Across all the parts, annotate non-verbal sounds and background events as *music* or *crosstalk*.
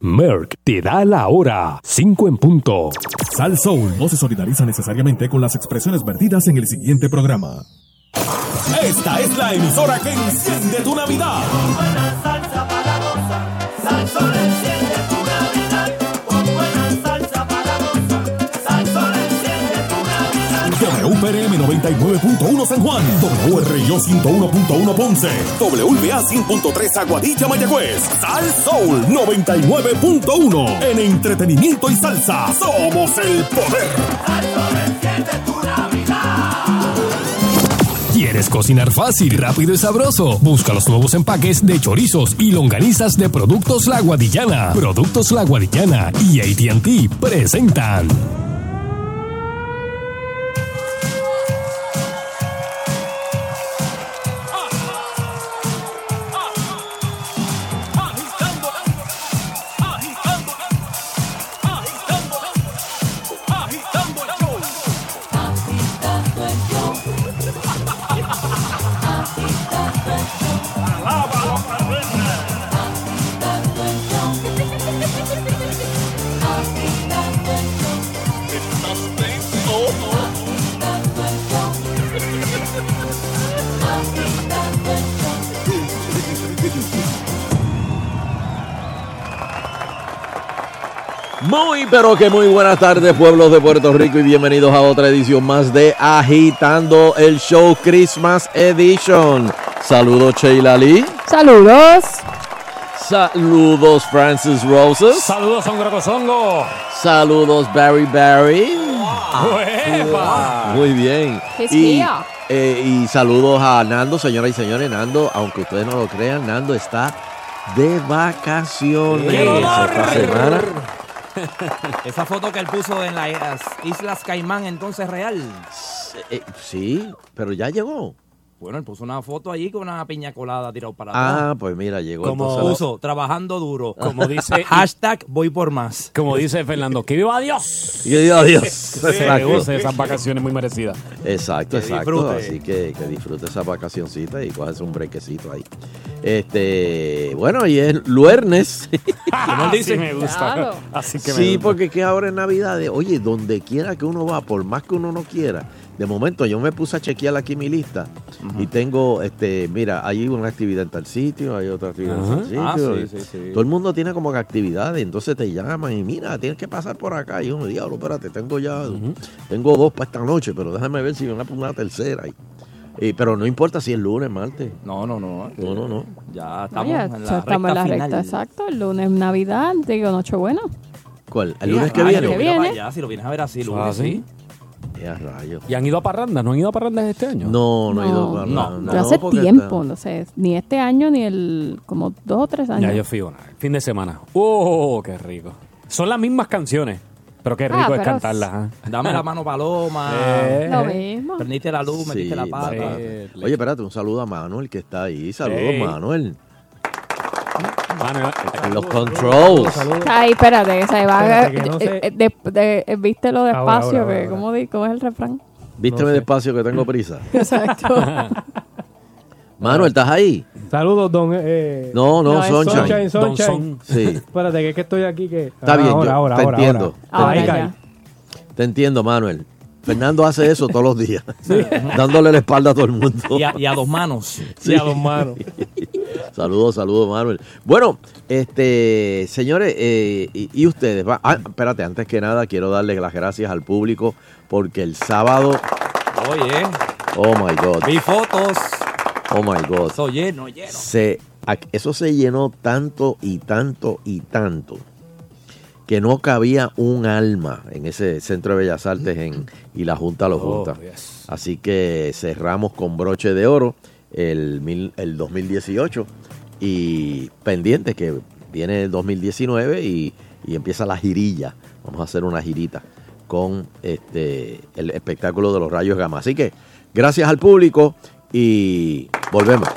Merck te da la hora, 5 en punto. Sal Soul no se solidariza necesariamente con las expresiones vertidas en el siguiente programa. Esta es la emisora que enciende tu Navidad. salsa para gozar, salsón enciende tu Navidad. Con buena salsa para gozar, salsón enciende tu Navidad. WPRM 99.1 San Juan, WRIO 101.1 Ponce, WBA 100.3 Aguadilla Mayagüez, Sal Soul 99.1 en entretenimiento y salsa. Somos el poder. ¿Quieres cocinar fácil, rápido y sabroso? Busca los nuevos empaques de chorizos y longanizas de Productos La Guadillana. Productos La Guadillana y ATT presentan. Muy pero que muy buenas tardes pueblos de Puerto Rico y bienvenidos a otra edición más de Agitando el Show Christmas Edition. Saludos Sheila Lee, Saludos. saludos Francis Roses, Saludos, Hongra Cosongo. saludos Barry Barry. ¡Uepa! Muy bien. He's Y, here. eh, y saludos a Nando, señoras y señores. Nando, aunque ustedes no lo crean, Nando está de vacaciones ¡Qué dolor! esta semana. *laughs* Esa foto que él puso en las Islas Caimán, entonces real. Eh, sí, pero ya llegó. Bueno, él puso una foto allí con una piña colada tirado para atrás. Ah, pues mira, llegó. Como entonces la- puso, trabajando duro. Como *laughs* dice, *laughs* Hashtag voy por más. como dice Fernando, que viva Dios. Y yo digo *laughs* adiós. Se Exacto, goce de esas vacaciones muy merecidas. exacto. exacto. disfrute. Así que, que disfrute esa vacacioncita y coges un brequecito ahí. Este, bueno, y es *laughs* luernes. Como él dice. me gusta. Claro. Así que me Sí, gusta. porque es que ahora en Navidades, oye, donde quiera que uno va, por más que uno no quiera, de momento yo me puse a chequear aquí mi lista y tengo, este, mira, hay una actividad en tal sitio, hay otra actividad en tal sitio. Ah, sí, y sí, sí. Todo el mundo tiene como que actividades, entonces te llaman y mira, tienes que pasar por acá. Y uno, diablo, espérate, tengo ya, tengo dos para esta noche, pero déjame ver si una, una tercera. Y, y- pero no importa si es lunes, martes. No, no, no. No, no, no. Ya estamos Oye, en ya la estamos en la recta recta, final. exacto. El lunes Navidad, digo Nochebuena. ¿Cuál? ¿El Mira, lunes que rayos, viene? qué bien. Mira para viene. allá, si lo vienes a ver así, lunes, Ah, ¿sí? Ya, rayos. ¿Y han ido a parrandas? ¿No han ido a parrandas este año? No, no, he ido No, para no, nada, no. Yo hace porque está- tiempo, no sé, ni este año ni el como dos o tres años. Ya yo fui una. vez. Fin de semana. ¡Oh, qué rico! Son las mismas canciones, pero qué Ah, rico es pero cantarlas. ¿ah? *laughs* Dame la mano, Paloma. Eh, Lo mismo. Prendiste la luz, metiste la Sí, pata. papá. Eh, Oye, espérate, un saludo a Manuel que está ahí. Saludos, Hey. Manuel. mano, eh, En los controls. Ay, espérate, que se va. Espérate, que no eh, sé. eh, de- de- eh, Viste lo Ahora, despacio, ahora, que ahora. ¿cómo, di- cómo es el refrán? *laughs* Vísteme No sé. despacio que tengo *laughs* prisa. Exacto. *laughs* Manuel, ¿estás ahí? Saludos, don. Eh, No, no, No, es Sunshine. Sunshine, Don Sunshine. Son. *laughs* Sí, Espérate, que es que estoy aquí que... Está bien, yo te entiendo. ahora Ahí ya. te entiendo, Manuel. Fernando hace eso todos los días, *laughs* dándole la espalda a todo el mundo. Y a, y a dos manos. Sí, a los manos. *laughs* Saludos, saludos, Manuel. Bueno, este, señores, eh, y, y ustedes? Va- ah, espérate, antes que nada quiero darle las gracias al público porque el sábado, Oye, oh my God, vi fotos. oh my God, Eso lleno, lleno. se, a- eso se llenó tanto y tanto y tanto que no cabía un alma en ese centro de Bellas Artes en, y la Junta lo Oh, junta. yes. Así que cerramos con broche de oro el, mil- el 2018 y pendiente que viene el 2019 y, y empieza la girilla. Vamos a hacer una girita con este el espectáculo de los rayos gamma. Así que gracias al público y volvemos.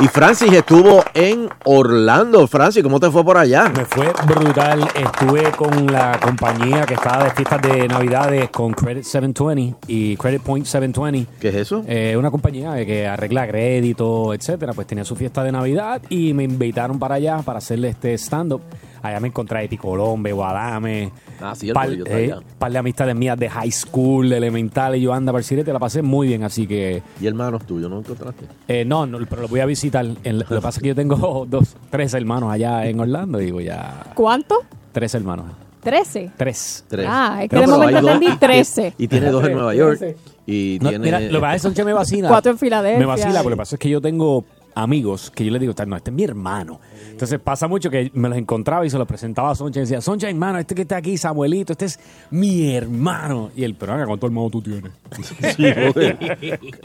Y Francis estuvo en Orlando. Francis, ¿cómo te fue por allá? Me fue brutal. Estuve con la compañía que estaba de fiestas de Navidades con Credit 720 y Credit Point 720. ¿Qué es eso? Eh, una compañía que arregla crédito, etcétera, pues tenía su fiesta de Navidad y me invitaron para allá para hacerle este stand-up. Allá me encontré a Epi Colombe, Guadame, Ah, cierto, yo estaba allá. eh, eh, par de amistades mías de high school, de elemental, y yo anda, parcirete, la pasé muy bien, así que Y hermanos tuyos, ¿no encontraste? eh, no, no, pero lo voy a visitar. En- Lo que pasa es que yo tengo *laughs* dos, tres hermanos allá en Orlando, digo ya, ¿Cuánto? tres hermanos, Trece. tres. Tres. Ah, es que No, de pero momento hay dos- entendí y- trece. Y, tiene dos en Nueva York. Y No, tiene. mira, lo que pasa es que me vacila. Cuatro en Filadelfia. Me vacila, porque lo que pasa es que yo tengo amigos que yo les digo, no, este es mi hermano. Entonces pasa mucho que me los encontraba y se los presentaba a Soncha y decía, Soncha, hermano, este que está aquí, Samuelito, este es mi hermano. Y el pero venga, ¿cuánto hermano tú tienes? *laughs* Sí, joder.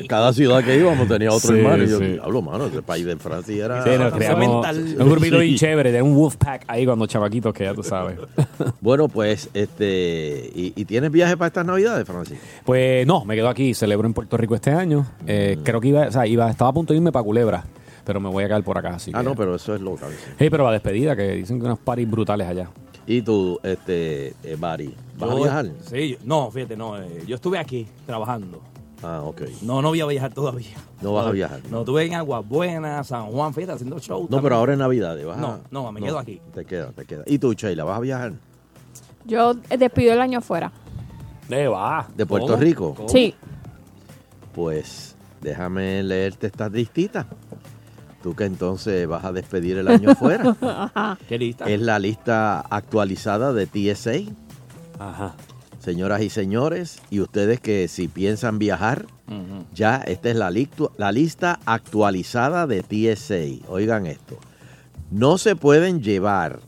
Cada ciudad que íbamos tenía otro Sí, hermano. Y yo, sí. diablo, mano, ese país de Francia era. Sí, nos creamos mental. un grupito Sí. bien chévere, de un wolf pack ahí cuando chavaquitos, que ya tú sabes. *laughs* Bueno, pues, este. ¿y, y tienes viaje para estas Navidades, Francis? Pues no, me quedo aquí, celebro en Puerto Rico este año. Eh, Mm. Creo que iba, o sea, iba, estaba a punto de irme para Culebra, pero me voy a caer por acá. Así Ah, que- no, pero eso es local. sí. Sí, pero la despedida, que dicen que unos paris brutales allá. Y tú, este, eh, Bari, ¿vas a Yo- viajar? Sí, yo- no, fíjate, no. eh, yo estuve aquí trabajando. Ah, ok. No, no voy a viajar todavía. No vas a viajar. No, estuve en Aguas Buenas, San Juan, fíjate, haciendo show. No, también. pero ahora en Navidades vas a- No, no, me quedo aquí. Te queda, te queda. ¿Y tú, Sheila, vas a viajar? Yo despido el año fuera. De va. ¿De Puerto ¿Cómo? Rico? ¿Cómo? Sí. Pues déjame leerte estas listitas. Tú que entonces vas a despedir el año *laughs* fuera. ¿Qué lista? es la lista actualizada de TSA. Ajá. Señoras y señores, y ustedes que si piensan viajar, Ujú. ya esta es la, lictu- la lista actualizada de TSA. Oigan esto. No se pueden llevar.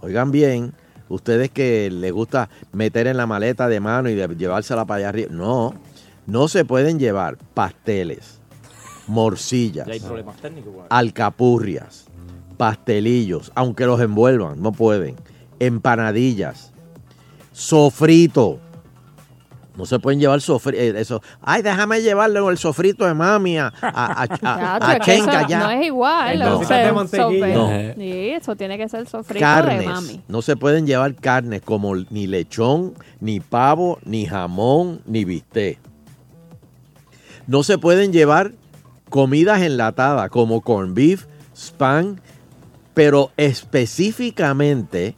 Oigan bien, ustedes que les gusta meter en la maleta de mano y de- llevársela para allá arriba. No, no se pueden llevar pasteles, morcillas Ya hay problemas técnicos. güey. alcapurrias, pastelillos, aunque los envuelvan, no pueden, empanadillas, sofrito. No se pueden llevar sofrito. Eso. Ay, déjame llevarle el sofrito de mami a, a, *laughs* a- Ah, Chacho, a- a es que Chenca eso ya. No es igual. No. o Cositas de sea, mantequilla. sope- Sí, eso tiene que ser sofrito de Carnes. mami. No se pueden llevar carnes como ni lechón, ni pavo, ni jamón, ni bistec. No se pueden llevar comidas enlatadas como corn beef, spam, pero específicamente,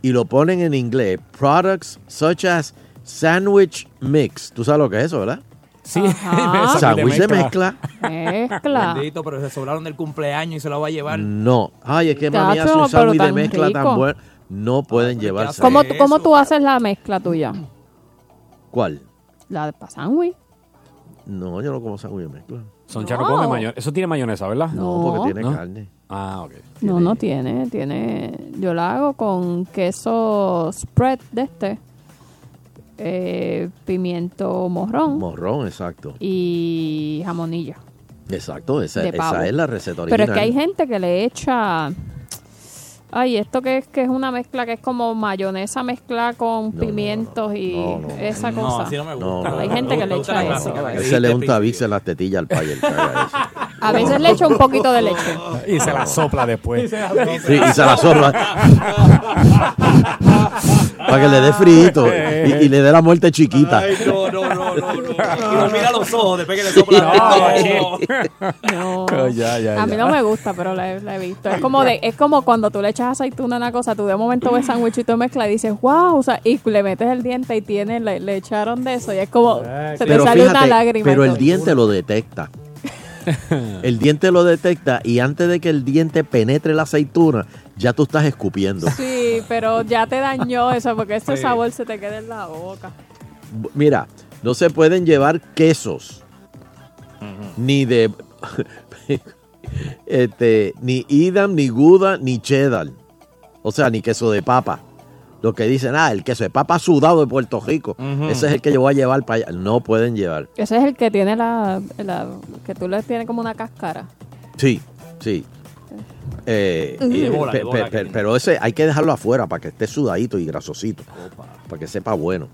y lo ponen en inglés, products such as sandwich mix. ¿Tú sabes lo que es eso, verdad? Sí, Ajá. Sandwich de mezcla. Mezcla. Bendito, pero se sobraron del cumpleaños y se la va a llevar. No. Ay, es que mami hace Tacho, un pero sándwich de tan mezcla tan rico. bueno. No pueden pero llevar ¿qué hace? sandwich. ¿Cómo, tú- cómo Eso, tú haces la mezcla tuya? ¿Cuál? La de pasanwi. No, yo no como sándwich de mezcla. Son No. come mayonesa. Eso tiene mayonesa, ¿verdad? No, porque tiene ¿no? carne. Ah, ok. No, no tiene, tiene. Yo la hago con queso spread de este, eh, pimiento morrón Morrón, exacto. y jamonilla. Exacto, esa, de pavo. esa es la receta original. Pero es que hay gente que le echa. Ay, esto que es que es una mezcla que es como mayonesa mezcla con no, pimientos y No, no, no. esa no, cosa. así no me gusta. No, no, Hay gente que Me le gusta echa la eso. clásica que Él se dijiste, le unta Pichi. bice en las tetillas al pay. el que haga eso. A veces le echo un poquito de leche. Y se la sopla después. *laughs* Sí, y se la *laughs* sobra. Para que le dé frito y, y le dé la muerte chiquita. Ay, no, no, no, no, no. Y lo mira a los ojos, después que le Sí. sopla. No, No. Ya, ya, A mí ya. no me gusta, pero la he, la he visto. Es como de, es como cuando tú le echas aceituna a una cosa, tú de momento ves sándwichito de mezcla y dices, wow, o sea, y le metes el diente y tiene, le, le echaron de eso y es como, Ay, se te Pero sale una fíjate, lágrima. pero y el todo. diente lo detecta. El diente lo detecta y antes de que el diente penetre la aceituna, ya tú estás escupiendo. Sí, pero ya te dañó eso porque ese sabor se te queda en la boca. Bu- Mira, no se pueden llevar quesos. Ni de. *laughs* este, ni Idam, ni Gouda, ni cheddar. O sea, ni queso de papa. Lo que dicen, ah, el queso de papa sudado de Puerto Rico. Ese es el que yo voy a llevar para allá. No pueden llevar. Ese es el que tiene la, la- que tú le tienes como una cáscara. Sí, sí. Eh, Y de eh, bola, de pe- bola pe- que pe- tiene. pero ese hay que dejarlo afuera para que esté sudadito y grasosito, para que sepa bueno.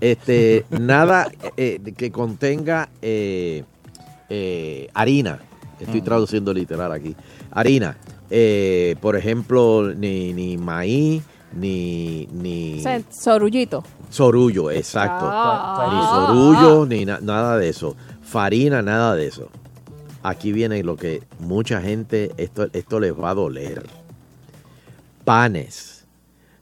Este, *laughs* nada eh, que contenga eh, eh, harina, Estoy Mm. traduciendo literal aquí. Harina, eh, por ejemplo, ni, ni maíz, ni, ni O sea, sorullito. sorullo, exacto. Ah. Ni sorullo, ni na- nada de eso. Farina, nada de eso. Aquí viene lo que mucha gente, esto, esto les va a doler. Panes.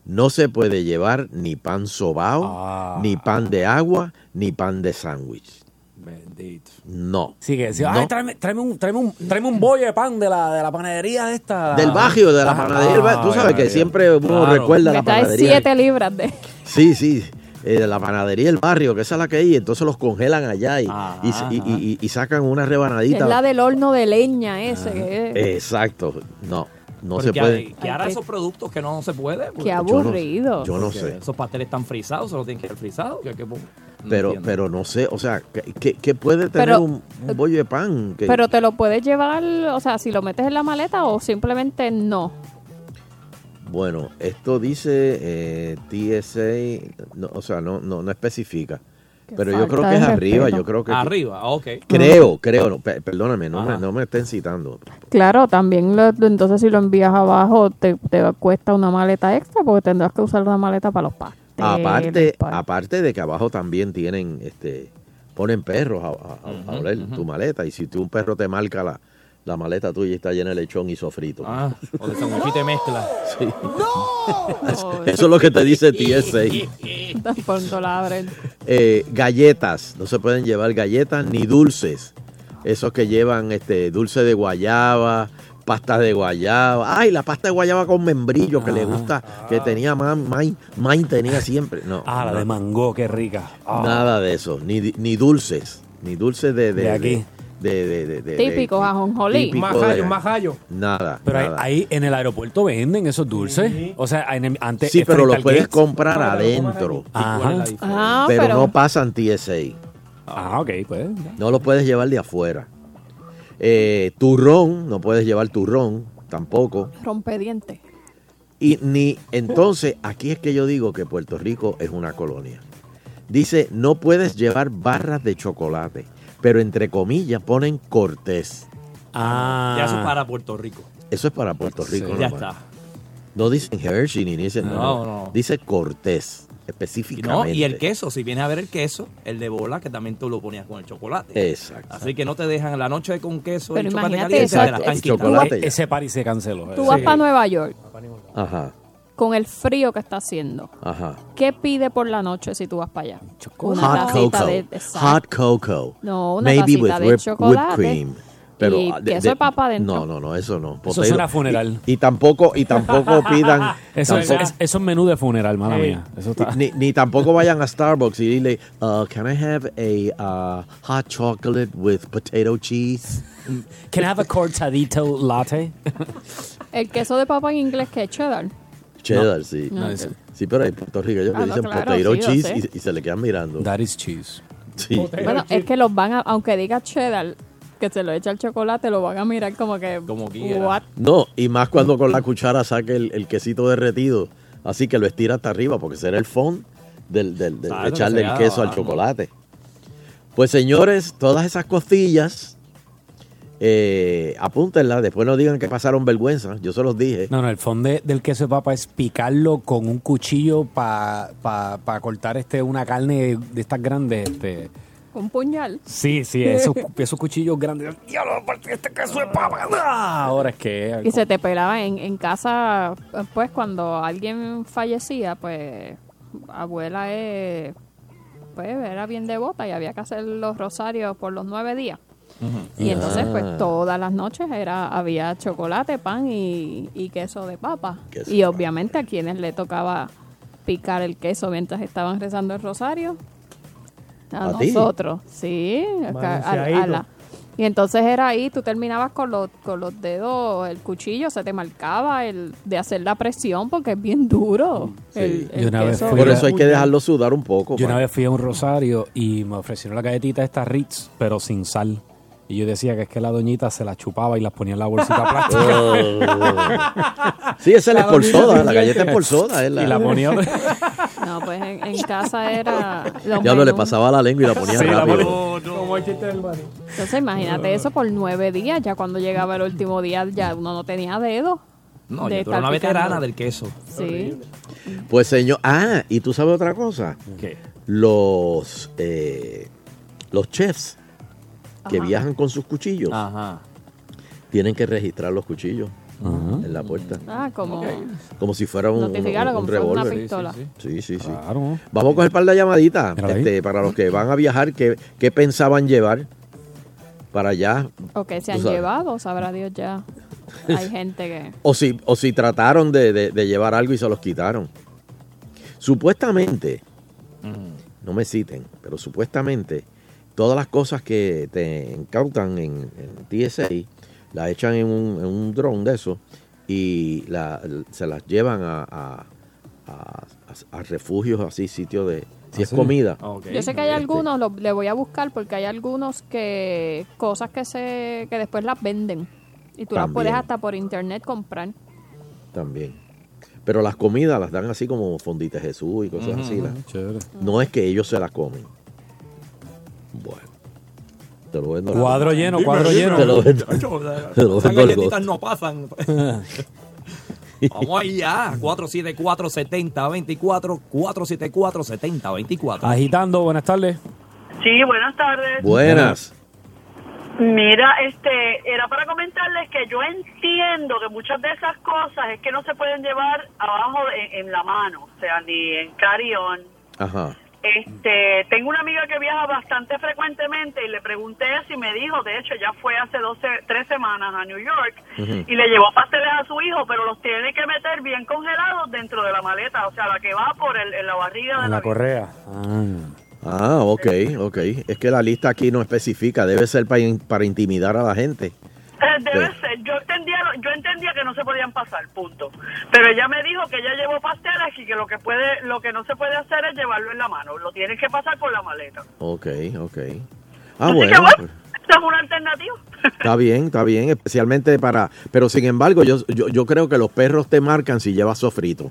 No se puede llevar ni pan sobao, Ah. ni pan de agua, ni pan de sándwich. Bendito. No. Sí, que decía, No. ay, tráeme, tráeme un, tráeme, un, tráeme un bollo de pan de la, de la panadería de esta. Del barrio, de la Ah, panadería. del barrio. Tú sabes que panadería. siempre uno Claro. recuerda Me la trae panadería. 7 libras de. Sí, sí. eh, de la panadería del barrio, que esa es la que hay, entonces los congelan allá y, Ajá, Ah, y- y- ajá. y- y- y sacan una Es rebanadita. la del horno de leña Ah. ese. que es- Eh, Exacto. No, no Pero se que- puede. Que ahora Ay, qué- esos productos que no se puede. porque- Qué aburrido. Yo no porque sé. Esos pasteles están frisados, solo tienen que ser frisados. que- que- no Pero, entiendo. pero no sé, o sea, que, que- que puede tener Pero- eh, un, un bollo de pan. Que, Pero te lo puedes llevar, o sea, si lo metes en la maleta o simplemente no. Bueno, esto dice eh, TSA, no, o sea, no, no, no especifica. Qué Pero yo creo falta que es de arriba, respeto. yo creo que... Arriba, ah, ok. Creo, creo, no, pe- perdóname, no me, Ajá. no me estén citando. Claro, también lo- entonces si lo envías abajo te, te cuesta una maleta extra porque tendrás que usar una maleta para los pasteles. *laughs* Aparte, para- aparte de que abajo también tienen, este, ponen perros a, a- a- a oler tu maleta. Y si tú un perro te marca la, la maleta tuya y está llena de lechón y sofrito. Ah, o de sanguchito y mezcla. *laughs* Sí. Oh, Eso es lo que te dice TSA. tan pronto la abren. Eh, galletas, no se pueden llevar galletas ni dulces. Esos que llevan este dulce de guayaba, pasta de guayaba. Ay, la pasta de guayaba con membrillo Ah, que le gusta, que tenía Main, Main, Main tenía siempre. No, Ah, la no, de mango, qué rica. Ah. nada de eso, ni, ni dulces, ni dulces de, de, De aquí. de- de- de- de- Típicos, de- ajonjolí. típico Más de- gallo, más gallo. Nada. Pero ahí, nada. ahí en el aeropuerto venden esos dulces. O sea, en el- antes. sí, pero frente lo al puedes Gates. comprar adentro, Ajá. ¿Cuál es la diferencia? Ah, pero, pero, no pasan TSA. Ah, ok, pues. ya. No lo puedes llevar de afuera. Eh, turrón, no puedes llevar turrón tampoco. rompediente. Y ni entonces, aquí es que yo digo que Puerto Rico es una colonia. Dice, no puedes llevar barras de chocolate, pero entre comillas ponen cortés. Ah. Ya eso es para Puerto Rico. Eso es para Puerto Rico. ya nomás. está. No dicen Hershey ni dicen no, No, no. no. Dice cortés, Y, específicamente. no, y el queso, si vienes a ver el queso, el de bola, que también tú lo ponías con el chocolate. Exacto. Así que no te dejan la noche con queso Pero y chocolate imagínate caliente, eso, te la están es- quitando. chocolate. E- ya. Ese party se Pues canceló. Tú vas Sí. para Nueva York Ajá, con el frío que está haciendo. ajá. ¿Qué pide por la noche si tú vas para allá? Chocolate. Una Hot tacita cocoa. de- exacto. Hot cocoa. No, una Maybe tacita de chocolate Pero y ah, queso de papa adentro. No, no, no, eso no. Eso Potato- suena a funeral. Y, y tampoco, y *laughs* tampoco pidan. Eso, eso, tampoco- es- eso es menú de funeral, mala Sí. mía. Eso está. ni, ni tampoco vayan a Starbucks y dile, uh, can I have a uh, hot chocolate with potato cheese? Can I have a cortadito latte? El queso de papa en inglés que es cheddar. Cheddar, sí. No, eso- Sí, pero hay Puerto Rico ellos Ah, que no, dicen claro, potato sí, yo cheese sé. y, y se le quedan mirando. That is cheese. Sí. Bueno, es que los van a, aunque diga cheddar, que se lo echa el chocolate, lo van a mirar como que. Como quiera. what? No, y más cuando con la cuchara saque el, el quesito derretido, así que lo estira hasta arriba, porque será el fondo del, del- del- Claro, de echarle el sería queso al abajo. chocolate. Pues señores, todas esas costillas, eh, apúntenlas, después no digan que pasaron vergüenza, yo se los dije. No, no, el fondo de- del queso de papa es picarlo con un cuchillo para cortar este una carne de estas grandes. Este. Un puñal. Sí, sí, esos, cu- esos cuchillos grandes. ¡Diablo, partí este queso de papa! ¡Ah! Ahora es que... Y se te pelaba en, en casa, pues cuando alguien fallecía, pues abuela eh, pues, era bien devota y había que hacer los rosarios por los nueve días. Y entonces pues todas las noches era había chocolate, pan y, y queso de papa. Queso y de obviamente a quienes le tocaba picar el queso mientras estaban rezando el rosario, a, ¿A ti? nosotros, sí, acá- a- a la- y entonces era ahí, tú terminabas con los, con los dedos, el cuchillo se te marcaba el de hacer la presión porque es bien duro. El, el Yo una vez queso. fui Por Mira, eso hay que dejarlo sudar un poco. Yo una pa- vez fui a un rosario y me ofrecieron la galletita esta Ritz, pero sin sal. Y yo decía que es que la doñita se la chupaba y las ponía en la bolsita *laughs* plástica. Oh. Sí, esa es la por soda, la galleta es por soda. es y la ponía... No, pues en, en casa era. los Diablo, le menús. pasaba la lengua y la ponía Sí, la rápido. ponía- Como el chiste del barrio. Entonces, imagínate eso por nueve días. Ya cuando llegaba el último día, ya uno no tenía dedo. No, de yo era estar una veterana picando. del queso. Sí. Pues señor, ah, y tú sabes otra cosa, ¿Qué? los eh, los chefs que Ajá. viajan con sus cuchillos Ajá. tienen que registrar los cuchillos en la puerta, Ah, como como si fuera un, un, notificarlo, un como si fuera una revólver. pistola. Sí, sí, sí. Claro. Vamos a coger par de llamaditas Mírala ahí. este, para los que van a viajar, ¿qué, qué pensaban llevar para allá? O que se Tú han sabes. llevado, sabrá Dios ya. Hay gente que. *laughs* O si, o si trataron de, de- de llevar algo y se los quitaron. Supuestamente, no me citen, pero supuestamente todas las cosas que te incautan en, en TSA las echan en un, en un dron de eso y la- se las llevan a, a- a- a- a refugios así, sitios de... Si es Ah, comida. Oh. Ok. Yo sé que hay este. algunos, lo- le voy a buscar porque hay algunos que cosas que se que después las venden y tú las También. puedes hasta por internet comprar. También. Pero las comidas las dan así como fondita Jesús y cosas así. las- Chévere. No es que ellos se las comen. Bueno. Te lo vendo. Cuadro lleno, cuadro lleno. Te lo vendo. Te lo Esas vendo al galletitas gozo. no *laughs* pasan. Vamos allá. 474-7024. 474-7024. Agitando, buenas tardes. Sí, buenas tardes. Buenas. Mira, este, era para comentarles que yo entiendo que muchas de esas cosas es que no se pueden llevar abajo de- en la mano, o sea, ni en carry-on. Ajá. Este, tengo una amiga que viaja bastante frecuentemente y le pregunté eso y me dijo, de hecho, ya fue hace 12, tres semanas a New York Ujú. y le llevó pasteles a su hijo, pero los tiene que meter bien congelados dentro de la maleta, o sea, la que va por el, en la barriga de En la la avión. correa. Ah, ok, ok. Es que la lista aquí no especifica. Debe ser para, in- para intimidar a la gente. Eh, Debe Sí. ser. Yo entendía, yo entendía que no se podían pasar, punto. Pero ella me dijo que ella llevó pasteles y que lo que puede, lo que no se puede hacer es llevarlo en la mano. Lo tienes que pasar por la maleta. Ok, ok. Ah, Así bueno. pues, que bueno, esa es una alternativa. Está bien, está bien. Especialmente para... Pero sin embargo, yo, yo, yo creo que los perros te marcan si llevas sofrito.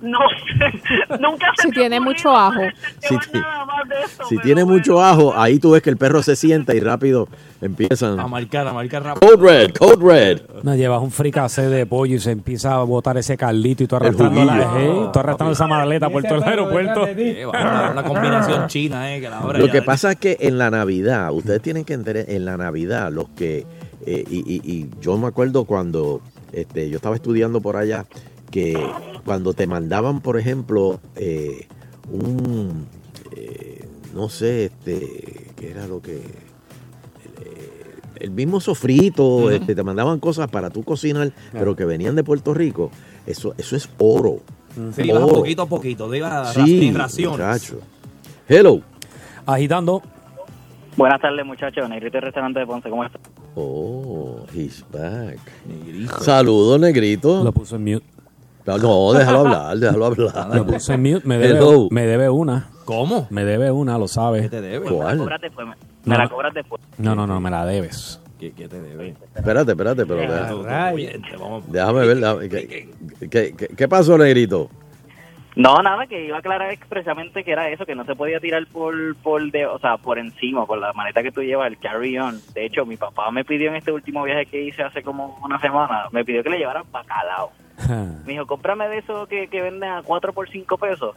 no, *laughs* nunca se Si me tiene ocurrió mucho ajo. llevar Si ti- nada más de eso, Si pero tiene bueno. mucho ajo, ahí tú ves que el perro se sienta y rápido empiezan. A marcar, a marcar rápido. Code red, code red. No, llevas un fricacé de pollo y se empieza a botar ese caldito y tú arrastrando, la, juguillo. eh, tú arrastrando esa maleta por todo el aeropuerto. Eh, va a dar Una combinación china, eh, que la hora Lo ya- que pasa es que en la Navidad, ustedes tienen que entender, en la Navidad, los que, eh, y, y- y yo me acuerdo cuando este, yo estaba estudiando por allá, que cuando te mandaban, por ejemplo, eh, un, eh, no sé, este, ¿qué era lo que? eh, El mismo sofrito, este, te mandaban cosas para tú cocinar, pero que venían de Puerto Rico, eso, eso es oro. Sí, vas a Oro. poquito a poquito. De iba a Sí, raciones. muchacho. Hello. Agitando. Buenas tardes, muchachos. Negrito y Restaurante de Ponce, ¿cómo estás? Oh, he's back. Saludos, negrito. Lo puso en mute. No, Oh, déjalo hablar, déjalo Lo hablar. puso en mute. Me debe, Hello. me debe una. ¿Cómo? Me debe una, lo ¿Qué sabes. te debe? ¿Cuál? Cobras después, me, No. me la cobras después. No, no, no, me la debes. ¿Qué, qué te debe? Espérate, espérate, pero deja- Ay. Oye, te vamos- déjame ver. déjame- ¿Qué, qué- qué- qué pasó, negrito? No, nada, que iba a aclarar expresamente que era eso, que no se podía tirar por, por de, o sea, por encima, por la maleta que tú llevas, el carry-on. De hecho, mi papá me pidió en este último viaje que hice hace como una semana, me pidió que le llevaran bacalao. Me dijo, cómprame de eso que, que venden a 4 por 5 pesos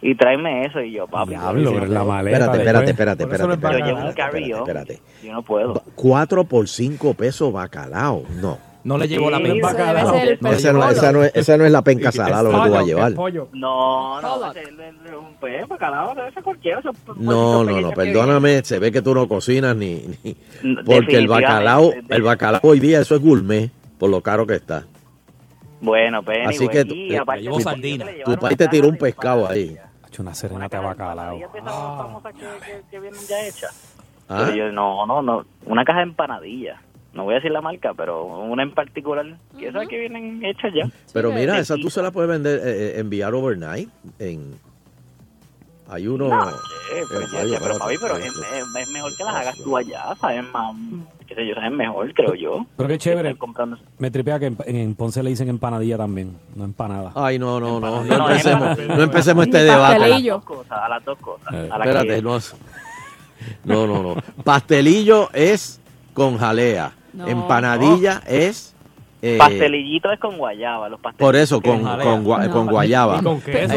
y tráeme eso. Y yo, papi, Diablo, pero la maleta. Espérate, espérate, después. espérate, Por eso espérate. no es yo espérate, llevo un espérate, carry-on, espérate, espérate. yo no puedo. Cuatro por cinco pesos bacalao. No. No le llegó la penca. Eso debe ser el No, esa, no, perro. esa no es, esa no es la penca salada lo que tú vas a llevar. Pollo. No, no, Pollock. ese es el- el- un pez, bacalao, debe ser cualquiera. esos pollitos No, no, no, pequeños que- perdóname, se ve que tú no cocinas ni, ni- No, porque el definitivamente, bacalao, de- el bacalao hoy día eso es gourmet por lo caro que está. Bueno, pero Así que tú- eh, le llevo sardina. Tu país te tiró un pescado ahí. Ha hecho una serenata de bacalao. que, que vienen ya hechas. Ah, Pero yo, no, no, no. Una caja de empanadillas. No voy a decir la marca, pero una en particular. Que esas que vienen hechas ya. pero mira, esa tú Fresquita. se la puedes vender, eh, eh, enviar overnight en, Hay uno. No, eh, pero, ya- oye, ya, pero, espérate, Ah, papi, pero oye, es, es- es mejor que las hagas tú allá, ¿sabes? Más, qué sé yo, ¿sabes? Mejor, creo yo. Pero qué chévere. Estar comprando- Me tripea que en, en Ponce le dicen empanadilla también, no empanada. Ay, no, no, no. Empanadilla. No empecemos, No, no empecemos este A las debate. dos cosas, a las dos cosas. Eh, a la Espérate, que- no. No, no, no. Pastelillo es con jalea. No. Empanadilla Oh. es. eh, Pastelillito es con guayaba, los pastelillos. Por eso, con, Jalea. con, gua- con guayaba.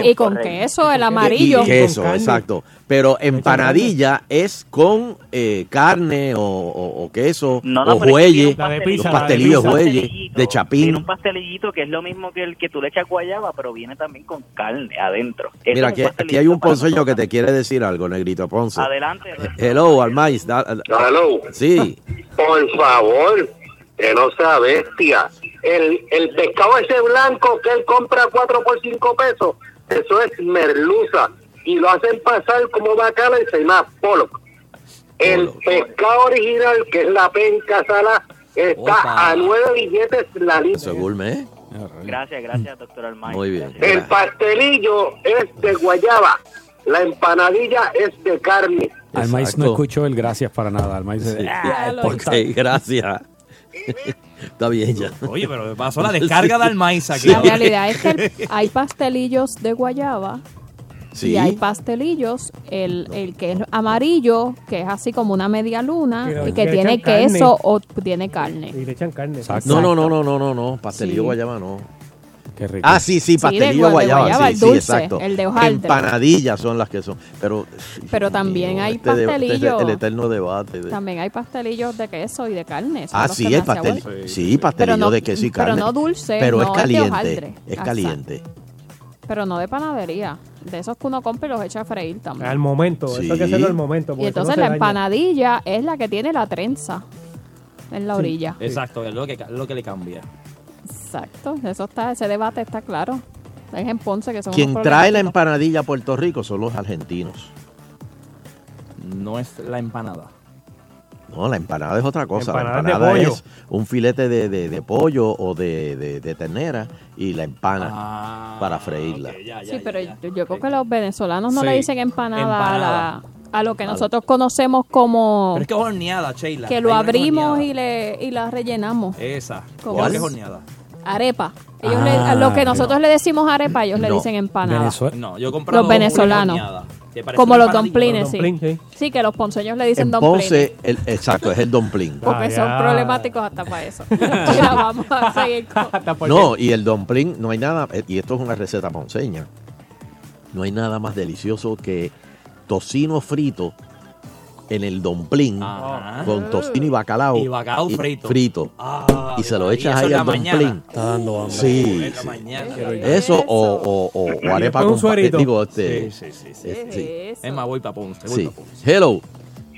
Y con queso, el amarillo. Y queso, exacto. Pero empanadilla es con eh, carne o, o- o queso no, o pero es que tiene jueyes, un La de pizza, los la de pastelillos pizza. jueyes de Tiene chapín. un pastelillito que es lo mismo que el que tú le echas guayaba, pero viene también con carne adentro. Eso Mira, es aquí, aquí pastelillito hay un para- ponceño que te quiere decir algo, negrito Ponce. Adelante. Hello, Almais. da- Hello. Sí, Por favor, que no sea bestia. El, el pescado ese blanco que él compra cuatro por cinco pesos, eso es merluza. Y lo hacen pasar como bacala y se llama pollock. El pescado original, que es la penca sala, está Opa. a nueve billetes la libra. eso es gourmet. ¿eh? Gracias, gracias, doctor Almay. Muy bien. El pastelillo es de guayaba. La empanadilla es de carne. Almais no escuchó el gracias para nada. Almais Ah, ok, gracias. Está bien ya. Oye, pero pasó la descarga de Almais aquí. La realidad es que el- hay pastelillos de guayaba Sí. y hay pastelillos, el, el que es amarillo, que es así como una media luna Que- y que que tiene echan carne. queso o tiene carne. Y le echan carne. No, no, no, no, no, no, no. Pastelillo Sí. guayaba no. Qué rico. Ah, sí, sí, Sí, del gua- pastelillo de guayaba. guayaba, sí, el sí, dulce, exacto. el de hojaldre. Empanadillas son las que son. Pero Pero también hay este de- este es pastelillos. el eterno debate. de- También hay pastelillos de queso y de carne. son Ah, los sí, que más el se pastel. abuen- Sí, pastelillo Pero no- de queso y pero carne. no dulce, Pero es no de caliente. hojaldre. Es Exacto. caliente. Pero no de panadería. De esos que uno compra y los echa a freír también. Al momento, eso hay que Sí. hacerlo al momento. Ah, porque y eso no entonces se la daña. empanadilla es la que tiene la trenza en la Sí. orilla. Exacto, es lo que, lo que le cambia. Exacto. Eso está, ese debate está claro. Es en Ponce que son Quien unos trae la em- problemáticos. empanadilla a Puerto Rico son los argentinos. No es la empanada. No, la empanada es otra cosa. Empanada la de empanada pollo. es un filete de, de- de pollo o de, de- de ternera y la empana Ah, para freírla. Sí, pero yo, yo creo que los venezolanos no le Sí, dicen empanada, A, empanada. la- a lo que nosotros conocemos como Pero es que es horneada, Sheila. que lo Hay una que es abrimos horneada. y, le, y la rellenamos. Esa. ¿Cómo Creo que es? es horneada. Arepa. Ellos Ah, le- a lo que nosotros no. le decimos arepa, ellos le dicen empanada. No, yo he comprado Los una venezolanos. horneada, que parece Como una los empanadilla. domplines, sí. Sí, que los ponceños le dicen En domplines. Ponce, el, exacto, es el domplín. Porque Ah, son problemáticos hasta para *laughs* eso. Mira, vamos a seguir con... No, y el domplín no hay nada, eh, y esto es una receta ponceña, no hay nada más delicioso que tocino frito en el domplín Ajá. con tocino y bacalao. Ah. Y bacalao frito. Ah, y se lo y echas eso ahí en al la mañana. domplín. Está dando hambre. Sí, En la sí. mañana. Eso, Eso. o, o, o- o Y arepa después con pa- un eh, suerito. digo, este, Sí, sí, sí. este, Es más, voy para Ponce. voy sí. pa' Ponce. Hello.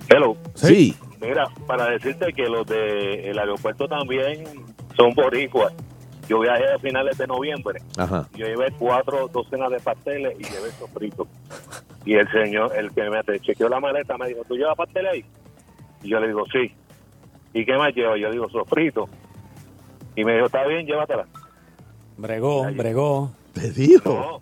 Hello. Sí. Mira, para decirte que los del aeropuerto también son boricuas. Yo viajé a finales de noviembre. Ajá. Yo llevé cuatro docenas de pasteles y llevé sofrito. Y el señor, el que me chequeó la maleta, me dijo, ¿tú llevas pasteles ahí? Y yo le digo, sí. ¿Y qué más llevo? Yo le digo, sofrito. Y me dijo, está bien, llévatela. Bregó, bregó. Te digo. No,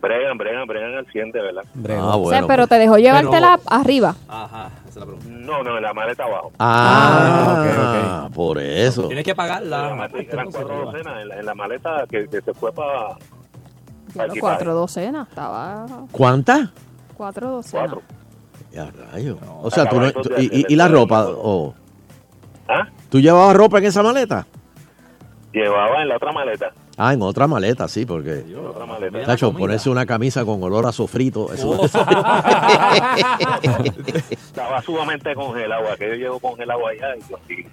bregan, bregan, bregan al 100, de verdad. Bregó. O sea, pero te dejó llevártela arriba. Ajá, esa es la pregunta. No, no, la maleta abajo. Ah, por eso. Tienes que pagarla. Eran cuatro docenas en la, en la maleta que, que se fue para... Ya lo cuatro docenas, estaba ¿Cuántas? cuatro docenas. Ya, rayo. o sea, tú no- acabando tú- de y, hacer y- el y la estudio. ropa? o- ¿Ah? ¿Tú llevabas ropa en esa maleta? Llevaba en la otra maleta. Ah, en otra maleta, sí, porque... otra maleta. Tacho, ponerse una camisa con olor a sofrito. Oh, eso- *laughs* Oh. Oh. Estaba sumamente congelado, que yo llego congelado allá. y yo así.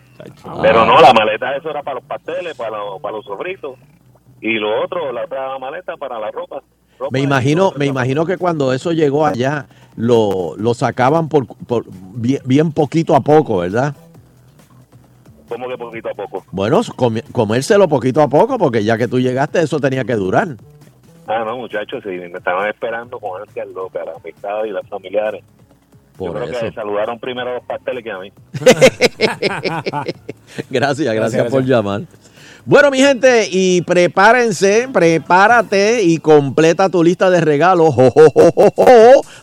Pero no, la maleta eso era para los pasteles, para los, para los sofritos. Y lo otro, la otra maleta para la ropa. ropa me y imagino, otro me zapato. imagino que cuando eso llegó allá, lo, lo sacaban por, por bien, bien poquito a poco, ¿verdad? Como que poquito a poco. Bueno, comi- comérselo poquito a poco, porque ya que tú llegaste, eso tenía que durar. Ah, no, muchachos, sí, me estaban esperando con ansias locas, las amistades y las familiares. Por yo creo eso. que saludaron primero a los pasteles que a mí. *laughs* gracias, gracias, Gracias, por gracias. llamar. Bueno, mi gente, y prepárense, prepárate y completa tu lista de regalos. Jo, jo, jo, jo, jo.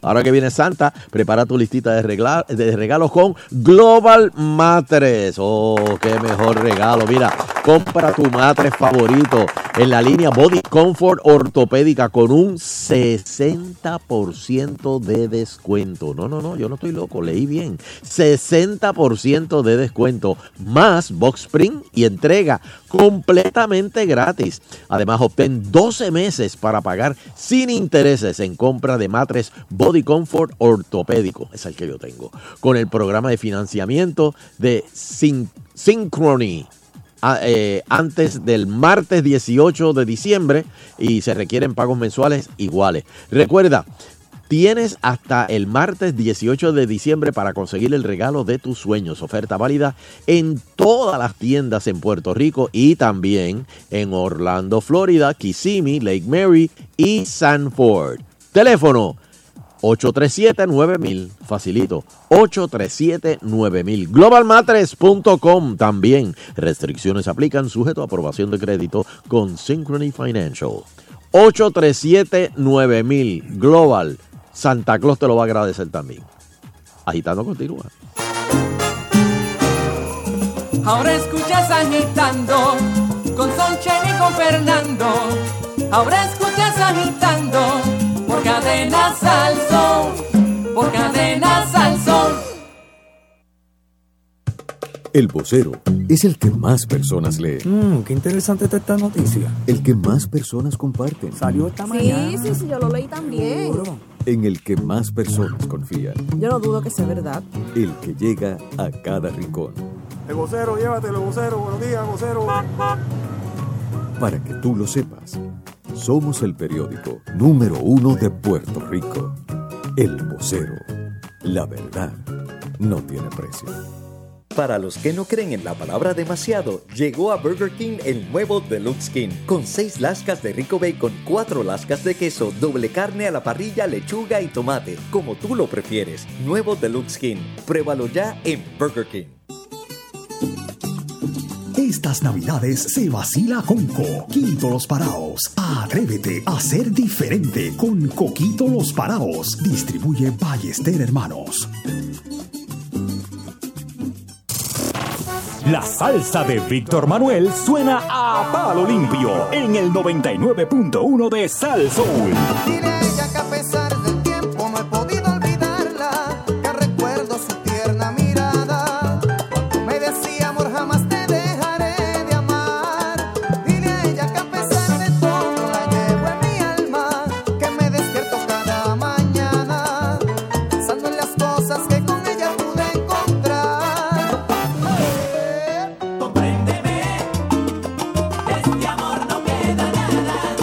Ahora que viene Santa, prepara tu listita de, regla- de regalos con Global Matres. Oh, qué mejor regalo. Mira, compra tu matres favorito en la línea Body Comfort Ortopédica con un 60% de descuento. No, no, no, yo no estoy loco, leí bien. 60% de descuento más box print y entrega completamente gratis. Además, obtén 12 meses para pagar sin intereses en compra de matres Body Comfort Ortopédico, es el que yo tengo, con el programa de financiamiento de Syn- Synchrony a- eh, antes del martes 18 de diciembre y se requieren pagos mensuales iguales. Recuerda, Tienes hasta el martes 18 de diciembre para conseguir el regalo de tus sueños. Oferta válida en todas las tiendas en Puerto Rico y también en Orlando, Florida, Kissimmee, Lake Mary y Sanford. Teléfono 837-9000. Facilito. 837-9000. Globalmatres.com también. Restricciones aplican sujeto a aprobación de crédito con Synchrony Financial. 837-9000. Global. Santa Claus te lo va a agradecer también. Agitando continúa. Ahora escuchas agitando con Sonchen y con Fernando. Ahora escuchas agitando por cadena Sal Sol, por cadena Sal Sol. El vocero es el que más personas lee, Mmm, qué interesante está esta noticia. el que más personas comparten, Salió esta mañana. Sí, sí, sí, yo lo leí también. en el que más personas confían, Yo no dudo que sea verdad. el que llega a cada rincón. El vocero, llévatelo, vocero. Buenos días, vocero. Para que tú lo sepas, somos el periódico número uno de Puerto Rico. El vocero. La verdad no tiene precio. Para los que no creen en la palabra demasiado, llegó a Burger King el nuevo Deluxe King, con 6 lascas de rico bacon, 4 lascas de queso, doble carne a la parrilla, lechuga y tomate, como tú lo prefieres. Nuevo Deluxe King, pruébalo ya en Burger King. Estas navidades se vacila con Coquito Los Paraos. Atrévete a ser diferente con Coquito Los Paraos. Distribuye Ballester Hermanos. La salsa de Víctor Manuel suena a palo limpio en el 99.1 de Sal Soul. ella que a pesar del tiempo no he podido olvidarla, que recuerdo su tierna mirada. Cuando me decía amor jamás te dejaré de amar. Dile a ella que a pesar de todo la llevo en mi alma, que me despierto cada mañana, pensando en las cosas que con ella pude encontrar. Compréndeme, de este amor no queda nada.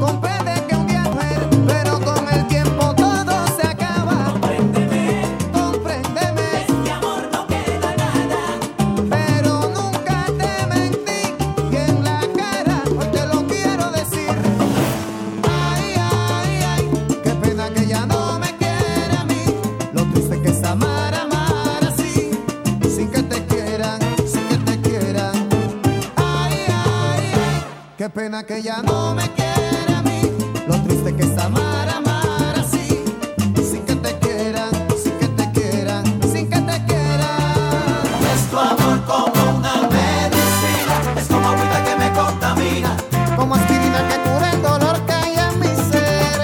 Comprende que un día muere, pero con el tiempo todo se acaba. Compréndeme, compréndeme. Este amor no queda nada. Pero nunca te mentí. Y en la cara hoy te lo quiero decir. Ay, ay, ay. Qué pena que ya no me quiera a mí. Lo triste que es amar, amar así. Sin que te quieran, sin que te quieran. Ay, ay, ay. Qué pena que ya no me quiera a mí. Lo triste que es amar, amar así. Sin que te quieran, sin que te quieran, sin que te quieran. Es tu amor como una medicina. Es como agüita que me contamina. Como aspirina que cura el dolor que hay en mi ser.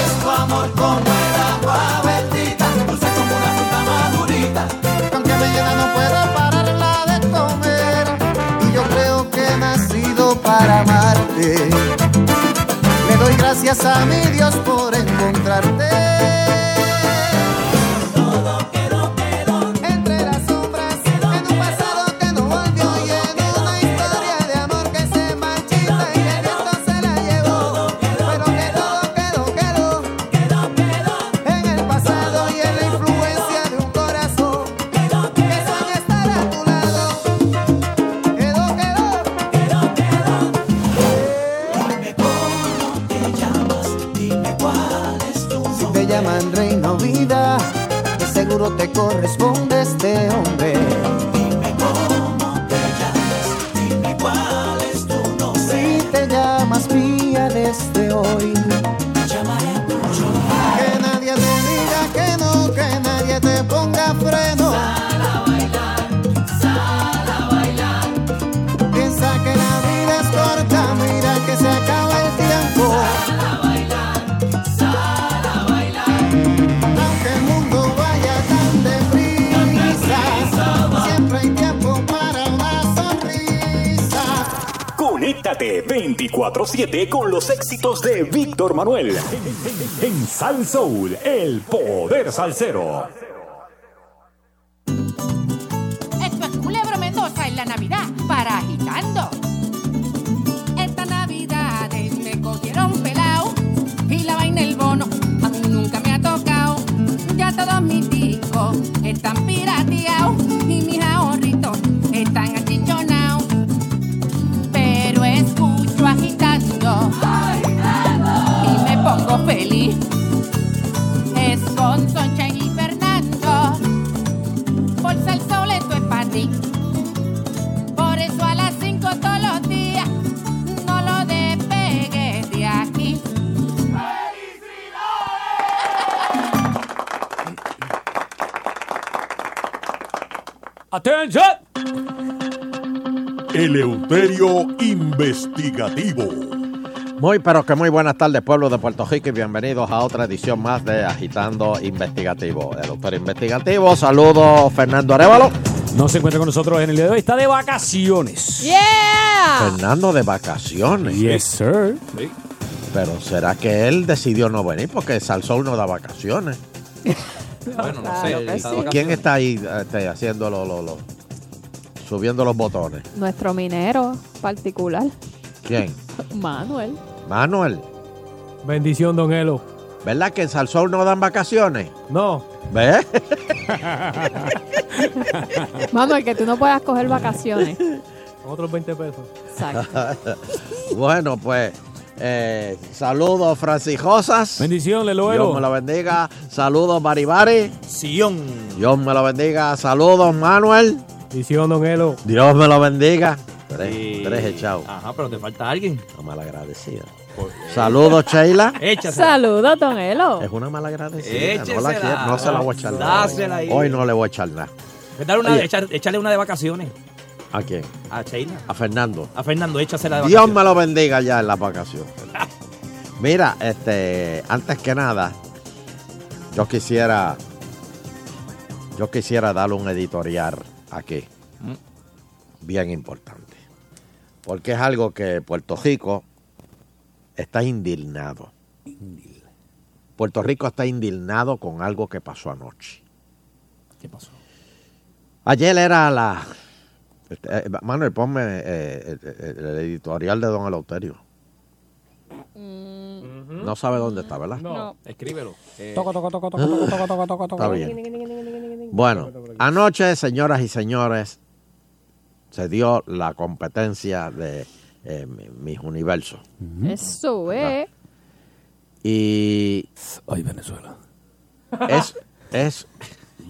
Es tu amor como el agua bendita. Dulce como una fruta madurita. Que aunque me llena no puedo pararla de comer. Y yo creo que he nacido para amarte. Le doy gracias a mi Dios por encontrarte. Todo quedó, quedó entre las sombras, en un pasado que no volvió y en una historia de amor que se marchita y el viento se la llevó. Pero quedó, quedó, quedó, quedó, quedó en el pasado y en la influencia de un corazón que sueña estar a tu lado. Quedó, quedó, quedó, quedó. Dime cómo te llamas, dime cuál es tu nombre. Si te llaman rey. este desde hoy. Que nadie te diga que no, que nadie te ponga freno. Piensa que la vida es corta, mira que se acaba el tiempo. Aunque el mundo vaya tan deprisa, siempre hay tiempo para una sonrisa. Conéctate 24-7 con los éxitos de Víctor Manuel. En, en Sal Soul, el poder salsero. Esto es Culebro Mendoza en la Navidad para agitando. Esta Navidad me cogieron pelao y la vaina el bono a mí nunca me ha tocado. Ya todos mis discos están pirateados y mis ahorritos están achichonados. Pero escucho agitando y me pongo feliz. Es con Sunshine y Fernando. Por el sol esto es para ti. Por eso a las 5 todos los días no lo despegues de aquí. ¡Atención! Eleuterio Investigativo. Muy, pero que muy buenas tardes, pueblo de Puerto Rico, y bienvenidos a otra edición más de Agitando Investigativo. El doctor investigativo, saludos Fernando Arevalo. No se encuentra con nosotros en el día de hoy, está de vacaciones. ¡Yeah! Fernando de vacaciones. Yes, sir. Pero será que él decidió no venir porque Salsón no da vacaciones. Bueno, no sé. ¿Y está de ¿Quién vacaciones. está ahí este, haciendo lo, lo- lo- subiendo los botones? Nuestro minero particular, *laughs* ¿Quién? *laughs* Manuel. Manuel. Bendición, don Elo. ¿Verdad que en Salsón no dan vacaciones? No. ¿Ves? Manuel, que tú no puedas coger *laughs* vacaciones. Otros 20 pesos. *laughs* bueno, pues eh, saludos Francijosas. Bendición, Leloelo. Dios me lo bendiga. Saludos Baribari. Sion. Dios me lo bendiga. Saludos Manuel. Bendición, don Elo. Dios me lo bendiga. Tres, tres echados. Ajá, pero te falta alguien. malagradecida. Saludos Sheila. Saludos, Don Elo. Es una mala agradecida. Eh. Échesela. No, la quiero- no se la voy a echar nada. Dásela ahí. Pues Hoy no le voy a echar nada. Dale una, Oye. echar- échale una de vacaciones ¿A quién? a Sheila. A Fernando. A Fernando, échasela de Dios vacaciones. me lo bendiga ya en la *laughs* vacación. Mira, este, antes que nada, yo quisiera, yo quisiera darle un editorial aquí, bien importante, porque es algo que Puerto Rico está indignado. Puerto Rico está indignado con algo que pasó anoche. ¿Qué pasó? Ayer era la. eh, Manuel, ponme eh, el- el, el editorial de Don Eleuterio. No sabe dónde está, ¿verdad? No, escríbelo. Eh, Toco, toco, toco, Ah. toco, toco, toco, toco, toco, Está toco. bien. Bueno, anoche, señoras y señores, se dio la competencia de eh, mi- mis universos. Eso es. Y. Ay, Venezuela. Es. es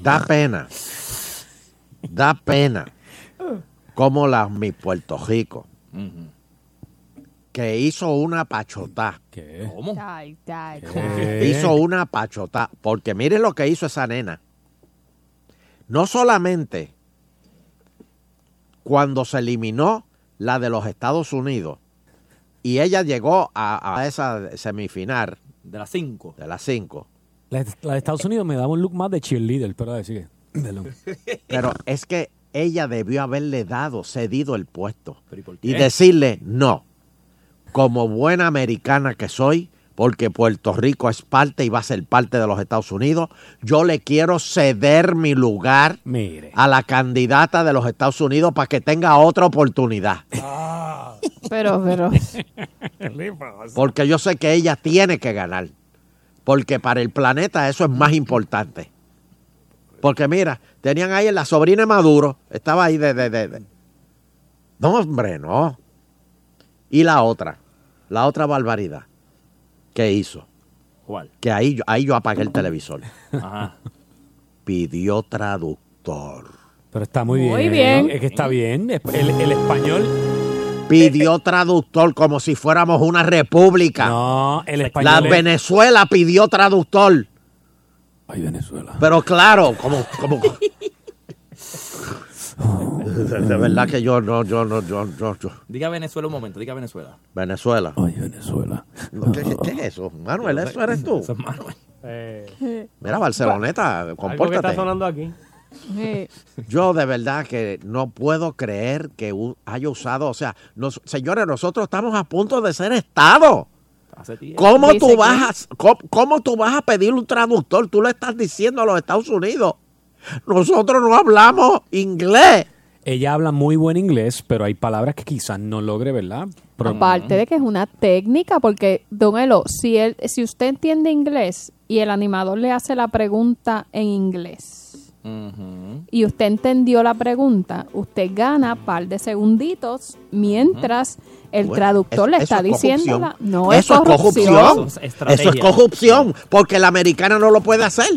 da pena. Da pena. Como las mi Puerto Rico, que hizo una pachotá. ¿Cómo? Ay, ay, Eh. Hizo una pachotá. Porque miren lo que hizo esa nena. No solamente cuando se eliminó la de los Estados Unidos y ella llegó a, a esa semifinal. De las 5. De las 5. La, la de Estados Unidos me daba un look más de cheerleader, pero decir que. Perdón. Pero es que ella debió haberle dado, cedido el puesto. Y qué? decirle, no, como buena americana que soy, porque Puerto Rico es parte y va a ser parte de los Estados Unidos, yo le quiero ceder mi lugar a la candidata de los Estados Unidos para que tenga otra oportunidad. Pero, *laughs* pero. Porque yo sé que ella tiene que ganar. Porque para el planeta eso es más importante. Porque mira, tenían ahí la sobrina de Maduro, estaba ahí de, de, de- de- No, hombre, no. Y la otra, la otra barbaridad que hizo, ¿Cuál? que ahí, yo- ahí yo apagué el televisor. Ajá. Pidió traductor. Pero está muy bien. Muy bien. Es que está bien. Es- El, el español. pidió traductor como si fuéramos una república. No, el La español es- Venezuela pidió traductor. Ay, Venezuela. Pero claro, como, como. De, de verdad que yo no, yo no, yo, yo, yo. Diga Venezuela un momento, diga Venezuela. Venezuela. Ay, Venezuela. ¿Qué, qué es eso? Manuel, eso eres tú. Eh, Mira, Barceloneta, algo que está compórtate. sonando aquí. Yo de verdad que no puedo creer que u- haya usado, o sea, nos- señores, nosotros estamos a punto de ser Estado. ¿Cómo tú, vas a, cómo, cómo tú vas a pedir un traductor? Tú le estás diciendo a los Estados Unidos, nosotros no hablamos inglés. Ella habla muy buen inglés, pero hay palabras que quizás no logre, ¿verdad? Pero- Aparte de que es una técnica, porque, don Elo, si, él, si usted entiende inglés y el animador le hace la pregunta en inglés y usted entendió la pregunta, usted gana par de segunditos mientras el Bueno, traductor eso- le eso está es Eh, diciendo... corrupción. la- no, eso es corrupción. Eso es estrategia. Eso es corrupción, porque la americana no lo puede hacer.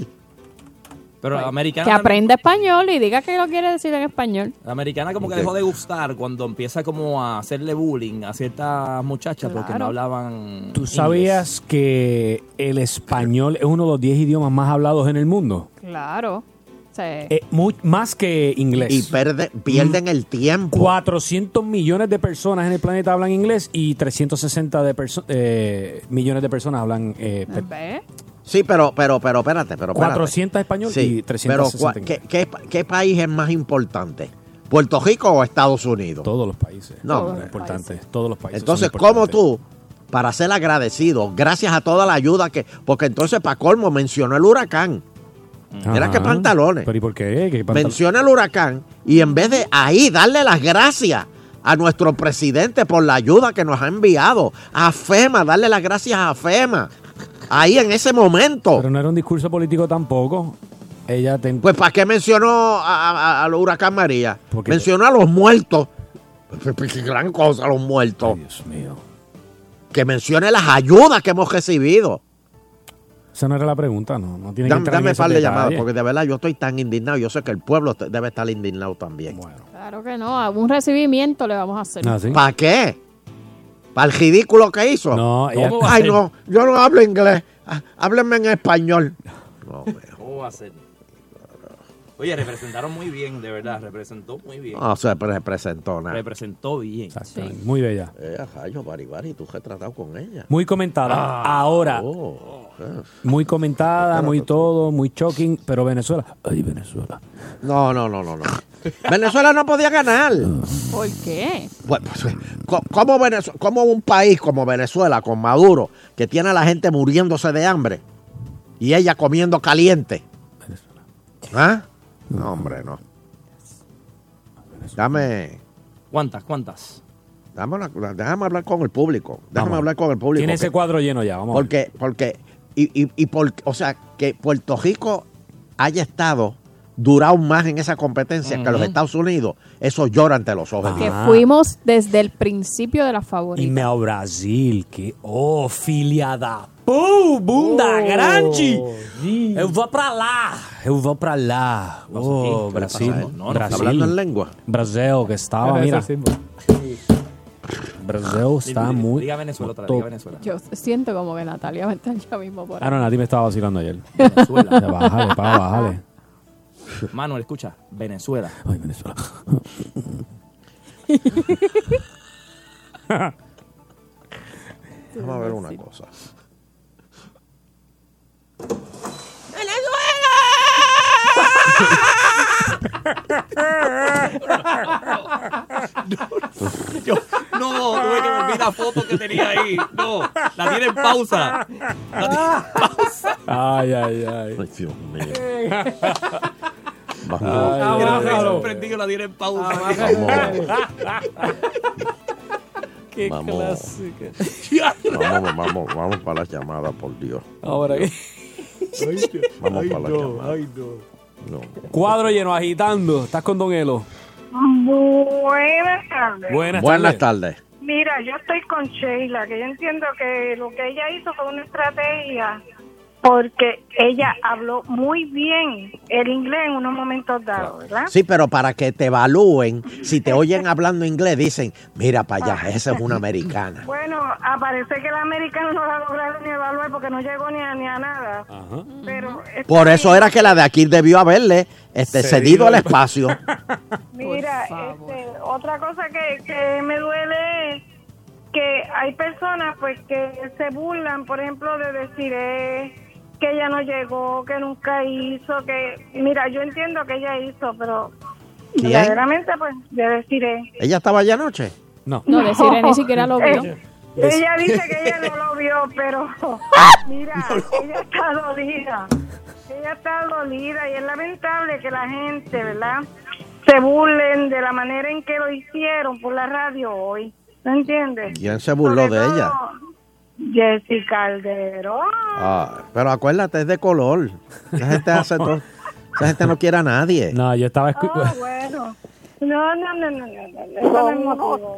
Pero la Que americana, aprenda español y diga que lo quiere decir en español. la americana como que dejó de gustar cuando empieza como a hacerle bullying a ciertas muchachas porque no hablaban ¿Tú sabías que el español es uno de los 10 idiomas más hablados en el mundo? Claro. O sea, Eh, mu- más que inglés. Y perde- pierden el tiempo. 400 millones de personas en el planeta hablan inglés y 360 de perso- eh, millones de personas hablan... eh, pe- Sí, pero, pero, pero, espérate, pero espérate. 400 español y 360 Pero, ¿cuál- qué, qué, pa- qué país es más importante? ¿Puerto Rico o Estados Unidos? Todos los países. No, Todos hombre. los importantes, todos los países. Entonces, son ¿cómo tú, para ser agradecido, gracias a toda la ayuda que... Porque entonces, para colmo, mencionó el huracán. importantes. Mira qué Ajá. pantalones. Ah, Pero ¿y por qué? ¿Qué pantal- Menciona el huracán y en vez de ahí darle las gracias a nuestro presidente por la ayuda que nos ha enviado, a FEMA, darle las gracias a FEMA, ahí en ese momento. Pero no era un discurso político tampoco. Ella te... Pues ¿para qué mencionó a- a- a- al huracán María? Mencionó a los muertos. Pues, pues, Qué gran cosa, los muertos. Dios mío. Que mencione las ayudas que hemos recibido. Esa no era la pregunta, no. no tiene que Dame, entrar en dame un esos par de detalles. llamadas, porque de verdad yo estoy tan indignado. Yo sé que el pueblo te- debe estar indignado también. Claro que no, algún recibimiento le vamos a hacer. Ah, ¿Para qué? ¿Para el ridículo que hizo? No, ella- ¿Cómo va a Ay, ser? no, yo no hablo inglés. Ah, Háblenme en español. No, hombre. ¿Cómo va a ser? Oye, representaron muy bien, de verdad, representó muy bien. Ah, no se pre- presentó nada. Representó bien. Muy bella. Eh, ajá, yo, Bari Bari, tú has tratado con ella. Muy comentada. Ah. Ahora, Oh, eh. muy comentada, muy todo, muy shocking, pero Venezuela. Ay, Venezuela. No, no, no, no, no. Venezuela no podía ganar. Ah. ¿Por qué? Bueno, pues, co- ¿cómo, Venezue- cómo un país como Venezuela, con Maduro, que tiene a la gente muriéndose de hambre y ella comiendo caliente? ¿Ah? No, hombre, no. Dame, ¿Cuántas? ¿Cuántas? dame una- una- déjame hablar con el público. Déjame Vamos. hablar con el público. Tiene ese que- cuadro lleno ya, vamos. a ver. Porque, porque, y, y, y por- o sea, que Puerto Rico haya estado durado más en esa competencia que los Ujú. Estados Unidos, eso llora ante los Ah. ojos. de Que Dios. fuimos desde el principio de la favorita. Y me a Brasil, que oh, filha da pu, bunda Oh. grande. Oh, Eu vou pra lá, eu vou pra lá. Oh, ¿Qué le pasa Brasil, a él? No, no, está Brasil. hablando en lengua. Brasil, que estaba, Era Ah, mira. ese Brasil está Diga- muy... Ah, Diga Venezuela otra vez, to- diga Venezuela. Yo siento como que Natalia va a estar *laughs* ya mismo por Ah, no, Nati me estaba vacilando ayer. Venezuela. Ya, bájale, pa, bájale. Manuel, escucha, Venezuela. Ay, *laughs* Venezuela. Vamos a ver una cosa. Yo, no, tuve que volver la foto que tenía ahí. No, la tiene en pausa. La tiene en pausa. Ay, ay, ay. Dios mío. Yo Vamos. no estoy bájalo. sorprendido, la tiene en pausa. Ah, Qué Vamos. clásica. Vamos, vamos, vamos para la llamada, por Dios. Ahora que... Vamos para la llamada. No. Cuadro lleno, agitando. Estás con Don Elo. Buenas tardes. Buenas, Buenas tardes. tardes. Mira, yo estoy con Sheila, que yo entiendo que lo que ella hizo fue una estrategia porque ella habló muy bien el inglés en unos momentos dados, ¿verdad? Sí, pero para que te evalúen, si te oyen hablando inglés, dicen, mira para Ah. allá, esa es una americana. Bueno, aparece que el americano no la lograron ni evaluar porque no llegó ni a, ni a nada. Pero este, Por eso era que la de aquí debió haberle este, Cedido cedido el el- espacio. mira, este, otra cosa que, que me duele es que hay personas pues que se burlan, por ejemplo, de decir eh, que ella no llegó, que nunca hizo, que mira, yo entiendo que ella hizo, pero ¿Quién? verdaderamente pues de decir eh, ¿Ella estaba allá anoche? No, de Sirene ni siquiera lo vio. Eh, Ella dice que ella no lo vio, *laughs* pero mira, ella está dolida. Ella está dolida y es lamentable que la gente, ¿verdad? Se burlen de la manera en que lo hicieron por la radio hoy. ¿No entiendes? ¿Quién se burló de ella? Jessica Calderón. Ah, pero acuérdate, es de color. La gente hace todo. Esa gente no quiere a nadie. No, yo estaba escuchando. Ah, bueno. No, no, no, no, no, no. Eso no es motivo.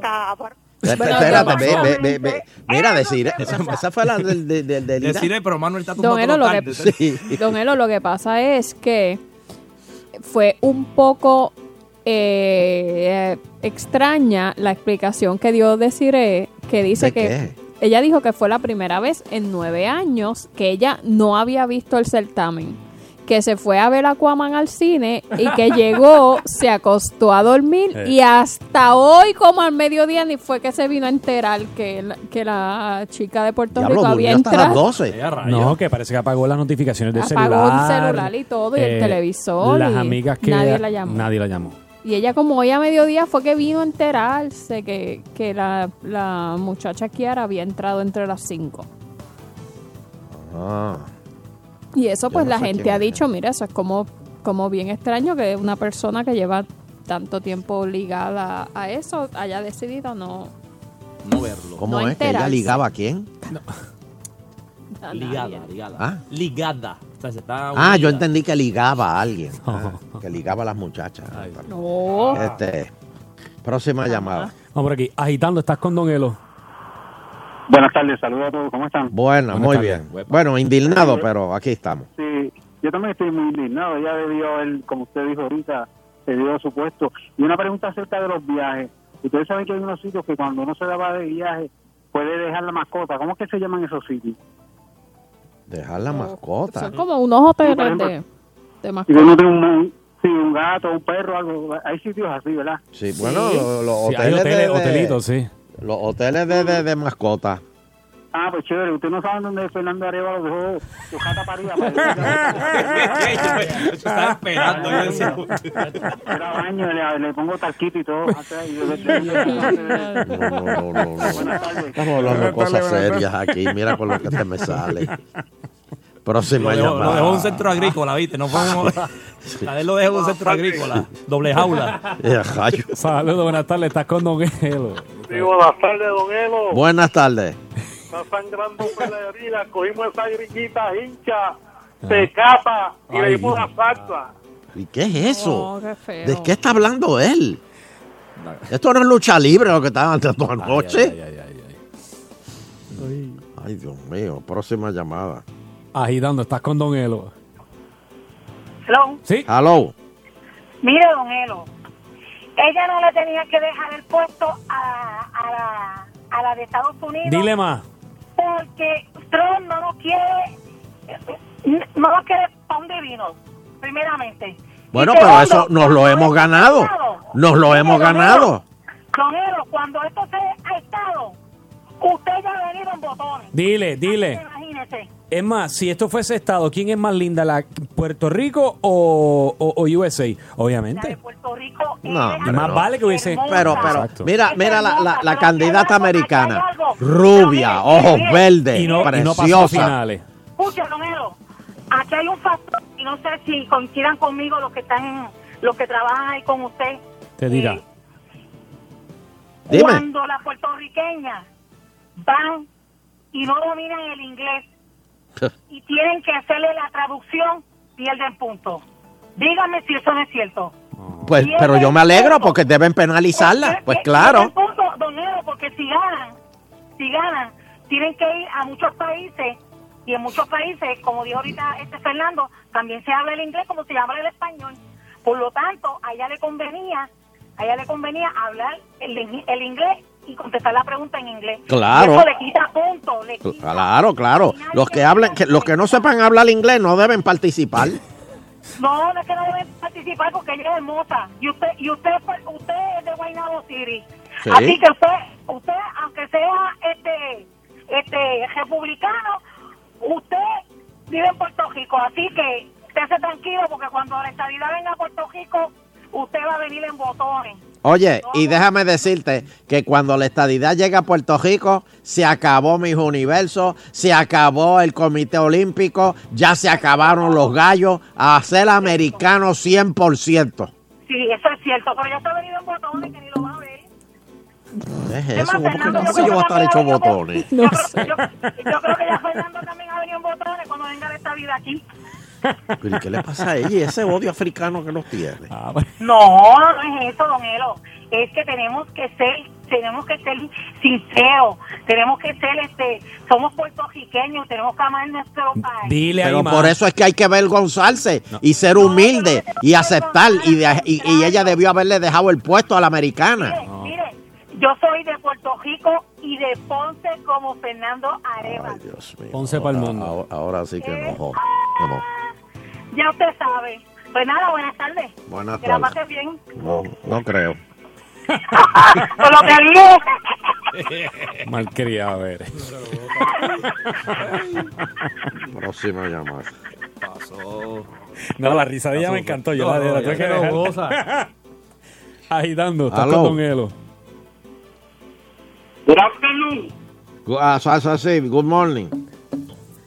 *laughs* Espérate, ve, ve, ve, ve. Mira, decir, esa, esa fue la del del del- del- Decirle, pero Manuel está Don tumbando Elo, lo los que, tardes. Sí. *laughs* Don Elo, lo que pasa es que fue un poco eh, extraña la explicación que dio Desiree, que dice ¿De que qué? ella dijo que fue la primera vez en nueve años que ella no había visto el certamen, que se fue a ver Aquaman al cine y *laughs* que llegó, se acostó a dormir Eh. y hasta hoy como al mediodía ni fue que se vino a enterar que la, que la chica de Puerto Diablo, Rico durmió había hasta las entrado. 12. No, que parece que apagó las notificaciones del Apagó el celular. Eh, celular y todo, y el televisor, Las y amigas que. nadie la llamó. Nadie la llamó. Y ella como hoy a mediodía fue que vino a enterarse que, que la, la muchacha Kiara había entrado entre las cinco. Ah, Y eso Yo pues no la sé gente quién ha es. dicho, mira, eso es como, como bien extraño que una persona que lleva tanto tiempo ligada a eso haya decidido no... No verlo. ¿Cómo No es? ¿Que ella enterarse. ligaba a quién? a nadie. Ligada, ligada. ¿Ah? Ligada. O sea, se está Ah, yo unida. entendí que ligaba a alguien. Ah, *laughs* que ligaba a las muchachas. No. Este, próxima llamada. Vamos por aquí. Agitando, estás con Don Elo. Buenas tardes, saludos a todos, ¿cómo están? Bueno, Buenas muy tardes. bien. Bueno, indignado, pero aquí estamos. Sí, yo también estoy muy indignado, ella debió, él, como usted dijo ahorita, debió su puesto. Y una pregunta acerca de los viajes. Ustedes saben que hay unos sitios que cuando uno se va de viaje puede dejar la mascota. ¿Cómo es que se llaman esos sitios? Dejar la mascota. Son como unos hoteles Por ejemplo, de, de Si uno tiene mascotas. un, un- sí, un gato, un perro, algo, hay sitios así, ¿verdad? Sí, bueno, lo- los Sí, hoteles, hay de- hoteles, de, hotelitos, sí. Los hoteles de, de, de mascota. Ah, pues chévere, usted no sabe dónde Fernando Arevalo dejó su jata parida. *laughs* *laughs* Yo estaba esperando. yo decía, Era baño, le, le pongo talquito y *laughs* todo. atrás, y yo le- Buenas tardes. Estamos hablando de cosas serias aquí. Mira con lo que te me sale. Lo Próxima dejó, lo llamada. dejó en un centro agrícola, ¿viste? No fue un... A él lo dejó en un centro agrícola. *laughs* Doble jaula. Eh, Saludos, buenas tardes. Estás con Don Elo. Sí, buenas tardes, don Elo. Buenas tardes. Está sangrando por la herida. Cogimos esa grillita hincha, se capa y le Ay, dimos Dios. la salsa. ¿Y qué es eso? Oh, qué feo. ¿De qué está hablando él? Esto no es lucha libre lo que estaban hablando anoche. ay, Ay, Dios mío, próxima llamada. Agitando, estás con Don Elo. Hello. Sí. Hello. Mira, don Elo, ella no le tenía que dejar el puesto a, a, la, a la de Estados Unidos. Dile más. porque Trump no nos quiere, no nos quiere pan de vino, primeramente. Bueno, Y pero segundo, eso nos lo hemos ganado. Nos lo hemos ganado. Don Elo, cuando esto se ha estado, usted ya ha venido en botones, Dile, dile. Ah, imagínese. Es más, si esto fuese Estado, ¿quién es más linda, la Puerto Rico o, o, o USA? Obviamente. Puerto Rico No, más vale que hubiese. Pero, pero, Exacto. mira, mira la, la- la candidata americana. Rubia, ojos verdes, Y no- y no pasó preciosa. finales. *laughs* Escucha, Don Elo, aquí hay un factor, y no sé si coincidan conmigo los que están, los que trabajan ahí con usted. Te dirá. Dime. Cuando las puertorriqueñas van y no dominan el inglés y tienen que hacerle la traducción, pierden punto. Dígame si eso no es cierto. Pues, pero yo me alegro porque deben penalizarla. Pues claro. Pierden punto, don Edo, porque si ganan, si ganan, tienen que ir a muchos países y en muchos países, como dijo ahorita este Fernando, también se habla el inglés como se habla el español. Por lo tanto, a ella le convenía, a ella le convenía hablar el, el inglés y contestar la pregunta en inglés. Claro. Y eso le quita punto, le quita Claro, claro. Los que hablen, que- los que no sepan hablar inglés no deben participar. No, no es que no debe participar porque ella es hermosa. Y usted, y usted, fue- usted es de Guaynabo City. Sí. Así que usted, usted, aunque sea este, este republicano, usted vive en Puerto Rico. Así que usted se tranquilo porque cuando la estabilidad venga a Puerto Rico, usted va a venir en botones. Oye, y déjame decirte que cuando la estadidad llega a Puerto Rico, se acabó mis universos, se acabó el Comité Olímpico, ya se acabaron los gallos, a ser americano 100%. Sí, eso es cierto. Pero ya está venido en botones que ni lo va a ver. Es Es eso, más, ¿cómo que Fernando, no yo sé yo voy creo a que estar hecho también yo creo- botones? Yo creo, yo- yo creo que ya Fernando también ha venido en botones cuando venga la estabilidad aquí. Pero ¿y qué le pasa a ella? Y Ese odio africano que los tiene. Ah, No, no es eso, don Elo. Es que tenemos que ser, tenemos que ser sinceros, tenemos que ser, este, somos puertorriqueños, tenemos que amar nuestro país. Pero por eso es que hay que vergonzarse y ser humilde y aceptar. Y, de- y- y ella debió haberle dejado el puesto a la americana. Mire, yo soy de Puerto Rico y de Ponce como Fernando Areva. Ponce para el mundo. Ahora, ahora sí que enojó. No, Ya usted sabe. Pues nada, buenas tardes. Buenas Que la tardes. pase bien. no, no creo. Con lo que dije. *laughs* Malcriado, a ver. Próxima llamada. Pasó. No, la risa de ella me encantó. Yo la, No, la ya tuve que que no dejar. *laughs* goza. Agitando, estás Aló. con Don Elo. Good afternoon. Gu- ah, so- so- sí, Good morning.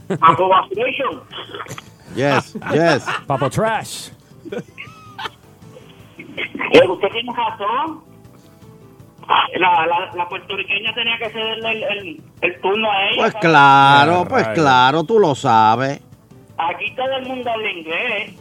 Congratulations. *laughs* Yes, yes. Papo Trash. Eh, usted tiene razón. Ah, La, la, la puertorriqueña tenía que cederle el, el, el turno a ella. Pues ¿sabes? claro, pues claro, tú lo sabes. Aquí todo el mundo habla inglés.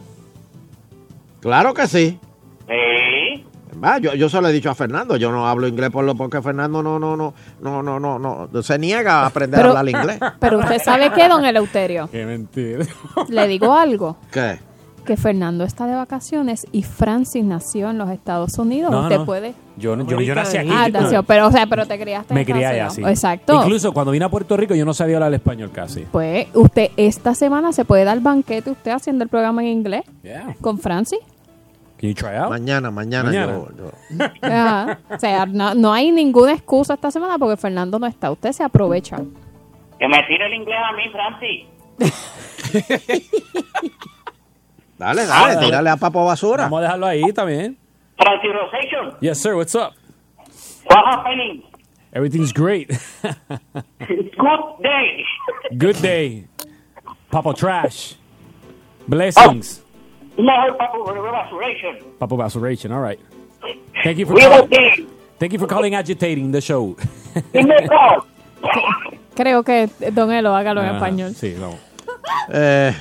Claro que sí. ¿eh? Va, yo, yo se lo he dicho a Fernando, yo no hablo inglés por lo porque Fernando no, no, no, no, no, no, no, se niega a aprender a hablar inglés. *laughs* Pero usted sabe qué, don Eleuterio. Qué mentira. Le digo algo. ¿Qué? Que Fernando está de vacaciones y Francis nació en los Estados Unidos. No, usted no. puede. Yo, no- yo, yo nací aquí. Ah, Yo- nació, pero, o sea, pero te criaste. me en crié allá, Francia, sí. ¿no? Exacto. Incluso cuando vine a Puerto Rico yo no sabía hablar español casi. Pues usted esta semana se puede dar banquete usted haciendo el programa en inglés con Francis. Can you try out? Mañana, mañana, Mañana. yo- yo- Ajá. Ah, O sea, no, no hay ninguna excusa esta semana porque Fernando no está. Usted se aprovecha. Que me tire el inglés a mí, Francis. Dale, dale, Ah, tírale a Papo Basura. Vamos a dejarlo ahí también. Francis Rosation. Yes, sir, what's up? What happening? Everything's great. *laughs* Good day. Good day. Papo Trash. Blessings. No, Papu, Rosation. Papo Basuration, all right. Thank you for We will calling. be Thank you for calling agitating the show. *laughs* in the car. Creo que eh, Don Elo hágalo en Ajá, español. Sí, vamos. Eh,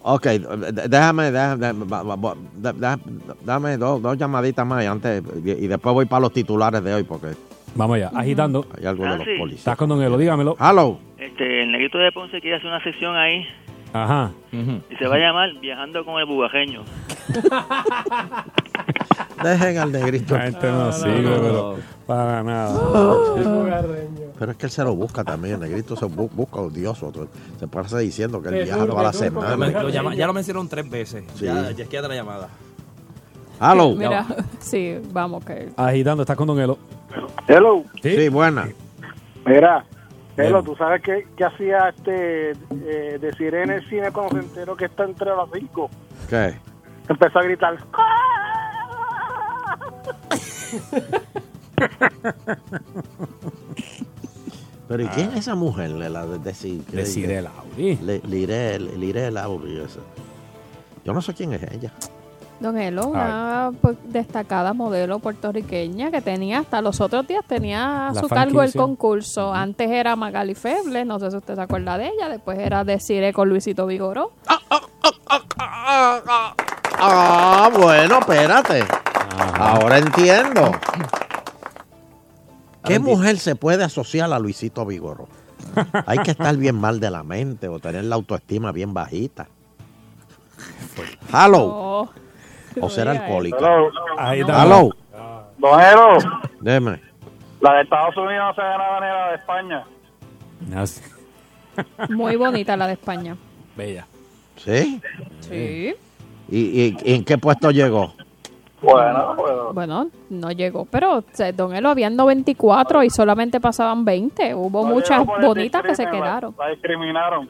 ok, d- déjame, déjame, va- va- va- da- da- dame dos, dos llamaditas más y, antes, y, y después voy para los titulares de hoy porque Vamos allá, agitando. hay algo de los Francis. policías. Estás con Don Elo, dígamelo. Hello. Este, el negrito de Ponce quiere hacer una sección ahí Ajá. y se va a llamar Viajando con el Bubajeño. Dejen al negrito. La gente Ah, no sirve, pero para nada. Pero es que él se lo busca también, el negrito se bu- busca odioso. tú- Se pasa diciendo que él Te viaja juro, toda la te juro, porque semana. me- lo llama- ya lo mencionaron tres veces. Sí. Ya, ya queda la llamada. Hello. *laughs* Mira, sí, vamos que. Agitando, estás con Don Elo. Hello. Sí, buena. Mira, Hello. Pelo, ¿tú sabes qué, qué hacía este eh, de sirena en el cine cuando se enteró que está entre las cinco? ¿Qué? Empezó a gritar. Pero ¿y Ah. quién es esa mujer? Le- La de, De Cirela Auri. Lirel, Lirel Auri. esa. Yo no sé quién es ella. Don Elo, una pues, destacada modelo puertorriqueña que tenía hasta los otros días, tenía a La su cargo el franquicia. concurso. Antes era Magali Feble, no sé si usted se acuerda de ella, después era de Cire con Luisito Vigoró. Ah, bueno, espérate. Ahora *laughs* entiendo. ¿Qué mujer se puede asociar a Luisito Vigoró? Hay que estar bien mal de la mente o tener la autoestima bien bajita. Hello. Oh. O ser alcohólico. Hello. Ahí está. Hello. Don Ero, Deme. la de Estados Unidos no se ganaba ni la de España. Muy bonita la de España. Bella. ¿Sí? Sí. ¿Y, y, y en qué puesto llegó? Bueno, Bueno, no llegó, pero o sea, Don Elo habían 94 y solamente pasaban 20. Hubo muchas bonitas que se quedaron. La discriminaron.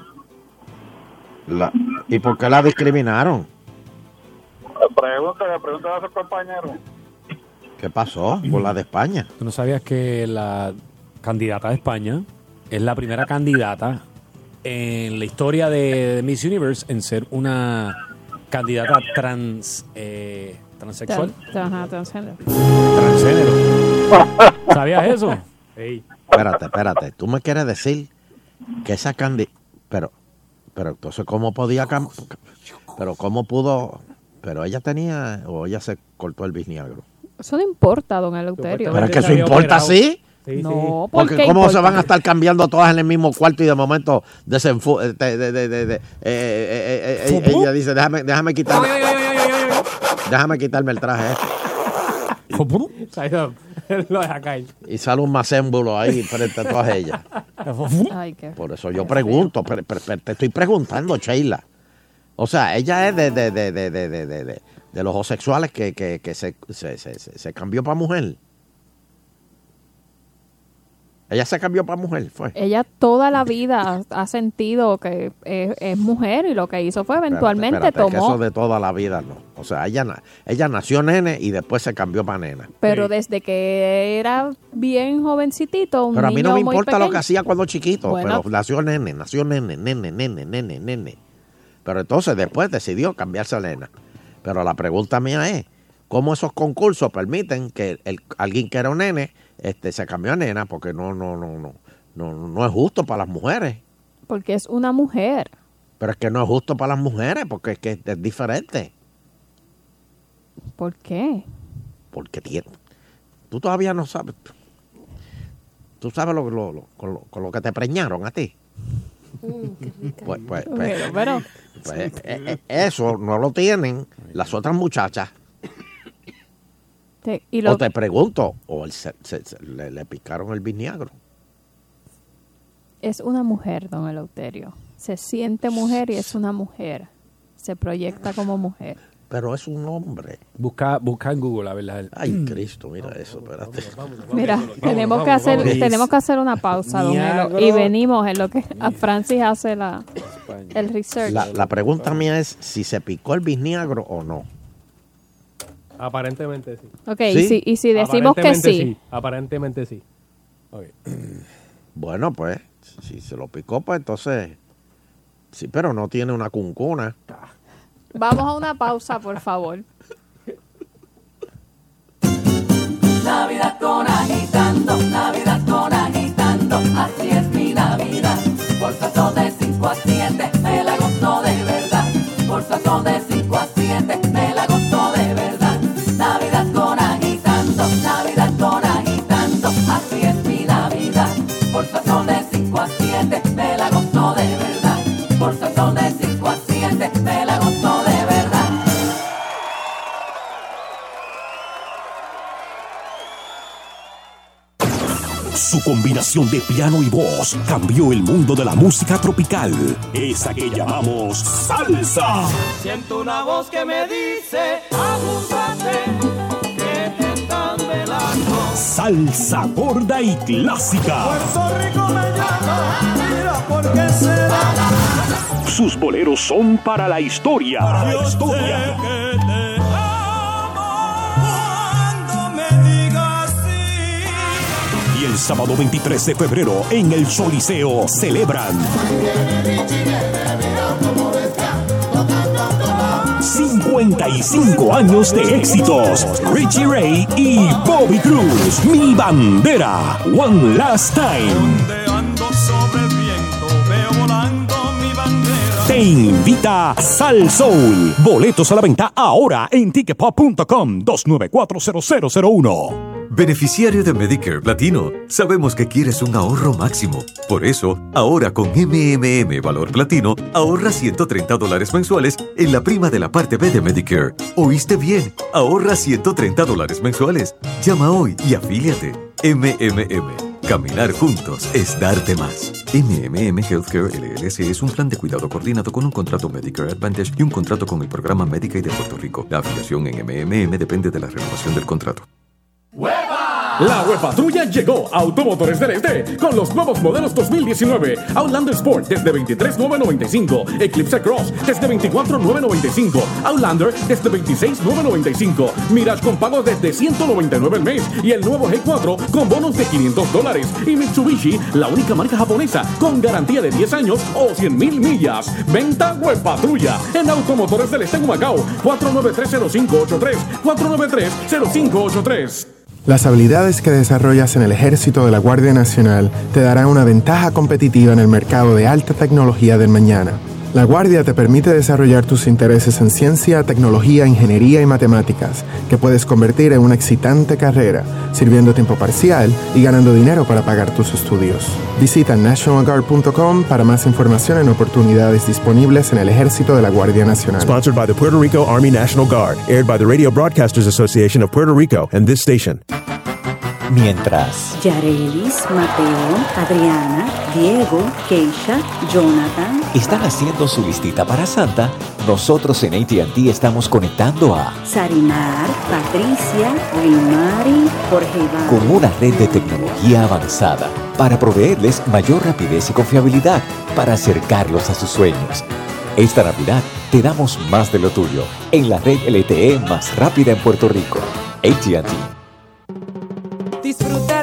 La- ¿Y por qué la discriminaron? Pregúntale, pregúntale a sus compañeros. ¿Qué pasó con la de España? ¿Tú no sabías que la candidata de España es la primera candidata en la historia de Miss Universe en ser una candidata trans eh, transexual? Tran- ajá, transgénero. Transgénero. ¿Sabías eso? Espérate, espérate. ¿Tú me quieres decir que esa candidata... Pero, pero entonces, ¿cómo podía... cam- Pero, ¿cómo pudo...? Pero ella tenía... O ella se cortó el bisniagro. Eso no importa, Don Eleuterio. Pero es que eso importa, ¿sí? No, Porque porque cómo se van a estar cambiando todas en el mismo cuarto y de momento desenfu eh, de- de- de- de- de- eh, eh, eh, eh, ¿Cómo? ella dice déjame déjame quitarme déjame quitarme el traje este". ¿Cómo? *laughs* Lo deja caer. y sale un macémbulo ahí frente a todas ellas Ay, qué. por eso yo pregunto pero- pero- pero te estoy preguntando Sheila o sea ella es de de, de, de, de, de, de- de- de los homosexuales que, que, que se, se, se, se- se cambió para mujer ella se cambió para mujer fue Ella toda la vida ha, ha sentido que es, es mujer y lo que hizo fue eventualmente Espérate, espérate, que tomó. eso de toda la vida no. O sea, ella, na- ella nació nene y después se cambió para nena. Pero desde que era bien jovencitito, un Pero a mí niño no me muy importa pequeño, lo que hacía cuando chiquito. Bueno. Pero nació nene, nació nene, nene, nene, nene, nene. Pero entonces después decidió cambiarse a nena. Pero la pregunta mía es, ¿cómo esos concursos permiten que el- alguien que era un nene este, se cambió a nena? Porque no, no, no, no, no, no es justo para las mujeres. porque es una mujer. Pero es que no es justo para las mujeres porque es que es diferente. ¿Por qué? porque tiene. Tú todavía no sabes. Tú sabes lo, lo- lo- con, lo, con lo que te preñaron a ti. Pues, pues, pues- Pero, pero- pues, eh, eh, eso no lo tienen las otras muchachas. Te- y lo- O te pregunto, o el se- se- se- le, le picaron el viniagro. es una mujer, don Eleuterio. Se siente mujer y es una mujer. Se proyecta como mujer. Pero es un hombre. Busca, busca en Google, la verdad. Ay, Cristo, mira eso, espérate. Mira, tenemos que hacer, tenemos que hacer una pausa, don Elo, Milagro. y venimos en lo que a Francis hace la el research. La, la pregunta mía es si se picó el viniagro o no. Aparentemente sí. Ok, y ¿Sí? si- y si decimos que Aparentemente sí. Aparentemente sí. Bueno, pues, si se lo picó, pues entonces. Sí, pero no tiene una cuncuna. Vamos a una pausa, por favor. Navidad con agitando, Navidad con agitando, así es mi Navidad. Por eso de 5 a 7 me la gozo de verdad. Por eso de 5 a 7 me la gozo de verdad. Navidad con agitando, Navidad con agitando, así es mi Navidad. Por eso de 5 a 7 me la gozo de verdad. Por eso de 5 a 7 me la gozo de verdad. Su combinación de piano y voz cambió el mundo de la música tropical, esa que llamamos salsa. Siento una voz que me dice, abúzate, que te están velando. Salsa gorda y clásica. Puerto Rico me llama, mira por qué será. Sus boleros son para la historia. Y el sábado 23 de febrero en el Soliseo celebran este Cuando 55 años de éxitos. Richie Ray y Bobby Cruz. Mi bandera. One last time. ando sobre el viento, veo volando mi bandera. Te invita Sal Soul. Boletos a la venta ahora en ticketpop.com 2940001. Beneficiario de Medicare Platino, sabemos que quieres un ahorro máximo. Por eso, ahora con MMM Valor Platino, ahorra 130 dólares mensuales en la prima de la parte B de Medicare. ¿Oíste bien? Ahorra 130 dólares mensuales. Llama hoy y afíliate. MMM. Caminar juntos es darte más. MMM Healthcare LLC es un plan de cuidado coordinado con un contrato Medicare Advantage y un contrato con el programa Medicaid de Puerto Rico. La afiliación en MMM depende de la renovación del contrato. La web patrulla llegó a Automotores del Este con los nuevos modelos 2019. Outlander Sport desde 23.995, Eclipse Cross desde 24.995, Outlander desde 26.995, Mirage con pagos desde 199 al mes y el nuevo G4 con bonos de 500 dólares y Mitsubishi, la única marca japonesa con garantía de 10 años o 100.000 millas. Venta web patrulla en Automotores del Este en Macao 4930583, 4930583. Las habilidades que desarrollas en el ejército de la Guardia Nacional te darán una ventaja competitiva en el mercado de alta tecnología del mañana. La Guardia te permite desarrollar tus intereses en ciencia, tecnología, ingeniería y matemáticas, que puedes convertir en una excitante carrera, sirviendo tiempo parcial y ganando dinero para pagar tus estudios. Visita nationalguard.com para más información en oportunidades disponibles en el ejército de la Guardia Nacional. Sponsored by the Puerto Rico Army National Guard, aired by the Radio Broadcasters Association of Puerto Rico and this station. Mientras, Yarelis, Mateo, Adriana, Diego, Keisha, Jonathan. están haciendo su listita para Santa, nosotros en ATT estamos conectando a Sarimar, Patricia, Rimari, Jorge Iván. con una red de tecnología avanzada para proveerles mayor rapidez y confiabilidad para acercarlos a sus sueños. Esta Navidad te damos más de lo tuyo en la red LTE más rápida en Puerto Rico, ATT. Disfruta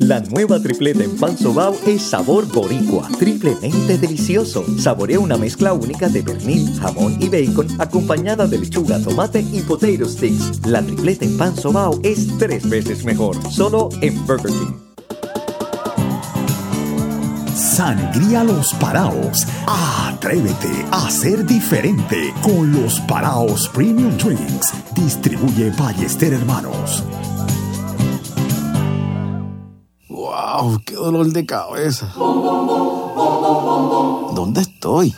La nueva tripleta en pan sobao es sabor boricua, triplemente delicioso. Saborea una mezcla única de pernil, jamón y bacon, acompañada de lechuga, tomate y potato sticks. La tripleta en pan sobao es tres veces mejor, solo en Burger King. Sangría Los Paraos. Atrévete a ser diferente con los Paraos Premium Drinks. Distribuye Ballester Hermanos. ¡Wow! ¡Qué dolor de cabeza! ¿Dónde estoy?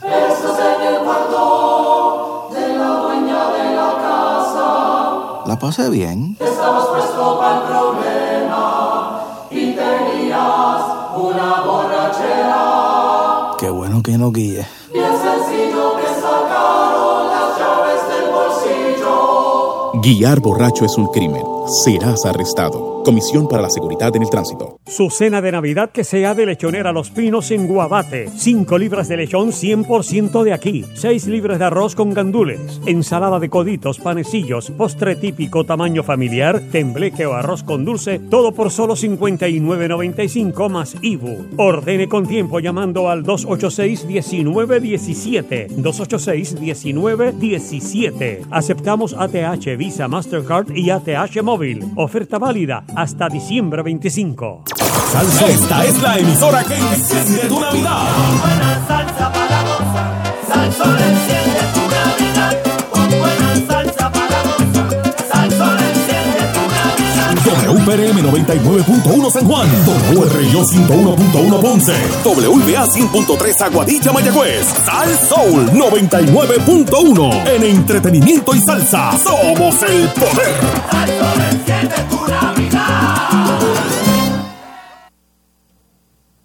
¿La pasé bien? Estabas presto para el problema y tenías una borrachera. Qué bueno que no guíe. Bien sencillo que sacaron las llaves del bolsillo. Guiar borracho es un crimen. Serás arrestado. Comisión para la Seguridad en el Tránsito. Su cena de Navidad que sea de lechonera Los Pinos en Guabate. 5 libras de lechón 100% de aquí. 6 libras de arroz con gandules. Ensalada de coditos, panecillos, postre típico tamaño familiar, tembleque o arroz con dulce. Todo por solo 59.95 más IBU. Ordene con tiempo llamando al 286-1917. 286-1917. Aceptamos ATH, Visa, Mastercard y ATH Móvil. Oferta válida hasta diciembre 25. Esta es la emisora que enciende tu Navidad. Sal sol enciende tu Navidad con buena salsa para gozar. Sal sol enciende tu Navidad. WPRM 99.1 San Juan, WRIO 101.1 Ponce, WBA 100.3 Aguadilla Mayagüez, Sal Soul 99.1 en entretenimiento y salsa. Somos el poder.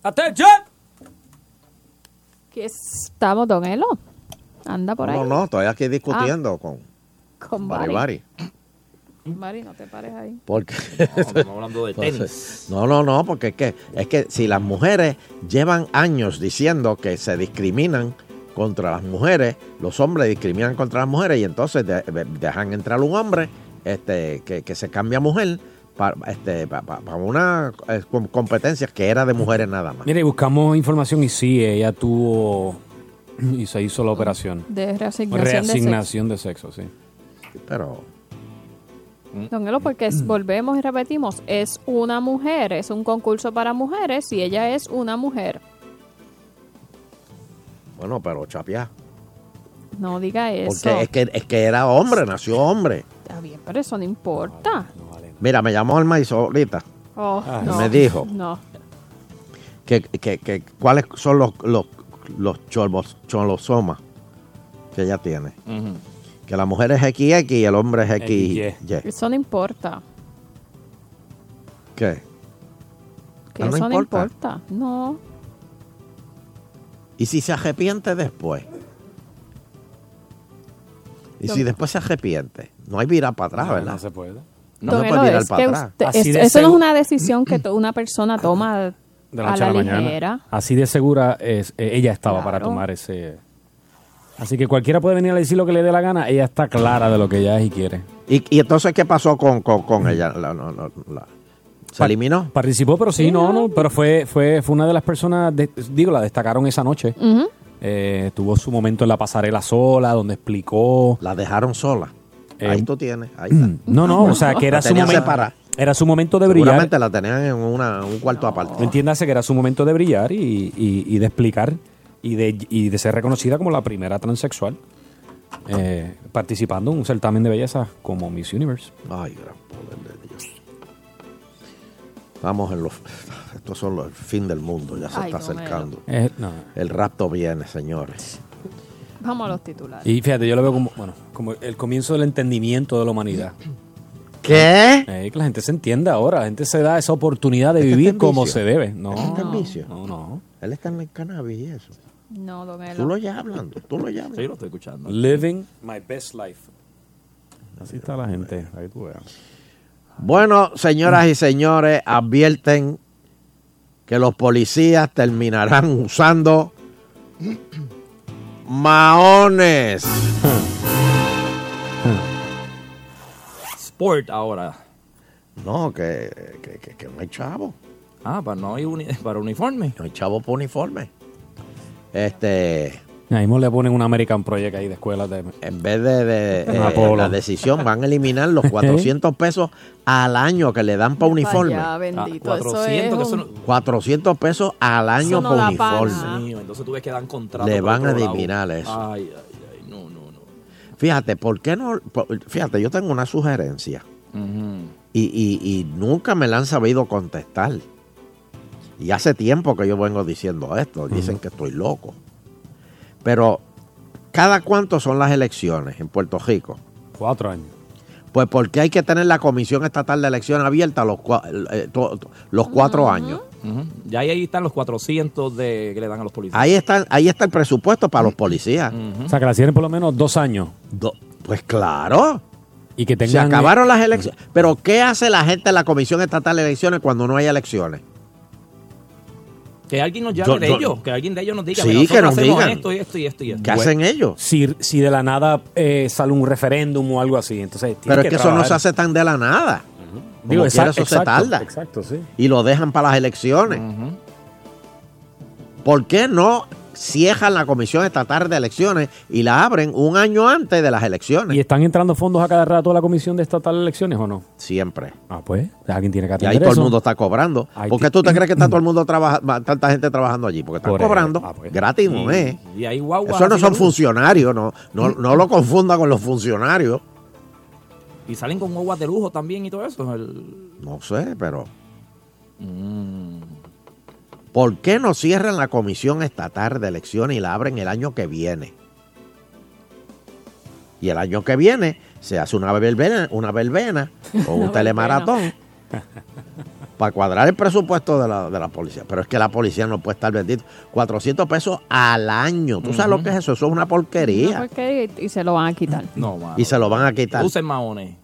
¡Atención! ¿Qué estamos, Don Elo? Anda por ahí. Ah, No, no, todavía estoy discutiendo con Con Bari Bari. Bari. Bari, no te pares ahí. Porque estamos hablando de tenis. No, no, no, porque es que, es que si las mujeres llevan años diciendo que se discriminan contra las mujeres, los hombres discriminan contra las mujeres y entonces de- de- dejan entrar un hombre este, que, que se cambia a mujer para, este, pa- pa- para una eh, com- competencia que era de mujeres nada más. Mira, y buscamos información y sí, ella tuvo y se hizo la operación. De reasignación de Reasignación de sexo, sí. Pero. Don Elo, porque es- volvemos y repetimos, es una mujer, es un concurso para mujeres y ella es una mujer. Bueno, pero chapia. No diga eso. Porque es que, es que era hombre, nació hombre. Está bien, pero eso no importa. Mira, me llamó el maíz ahorita. Oh, Ay. no. Ah, Me dijo. No. que, que- que- cuáles son los, los, los cholbos- cholosomas que ella tiene. Que la mujer es XX y el hombre es XY. Eso no importa. ¿Qué? Que Ah, no eso no importa. importa. No. ¿Y si se arrepiente después? ¿Y Yo- si después se arrepiente? No hay virar para atrás, No, ¿verdad? no se puede. No Don se Elo, puede virar es para que atrás. usted- Así es- eso de no es seguro- una decisión que to- una persona toma *clears throat* De la a noche la, a la ligera. mañana. Así de segura es, eh, ella estaba para Claro. tomar ese. Así que cualquiera puede venir a decir lo que le dé la gana, ella está clara de lo que ella es y quiere. Mm. ¿Y, y entonces qué pasó con, con- con ella? La- no, no, la- ¿Se eliminó? Participó, pero sí, no, no, pero fue, fue, fue una de las personas, de- digo, la destacaron esa noche. Ujú. Eh, tuvo su momento en la pasarela sola, donde explicó. Eh, La dejaron sola. ahí tú tienes. Ahí está. mm. No, Ah, no, o sea, que era La su tenían momento. separada. Era su momento de brillar. Seguramente la tenían en una, un cuarto aparte. Entiéndase que era su momento de brillar y, y- y de explicar y de, y de ser reconocida como la primera transexual eh, participando en un certamen de belleza como Miss Universe. Ay, gran poder de Dios. Estamos en los. Estos son los el fin del mundo, ya se Ay, está don Elo. acercando. Eh, no. El rapto viene, señores. Vamos a los titulares. Y fíjate, yo lo veo como, bueno, como el comienzo del entendimiento de la humanidad. ¿Qué? Este que la gente se entienda ahora, la gente se da esa oportunidad de vivir como se debe. No, Está en Este vicio. no, no. Él está en el cannabis y eso. No, don Elo. Tú lo llevas hablando, tú lo llevas. Sí, lo estoy escuchando. Living my best life. Así está la gente. Ahí tú veas. Bueno, señoras Mm. y señores, advierten que los policías terminarán usando *laughs* maones. Sport ahora. No, que, que, que- que no hay chavo. Ah, para no hay uni- para uniforme. No hay chavo para uniforme. Este, Ahí mismo le ponen un American Project ahí de escuela de... en vez de, de, eh, Apolo. la decisión, van a eliminar *laughs* los 400 pesos al año que le dan para uniforme. Vaya, bendito, Ah, eso 400, que es eso un- no- 400 pesos al año Eso no para da pa' uniforme. nada. Mío, entonces tú ves que dan contrato. Le por van a otro lado. eliminar eso. Ay, ay, ay, no, no, no. Fíjate, ¿por qué no? por- Fíjate, yo tengo una sugerencia y, y- y nunca me la han sabido contestar. Y hace tiempo que yo vengo diciendo esto, dicen que estoy loco. Pero, ¿cada cuánto son las elecciones en Puerto Rico? Cuatro años. Pues porque hay que tener la Comisión Estatal de Elección abierta los, cua- eh, to- to- los cuatro años. Ujú. Ya ahí, ahí están los 400 de, que le dan a los policías. Ahí está, ahí está el presupuesto para los policías. O sea, que la tienen por lo menos dos años. Do- pues claro. Y que tengan... Se acabaron las elecciones. Pero ¿qué hace la gente de la Comisión Estatal de Elecciones cuando no hay elecciones? Que alguien nos llame Yo- de yo- ellos. Que alguien de ellos nos diga. Sí, mira, nosotros que nos hacemos digan. Esto y esto y esto y esto. ¿Qué hacen ellos? Si, si de la nada eh, sale un referéndum o algo así, entonces tienen Pero es que eso no trabajar. se hace tan de la nada. Como Digo, quiera, exacto, eso se exacto, tarda. Exacto, sí. Y lo dejan para las elecciones. ¿Por qué no cierran la Comisión Estatal de Elecciones y la abren un año antes de las elecciones? ¿Y están entrando fondos a cada rato a la Comisión de Estatal de Elecciones o no? Siempre. Ah, pues, alguien tiene que Y atender ahí todo el eso. mundo está cobrando. Ahí ¿Por qué ti- *laughs* tú te crees que está todo el mundo trabajando, tanta gente trabajando allí? Porque están Por eso. cobrando. Ah, pues. Gratis, no es. Y ahí guagua. Eso no son funcionarios, no, no, no lo confunda con los funcionarios. Y salen con guaguas de lujo también y todo eso. El- No sé, pero. Mm. ¿Por qué no cierran la comisión estatal de elecciones y la abren el año que viene? Y el año que viene se hace una verbena, una *laughs* verbena o un *laughs* telemaratón para cuadrar el presupuesto de la, de la policía. Pero es que la policía no puede estar bendito. 400 pesos al año. ¿Tú sabes lo que es eso? Eso es una porquería. No, porque- y se lo van a quitar. No, mano. Y se lo van a quitar. Usen maones.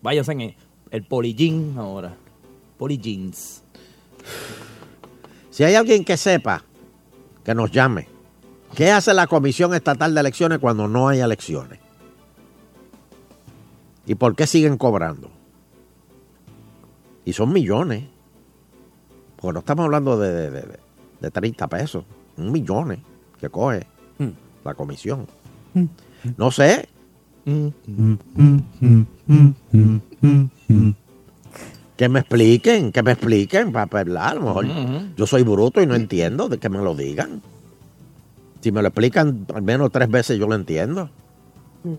Váyanse en el, el poligín ahora. Polijeans. Si hay alguien que sepa, que nos llame. ¿Qué hace la Comisión Estatal de Elecciones cuando no hay elecciones? ¿Y por qué siguen cobrando? Y son millones. Porque no estamos hablando de, de, de- de 30 pesos. Un millones que coge la comisión. Mm. No sé. Que me expliquen, que me expliquen para hablar. A lo mejor Ujú. yo soy bruto y no entiendo de que me lo digan. Si me lo explican al menos tres veces, yo lo entiendo. Mm.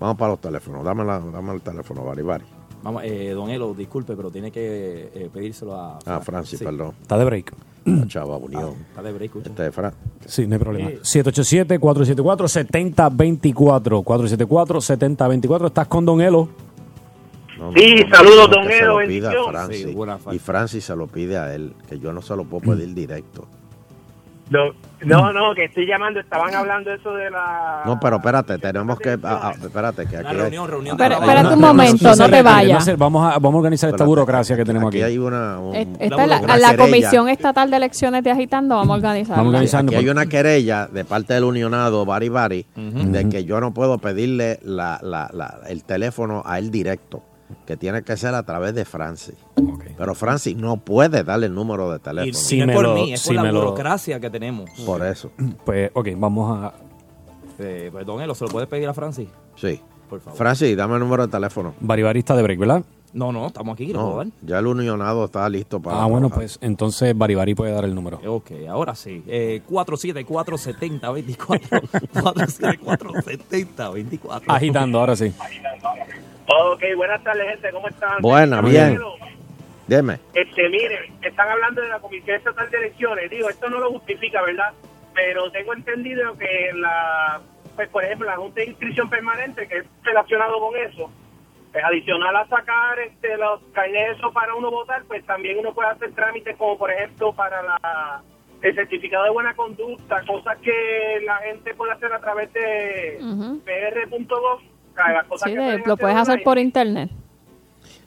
Vamos para los teléfonos. Dame, la- dame el teléfono, Bari Bari. Ah, Vamos, eh, don Elo, disculpe, pero tiene que eh, pedírselo a. Ah, Francis, Sí. Ah, perdón. Está de break. La chava unión. Está de break. Este de Fran. Sí, no hay problema. 787-474-7024. 474-7024. Estás con Don Elo. No, Sí, no, no, saludos, no, don que se Edo, lo pida a bendición. Francis. Sí, buena fa- y Francis se lo pide a él, que yo no se lo puedo pedir directo. No, No, no, que estoy llamando, estaban hablando eso de la... No, pero espérate, tenemos que. ah, ah, espérate, que aquí. hay- Pero- espérate un momento, no te Ah. vayas. Vamos a, vamos a organizar esta burocracia que tenemos aquí. hay una. un- Es- Esta es la, a la Comisión Estatal de Elecciones de Agitando, vamos a organizar. Aquí pues. hay una querella de parte del unionado Bari Bari de que yo no puedo pedirle la, la- la- el teléfono a él directo, que tiene que ser a través de Francis. Pero Francis no puede darle el número de teléfono. Y no es por mí, es por la burocracia que tenemos. Por eso. Pues, ok, vamos a. Eh, pues, don Elo, ¿se lo puede pedir a Francis? Sí. Por favor. Francis, dame el número de teléfono. Baribarista de break, ¿verdad? No, no, estamos aquí, ¿lo puedo No, dar? ya el unionado está listo para. Ah, bueno, trabajar. pues entonces Baribari puede dar el número. Ok, ahora sí. Eh, *laughs* 474-7024. 474-7024. Agitando, ahora sí. Ok, buenas tardes, gente, ¿cómo están? Buena, bien. Dime. Este, miren, están hablando de la Comisión Estatal de Elecciones. Digo, esto no lo justifica, ¿verdad? Pero tengo entendido que la, pues por ejemplo, la Junta de Inscripción Permanente, que es relacionado con eso, pues adicional a sacar este, los carnets esos para uno votar, pues también uno puede hacer trámites como, por ejemplo, para la, el certificado de buena conducta, cosas que la gente puede hacer a través de Ujú. pr.gov, las cosas Sí, que de- pueden lo puedes hacer online. por internet.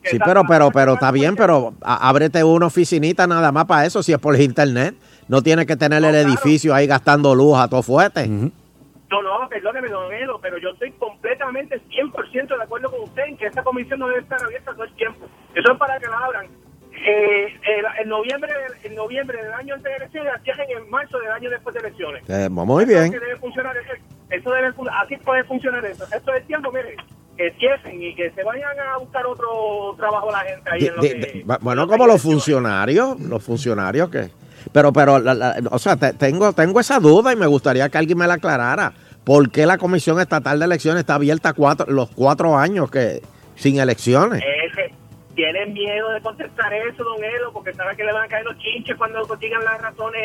Sí, pero, pero, pero está bien, pero a- ábrete una oficinita nada más para eso, si es por internet. No tienes que tener el edificio ahí gastando luz a todo fuerte. No, no, perdóneme, don Edo, pero yo estoy completamente 100% de acuerdo con usted en que esta comisión no debe estar abierta todo el tiempo. Eso es para que la abran. Eh, el- en noviembre del- en noviembre del año antes de elecciones, la cierren en marzo del año después de elecciones. Eh, muy Eso es bien. que debe funcionar, eso- eso debe fun- así puede funcionar eso. Esto es tiempo, mire, que cierren y que se vayan a buscar otro trabajo la gente ahí Di- en lo di- que- di- va- bueno, como los funcionarios, los funcionarios que... Pero, pero, la- la- o sea, te- tengo, tengo esa duda y me gustaría que alguien me la aclarara. ¿Por qué la Comisión Estatal de Elecciones está abierta cuatro, los cuatro años que sin elecciones? Ese, Eh, tienen miedo de contestar eso, don Elo, porque saben que le van a caer los chinches cuando digan las razones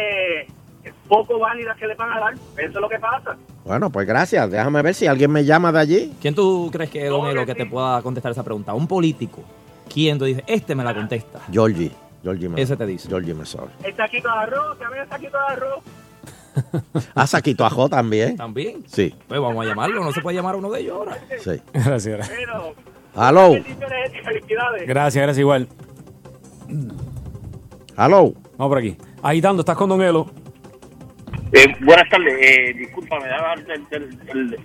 eh, poco válidas que le van a dar. Eso es lo que pasa. Bueno, pues gracias. Déjame ver si alguien me llama de allí. ¿Quién tú crees que es Don Elo que te pueda contestar esa pregunta? ¿Un político? ¿Quién tú dices, este me la contesta? Georgie. Georgie me, Ese te dice. Georgie Mesor. El taquito de arroz, también el taquito de arroz. Ah, Saquito Ajo también. ¿También? Sí, Pues vamos a llamarlo, no se puede llamar a uno de ellos ahora. sí. Gracias. Pero, Aló. bendiciones, felicidades. Gracias, gracias igual. Hello. Vamos por aquí. Agitando, estás con Don Elo. Eh, buenas tardes, eh, disculpa, me daba el, el- el- el-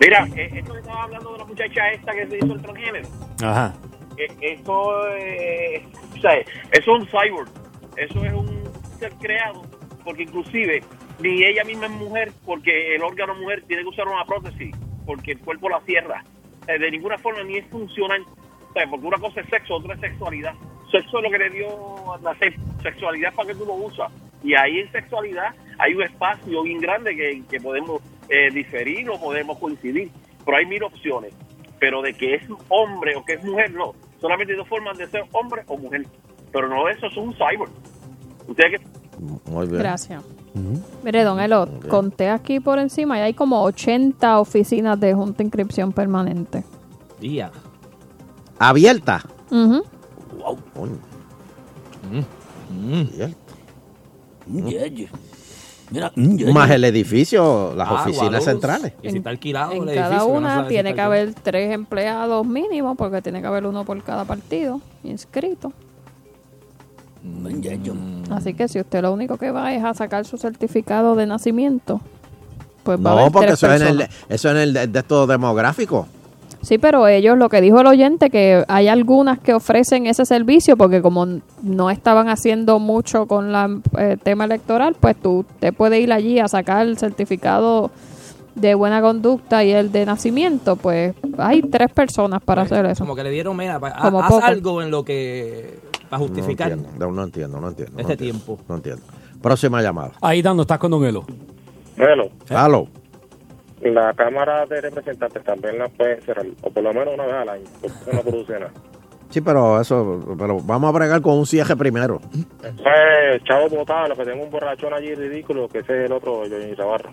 Mira, eh, esto que estaba hablando de la muchacha esta que se hizo el transgénero, Ajá. eh, esto, eh, o sea, eso es un cyborg, eso es un ser creado, porque inclusive ni ella misma es mujer, porque el órgano mujer tiene que usar una prótesis, porque el cuerpo la cierra, Eh, de ninguna forma ni es funcional, o sea, porque una cosa es sexo, otra es sexualidad, sexo es lo que le dio a la se- sexualidad para que tú lo usas. Y ahí en sexualidad hay un espacio bien grande que, que podemos eh, diferir o podemos coincidir. Pero hay mil opciones. Pero de que es hombre o que es mujer, no. Solamente hay dos formas de ser hombre o mujer. Pero no, eso es un cyborg. Ustedes que... Muy bien. Gracias. Mire, don Elo, conté aquí por encima y hay como 80 oficinas de Junta de Inscripción Permanente. Día. Abierta. Ujú. Coño. Mm, Abierta. Mm. Mira, Más el edificio, las Agua, oficinas luz. centrales. Y si está alquilado En Ah, el cada edificio, que no una sabe si tiene que está haber tres empleados mínimos porque tiene que haber uno por cada partido inscrito. alquilado. Mm. Así que si usted lo único que va es a sacar su certificado de nacimiento, pues va a No, haber porque tres eso es, en el, personas. eso es en el de, de estos demográficos. Sí, pero ellos, lo que dijo el oyente, que hay algunas que ofrecen ese servicio porque como n- no estaban haciendo mucho con la- el tema electoral, pues tú te puedes ir allí a sacar el certificado de buena conducta y el de nacimiento. Pues hay tres personas para hacer eso. Pues, Como que le dieron, mira, pa- Como haz poco. algo en lo que. para justificar. No entiendo, no, no entiendo, no entiendo. no Este entiendo, tiempo. No entiendo. Próxima llamada. Ahí dando, estás con Don Elo. Bueno, Halo. la Cámara de Representantes también la pueden cerrar, o por lo menos una vez al año, porque no produce *laughs* nada. Sí, pero eso, pero vamos a bregar con un cierre primero. Eso es Pues, chavo botado, lo que tengo un borrachón allí ridículo, que ese es el otro, Johnny Navarro,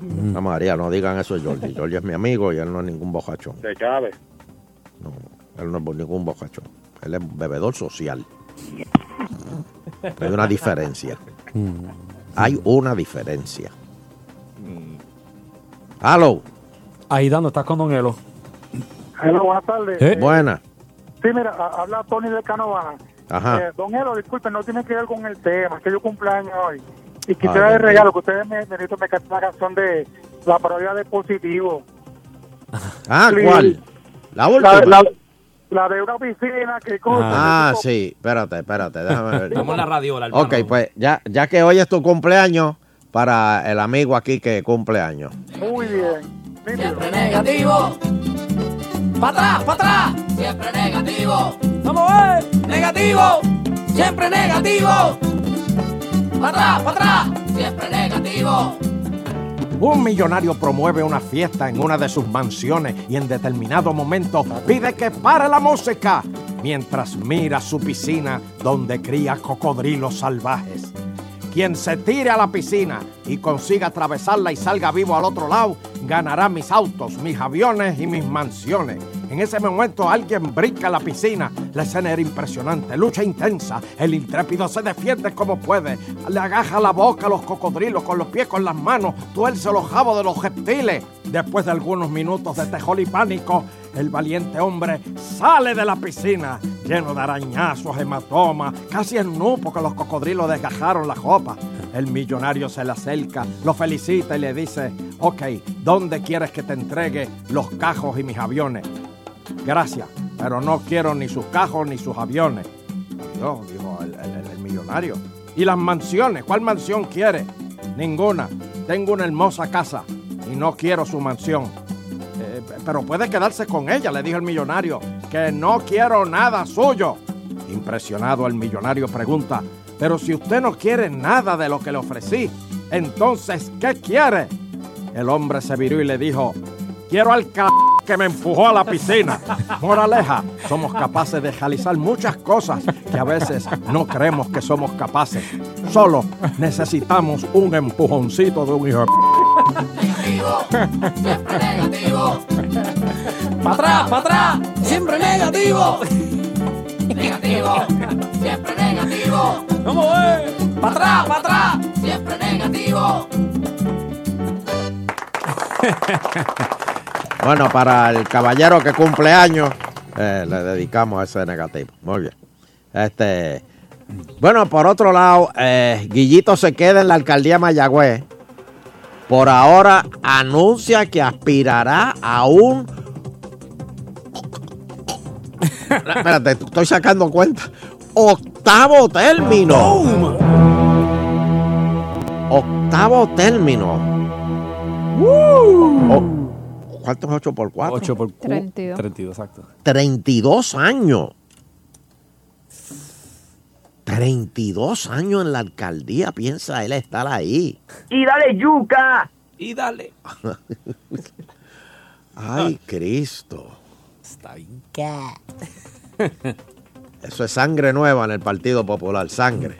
No, Ah, María, no digan eso de Jordi. Jordi es mi amigo y él no es ningún bocachón. de Chávez. Él no es ningún bocachón. Él es bebedor social. Hay una diferencia. Hay una diferencia. Halo. Ahí dando, estás con Don Elo. Hello, buenas tardes. Eh, Buena. Sí, mira, ha- habla Tony de Canovana. Ajá. Eh, don Elo, disculpe, no tiene que ver con el tema, es que yo cumpleaños hoy. Y quisiera Ay, el Dios regalo que ustedes me, me necesitan me canten una canción de la parodia de positivo. Ah, Sí. ¿cuál? La última. La, la, la de una piscina que cosa. Ah, sí, espérate, espérate, déjame ver. Estamos en la radiola, Ok, pues ya, ya que hoy es tu cumpleaños, para el amigo aquí que cumple años. Muy bien. Siempre negativo. Pa' atrás, pa' atrás. Siempre negativo. Vamos a ver. Negativo. Siempre negativo. Para atrás, para atrás. Siempre negativo. *laughs* Un millonario promueve una fiesta en una de sus mansiones y en determinado momento pide que pare la música mientras mira su piscina donde cría cocodrilos salvajes. Quien se tire a la piscina y consiga atravesarla y salga vivo al otro lado, ganará mis autos, mis aviones y mis mansiones. En ese momento alguien brinca a la piscina. La escena era impresionante, lucha intensa. El intrépido se defiende como puede. Le agaja la boca a los cocodrilos con los pies, con las manos. Tuerce los jabos de los reptiles. Después de algunos minutos de tejol y pánico, el valiente hombre sale de la piscina, lleno de arañazos, hematomas, casi en nu porque los cocodrilos desgajaron la copa. El millonario se le acerca, lo felicita y le dice, ok, ¿dónde quieres que te entregue los cajos y mis aviones? Gracias, pero no quiero ni sus cajos ni sus aviones. Adiós, dijo el, el- el- el millonario. ¿Y las mansiones? ¿Cuál mansión quiere? Ninguna. Tengo una hermosa casa y no quiero su mansión. Eh, p- pero puede quedarse con ella, le dijo el millonario, que no quiero nada suyo. Impresionado, el millonario pregunta, pero si usted no quiere nada de lo que le ofrecí, entonces, ¿qué quiere? El hombre se viró y le dijo, quiero al c que me empujó a la piscina. Moraleja, somos capaces de realizar muchas cosas que a veces no creemos que somos capaces. Solo necesitamos un empujoncito de un hijo. de Siempre negativo. Pa' atrás, pa' atrás. Siempre negativo. Negativo. Siempre negativo. Vamos a ver. Para atrás, para atrás. Siempre negativo. Bueno, para el caballero que cumple años, eh, le dedicamos ese negativo. Muy bien. Este, bueno, por otro lado, eh, Guillito se queda en la alcaldía de Mayagüez. Por ahora anuncia que aspirará a un. Espérate, estoy sacando cuenta. Octavo término. Octavo término. O- ¿Cuánto es 8 Oh, por 4? 8 Uh. por 32. 32, exacto. 32 años. 32 años en la alcaldía, piensa él estar ahí. Y dale yuca. Y dale. *laughs* Ay, Cristo. Está bien. Eso es sangre nueva en el Partido Popular, sangre.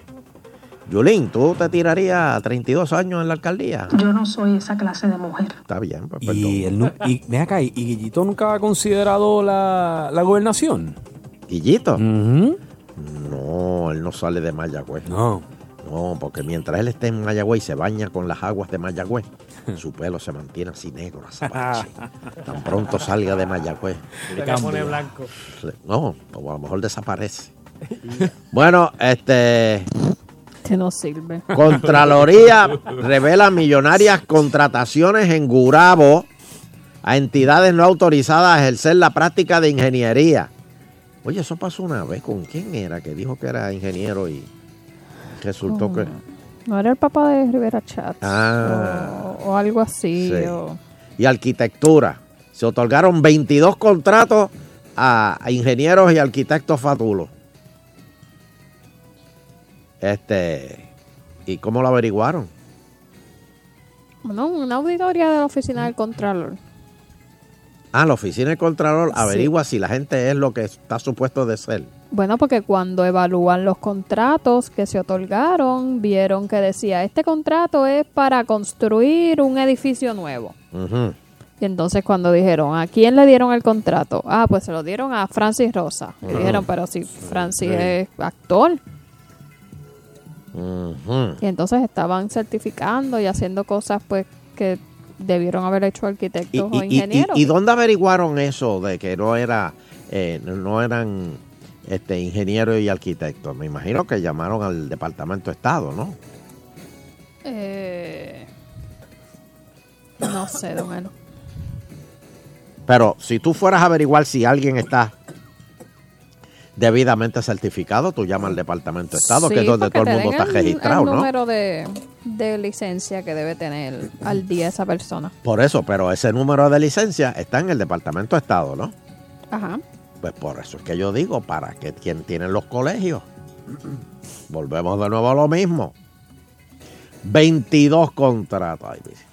Yulín, ¿tú te tirarías 32 años en la alcaldía? Yo no soy esa clase de mujer. Está bien, pues perdón. Y, él nu- y ven acá, ¿y Guillito nunca ha considerado la, la gobernación? ¿Guillito? No, él no sale de Mayagüez. No. No, porque mientras él esté en Mayagüez y se baña con las aguas de Mayagüez, su pelo se mantiene así negro, azabache. Tan pronto salga de Mayagüez. Se le pone blanco. No, o a lo mejor desaparece. Bueno, este. Este no sirve. Contraloría revela millonarias contrataciones en Gurabo a entidades no autorizadas a ejercer la práctica de ingeniería. Oye, eso pasó una vez. ¿Con quién era que dijo que era ingeniero y resultó que... *laughs* No era el papá de Rivera Chat. Ah, O, o algo así. Sí. o- y arquitectura. Se otorgaron 22 contratos a, a ingenieros y arquitectos fatulos. Este, ¿y cómo lo averiguaron? no, una auditoría de la oficina del Contralor. Ah, la oficina del Contralor averigua si la gente es lo que está supuesto de ser. Bueno, porque cuando evalúan los contratos que se otorgaron, vieron que decía, este contrato es para construir un edificio nuevo. Ujú. Y entonces cuando dijeron, ¿a quién le dieron el contrato? Ah, pues se lo dieron a Francis Rosa. Y Ujú. dijeron, pero si Francis Sí. es actor. Ujú. Y entonces estaban certificando y haciendo cosas pues que debieron haber hecho arquitectos ¿Y, o y- y- ingenieros. y- y dónde averiguaron eso de que no era eh, no eran este ingenieros y arquitectos? Me imagino que llamaron al Departamento de Estado, ¿no? Eh, no sé, don Elo. Pero si tú fueras a averiguar si alguien está debidamente certificado, tú llamas al Departamento de Estado, que es Sí, donde porque todo el mundo te den está el- registrado, el ¿no? número de, de licencia que debe tener al día esa persona. Por eso, pero ese número de licencia está en el Departamento de Estado, ¿no? Ajá. Pues por eso es que yo digo, ¿para qué quien tiene los colegios? Volvemos de nuevo a lo mismo. 22 contratos. ay, dice.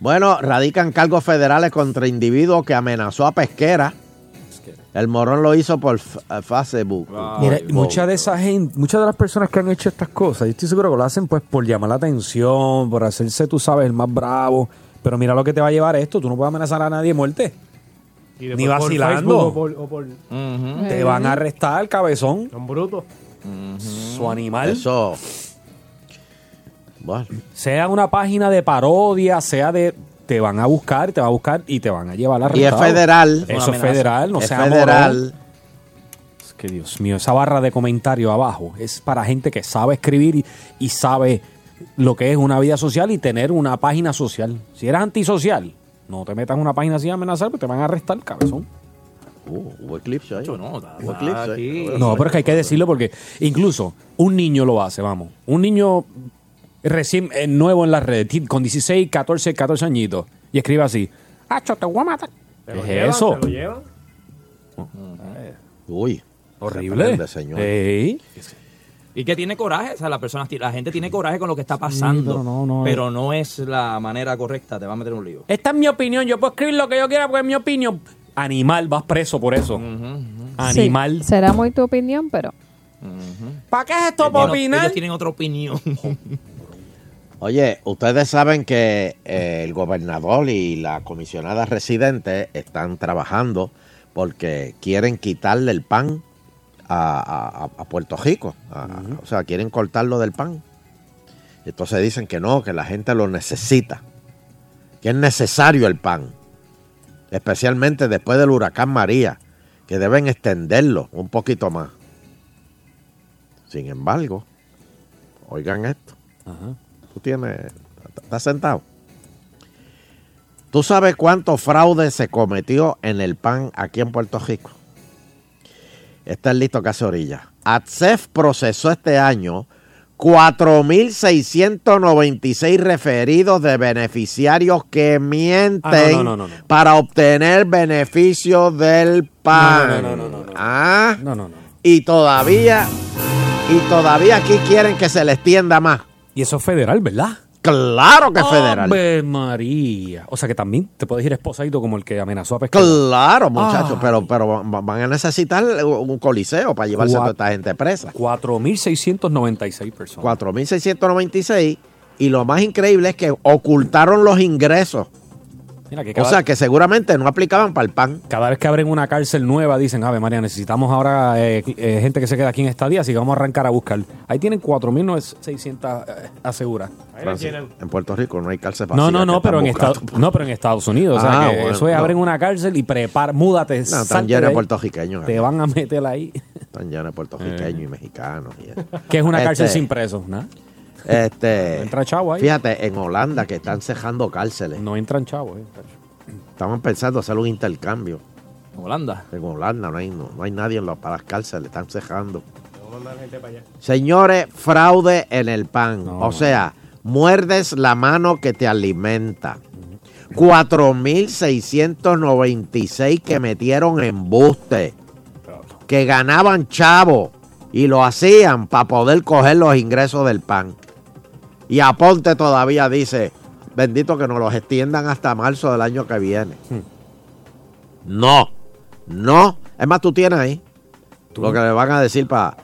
Bueno, radican cargos federales contra individuo que amenazó a pesquera. El morón lo hizo por f- eh, Facebook. Mira, Wow. mucha de esa gente, muchas de las personas que han hecho estas cosas, yo estoy seguro que lo hacen pues por llamar la atención, por hacerse, tú sabes, el más bravo. Pero mira lo que te va a llevar esto, tú no puedes amenazar a nadie de muerte. Ni vacilando. Te van a arrestar, cabezón. Son brutos. Su animal. Eso. Bueno. Sea una página de parodia, sea de. Te van a buscar, te van a buscar y te van a llevar a la Y es federal. Eso es federal, no es sea federal. Es que Dios mío, esa barra de comentario abajo es para gente que sabe escribir y, y sabe lo que es una vida social y tener una página social. Si eres antisocial, no te metas en una página así a amenazar, porque te van a arrestar, cabezón. Uh, hubo eclipse ahí. No, hubo eclipse. ahí. No, pero es que hay que decirlo porque incluso un niño lo hace, vamos. Un niño recién eh, nuevo en la red, ti- con 16, 14, 14 añitos, y escribe así. ¡Acho, te voy a matar! ¿Te lo ¿Qué es llevan? eso? ¿Te lo llevan? Ah, eh. Uy. Horrible. Se prende, señor. Ey. Y que tiene coraje, o sea, la, persona, la gente tiene coraje con lo que está Sí, pasando, pero pero, no, no, no. es la manera correcta, te va a meter en un lío. Esta es mi opinión, yo puedo escribir lo que yo quiera porque es mi opinión. Animal, vas preso por eso. Sí, Animal. será muy tu opinión, pero... ¿Para qué es esto, Ellos- Ellos tienen *laughs* otra opinión. Oye, ustedes saben que eh, el gobernador y la comisionada residente están trabajando porque quieren quitarle el pan a, a- a Puerto Rico. A- O sea, quieren cortarlo del pan. Entonces dicen que no, que la gente lo necesita. Que es necesario el pan. Especialmente después del huracán María. Que deben extenderlo un poquito más. Sin embargo, oigan esto. Tú tienes. Estás sentado. ¿Tú sabes cuánto fraude se cometió en el PAN aquí en Puerto Rico? Está listo casi orilla. ATSEF procesó este año 4.696 referidos de beneficiarios que mienten Ah, no, no, no, no, para obtener beneficios del PAN. No, no, no, no, no, no. Ah. No, no, no. Y todavía, y todavía aquí quieren que se le extienda más. Y eso es federal, ¿verdad? Claro que es federal. Ave María. O sea que también te puedes ir esposadito como el que amenazó a pescar. Claro, muchachos, Ah. pero, pero va- va- van a necesitar un coliseo para llevarse a Cuat- toda esta gente presa. 4.696 personas. 4.696 y lo más increíble es que ocultaron los ingresos. Mira que O cada, sea, que seguramente no aplicaban para el pan. cada vez que abren una cárcel nueva dicen, Ave María, necesitamos ahora eh, eh, gente que se quede aquí en estadía, así que vamos a arrancar a buscar. Ahí tienen 4.600 eh, aseguras. Francis, en Puerto Rico no hay cárcel No, vacía no, que no, están pero en, buscando. Estados, no, pero en Estados Unidos. o sea, Ah, que bueno, eso es, no. abren una cárcel y prepara, múdate. No, salte están de llenos de ahí. puertorriqueños. Te van a meter ahí. Están llenos de puertorriqueños y mexicanos. y eso. Eh. Que es una Este, cárcel sin presos, ¿no? Este, entra chavo ahí. Fíjate, en Holanda que están cejando cárceles. No entran chavos. eh, tacho. Estaban pensando hacer un intercambio. ¿Con Holanda? En Holanda, no hay, no, no hay nadie en la- para las cárceles, están cejando. Vamos a mandar gente para allá. Señores, fraude en el pan. O sea, muerdes la mano que te alimenta. 4.696 que metieron embuste. Que ganaban chavo. Y lo hacían para poder coger los ingresos del pan. Y Aponte todavía dice, bendito que nos los extiendan hasta marzo del año que viene. No, no. Es más, tú tienes ahí lo que le van a decir para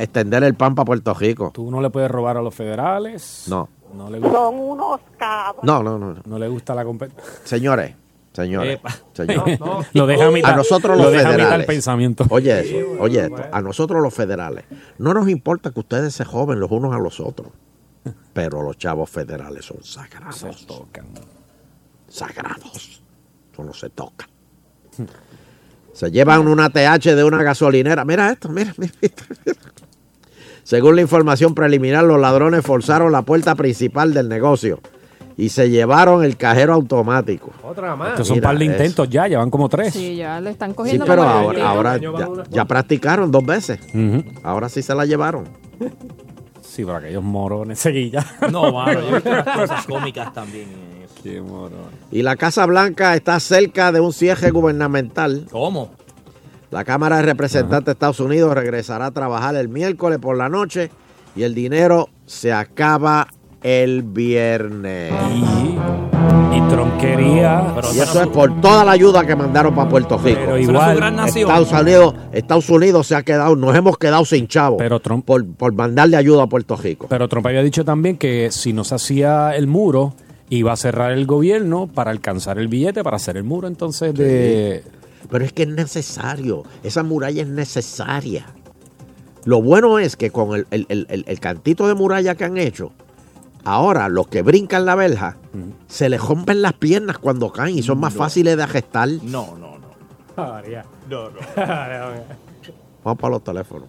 extender el pan para Puerto Rico. Tú no le puedes robar a los federales. No, No le gusta, unos cabros. no, no, no. no le gusta la competencia. Señores, señores, Epa. señores. *laughs* No, no. Lo deja a mitad- nosotros lo los deja a mitad el federales. pensamiento. Oye eso, oye esto. A nosotros los federales. No nos importa que ustedes se joven los unos a los otros. Pero los chavos federales son sagrados. tocan. Sagrados. Eso no se toca. Se llevan una TH de una gasolinera. Mira esto, mira, mira, mira. Según la información preliminar, los ladrones forzaron la puerta principal del negocio y se llevaron el cajero automático. Otra más. Estos son un Ah, Mira par de eso. intentos ya, ya van como tres. Sí, ya le están Sí, cogiendo pero como el ahora, tiro. ahora ya, ya practicaron dos veces. Ahora sí se la llevaron. Sí, pero aquellos morones *laughs* seguilla. No, mano, yo he visto *laughs* las cosas cómicas también. eh. en eso. Y la Casa Blanca está cerca de un cierre gubernamental. ¿Cómo? La Cámara de Representantes de Estados Unidos regresará a trabajar el miércoles por la noche y el dinero se acaba el viernes. Y, tronquería. y eso es por toda la ayuda que mandaron para Puerto Rico. Pero igual- Pero es su gran nación. Estados Unidos, Estados Unidos se ha quedado, nos hemos quedado sin chavo por, por mandarle ayuda a Puerto Rico. Pero Trump había dicho también que si no se hacía el muro, iba a cerrar el gobierno para alcanzar el billete para hacer el muro. Entonces, de. Pero es que es necesario. Esa muralla es necesaria. Lo bueno es que con el, el- el- el- el cantito de muralla que han hecho, ahora los que brincan la verja se les rompen las piernas cuando caen y son más fáciles de arrestar. No, no, no. No, *laughs* no. Vamos para los teléfonos.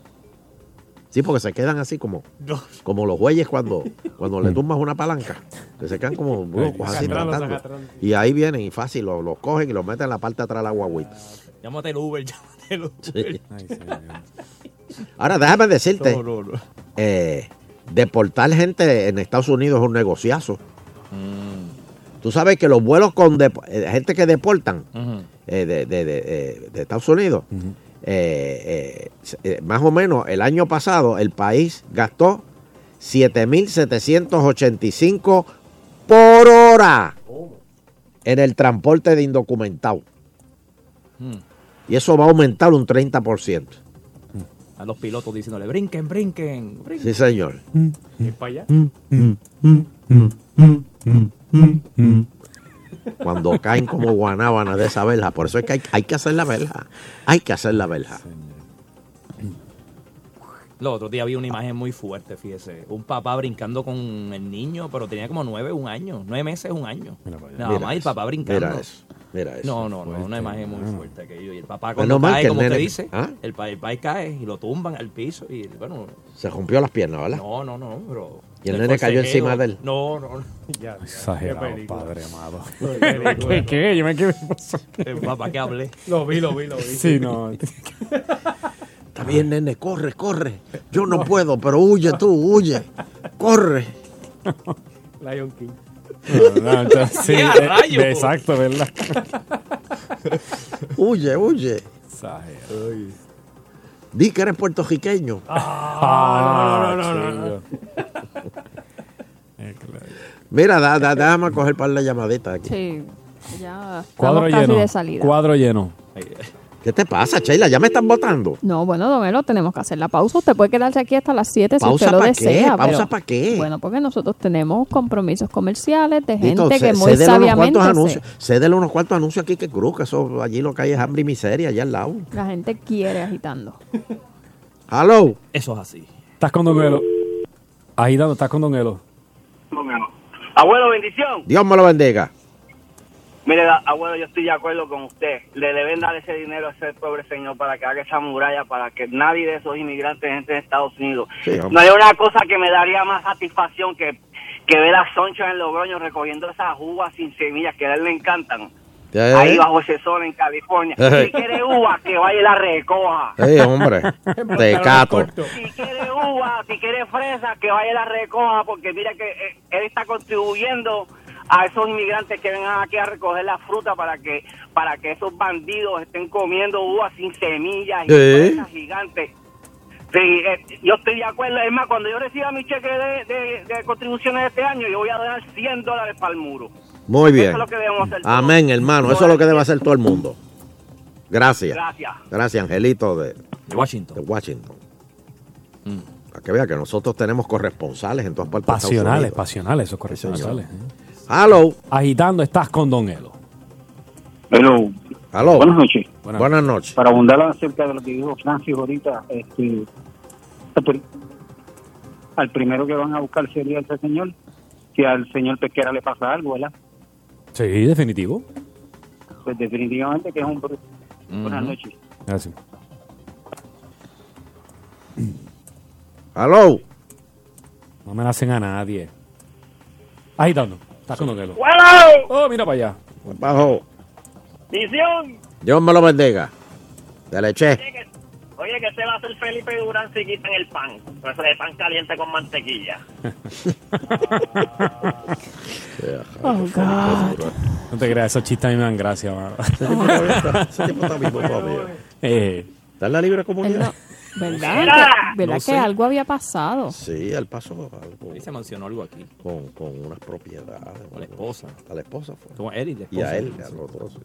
Sí, porque se quedan así como, como los bueyes cuando, cuando le tumbas una palanca. Que se quedan como locos así Sacatrán, tratando. sacatrán. Y ahí vienen y fácil los, los cogen y los meten en la parte de atrás de la guagüita. Llámate el Uber, *laughs* llámate el Uber. Sí. Ahora, déjame decirte, No, no, no. eh, deportar gente en Estados Unidos es un negociazo. Tú sabes que los vuelos con dep- eh, gente que deportan eh, de, de- de- eh, de Estados Unidos, eh, eh, se- eh, más o menos el año pasado el país gastó 7.785 por hora en el transporte de indocumentados. Hmm. Y eso va a aumentar un 30%. A los pilotos diciéndole, brinquen, brinquen, brinquen. Sí, señor. Y para allá. Cuando caen como guanábanas de esa verja. Por eso es que hay, hay que hacer la verja. Hay que hacer la verja. Los otros días había una imagen muy fuerte, fíjese. Un papá brincando con el niño, pero tenía como nueve, un año. Nueve meses, un año. Nada Mira más, y el eso, papá brincando. Mira eso. Mira eso. Pues, No, no, no, una imagen muy fuerte aquello. Y el papá Menos cuando mal Pues que cae, el como usted nene- dice, ¿Ah? el, pa- el país cae y lo tumban al piso y bueno... Se rompió las piernas, ¿verdad? No, no, no, pero... Y el nene cayó encima de él. No, no, *laughs* no. Ya, ya. Exagerado, Qué película. padre amado. *laughs* Qué *laughs* película. ¿Qué? qué? Yo me quedé. El Eh, papá que hablé. Lo vi, lo vi, lo *laughs* vi. Sí, no. Está bien, nene, corre, corre. Yo no puedo, pero huye tú, huye. Corre. Lion King. No, no, *laughs* entonces, sí, ¡Ya, de- de- rayos! exacto, ¿verdad? Huye, huye. Exagerado. Di que eres puertorriqueño. Ah, no, no, no, no, *laughs* no, Mira, da, da, déjame coger un par de llamaditas aquí. Sí, ya estamos Cuadro casi lleno, de salida. Cuadro lleno. ¿Qué te pasa, Sheila? ¿Ya me están votando? No, bueno, don Elo, tenemos que hacer la pausa. Usted puede quedarse aquí hasta las 7 si ¿Pausa usted lo pa' qué? desea. ¿Pausa pero- pa' qué? Bueno, porque nosotros tenemos compromisos comerciales de gente Dito, que cé- muy cédele unos sabiamente... cuantos se- anuncios. Cédele unos cuantos anuncios aquí que cruz, que eso allí lo que hay es hambre y miseria, allá al lado. La gente quiere agitando. Hello. Eso es así. Estás con Don Elo. Agitando, estás con Don Elo. Abuelo, bendición. Dios me lo bendiga. Mire, da- abuelo, yo estoy de acuerdo con usted. Le deben dar ese dinero a ese pobre señor para que haga esa muralla, para que nadie de esos inmigrantes entre en Estados Unidos. Sí, No hay una cosa que me daría más satisfacción que, que ver a Soncho en Logroño recogiendo esas uvas sin semillas que a él le encantan. Ya, Ahí eh. bajo ese sol *laughs* en California. Ey. Si quiere uva, que vaya y la recoja. Ey, *laughs* hombre, tecato. Si quiere uva, si quiere fresa, que vaya y la recoja, porque mira que eh, él está contribuyendo a esos inmigrantes que vengan aquí a recoger la fruta para que para que esos bandidos estén comiendo uva sin semillas y Eh. fresas gigantes. Sí, eh, yo estoy de acuerdo. Es más, cuando yo reciba mi cheque de, de- de contribuciones de este año, yo voy a dar 100 dólares para el muro. Muy bien. Eso es lo que debemos hacer. Amén, hermano. Eso es lo que debe hacer todo el mundo. Gracias. Gracias. Gracias, Angelito de, Washington. Mm. De Washington. Para que vea que nosotros tenemos corresponsales en todas partes. de Estados Pasionales, Unidos. pasionales esos corresponsales. eh. Hello. Agitando estás con Don Elo. Hello. Hello. Buenas noches. Buenas, Buenas noches. Para abundar acerca de lo que dijo Francis ahorita, este, al pri- al primero que van a buscar sería ese señor. Si al señor Pesquera le pasa algo, ¿verdad? Sí, definitivo. Pues definitivamente que es un... bru- Buenas noches. Gracias. Hello. No me la hacen a nadie. Agitando. Estás con Don Elo. Oh, mira para allá. *laughs* Bajo. Visión. Dios me lo bendiga. De leche. Oye que, oye, que se va a hacer Felipe Durán si quitan el pan. Pues el pan caliente con mantequilla. Oh, God. No te creas, esos chistes a mí me dan gracia, mano. Eh. Está en la libre Él comunidad. no- ¿Verdad? Mira. ¿Verdad No que sé. algo había pasado? Sí, al paso. algo se mencionó algo aquí. Con, con unas propiedades. A la esposa. A la esposa fue. Con él y la Y a esposa. él, a los dos.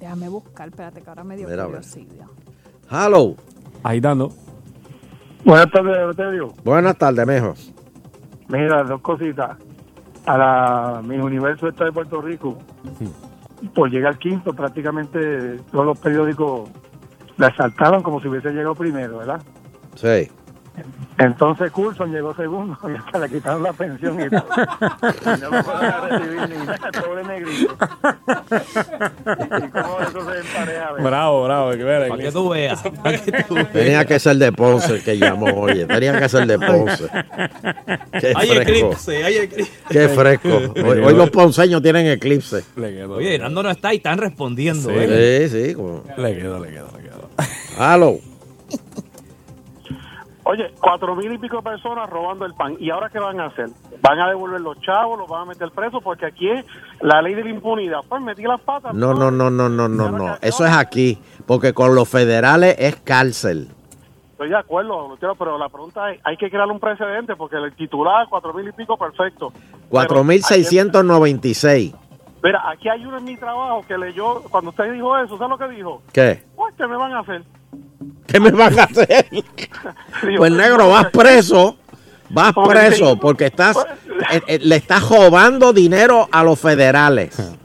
Déjame buscar, espérate que ahora me dio Mira, a ver. curiosidad. Hello. Agitando. Buenas tardes, Euterio. Buenas tardes, mejor. Mira, dos cositas. A la mi universo está de Puerto Rico. Por llegar quinto, prácticamente todos los periódicos la saltaron como si hubiese llegado primero, ¿verdad? Sí. Entonces Coulson llegó segundo *laughs* y hasta le quitaron la pensión *laughs* y todo. Y no lo van a recibir ni nada, pobre negrito. Y cómo eso se empareja, ¿ves? Bravo, bravo. Que ver, Para que tú veas. Para que tú veas. Tenía que ser de Ponce el que llamó, oye. Tenía que ser de Ponce. Qué Hay fresco. eclipse, hay eclipse. Qué fresco. Hoy, hoy los ponceños tienen eclipse. Oye, Nando no está y están respondiendo. ¿eh? Sí, sí. como- Le quedó, le quedó, le quedó. Hello. Oye, cuatro mil y pico de personas robando el pan. ¿Y ahora qué van a hacer? ¿Van a devolver los chavos? ¿Los van a meter presos? Porque aquí es la ley de la impunidad. Pues metí las patas. No, no, no, no, no, no, no. Eso es aquí. Porque con los federales es cárcel. Estoy de acuerdo, Lutero, pero la pregunta es, hay que crear un precedente porque el titular, cuatro mil y pico, perfecto. 4.696. Mira, aquí hay uno en mi trabajo que leyó, cuando usted dijo eso, ¿sabe lo que dijo? ¿Qué? Pues, ¿qué me van a hacer? ¿Qué me van a hacer? Pues negro, vas preso. Vas preso porque estás eh, eh, le estás robando dinero a los federales. Eh,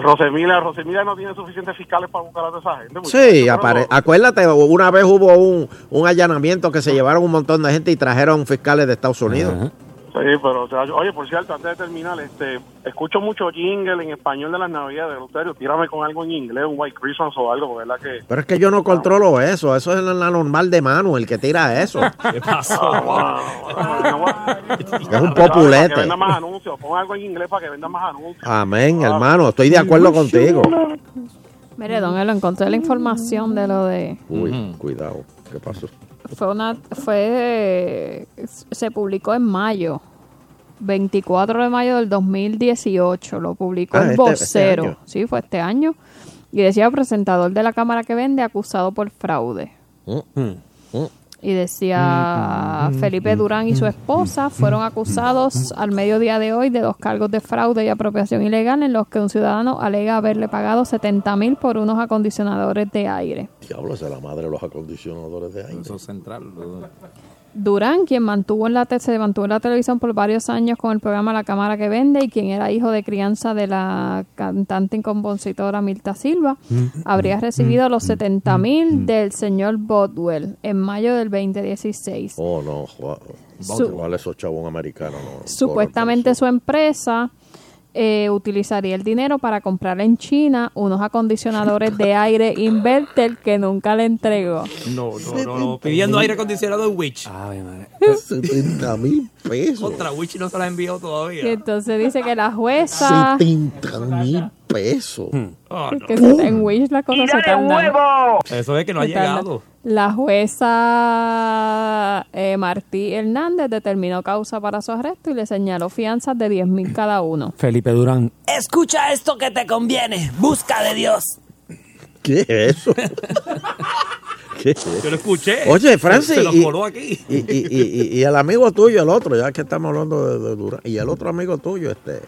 Rosemila, Rosemila no tiene suficientes fiscales para buscar a toda esa gente. muchacho, Sí, pero apare- acuérdate, una vez hubo un, un allanamiento que se llevaron un montón de gente y trajeron fiscales de Estados Unidos. Sí, pero, o sea, yo- oye, por cierto, antes de terminar, este, escucho mucho jingle en español de las navidades, Lutero, tírame con algo en inglés, un White Christmas o algo, ¿verdad que...? Pero es que yo no controlo eso, eso es la, la normal de Manu, el que tira eso. *laughs* ¿Qué pasó? *laughs* Es un populete. Que venda Ah. más anuncios, pon algo en inglés para que venda más anuncios. Amén, hermano, estoy de acuerdo contigo. Mire, don Elo, encontré la información de lo de... Uy, cuidado, ¿qué pasó? Fue una... fue Se publicó en mayo. 24 de mayo del 2018. Lo publicó Ah, el este- vocero. este año. sí, fue este año. Y decía presentador de la Cámara que vende acusado por fraude. Y decía Felipe Durán y su esposa fueron acusados al mediodía de hoy de dos cargos de fraude y apropiación ilegal en los que un ciudadano alega haberle pagado 70 mil por unos acondicionadores de aire. Diablo, esa es la madre de los acondicionadores de aire. Eso es central. lo- Durán, quien mantuvo en la te- se mantuvo en la televisión por varios años con el programa La Cámara que Vende y quien era hijo de crianza de la cantante y compositora Mirta Silva, habría recibido los 70 mil del señor Bodwell en mayo del 2016. Oh, no, Juan. Su- Vale, esos chavos americanos. no, no. Supuestamente su empresa eh, utilizaría el dinero para comprar en China unos acondicionadores de aire inverter que nunca le entregó. No, no, no, no. Pidiendo aire acondicionado en Witch. Ay, madre. 70 mil pesos. Contra Witch no se la ha enviado Y todavía. entonces dice que la jueza... mil pesos. que se- ¡Uh! en Wish la cosa se tarda. Eso es que no ha Se tarda. llegado. La jueza eh, Martí Hernández determinó causa para su arresto y le señaló fianzas de 10 mil cada uno. Felipe Durán. Escucha esto que te conviene. Busca de Dios. ¿Qué es eso? ¿Qué es eso? Yo lo escuché. Oye, Se- Francis. se lo y- coló aquí. Y, y- y- y- y el amigo tuyo, el otro, ya que estamos hablando de, de Durán, y el otro amigo tuyo, este,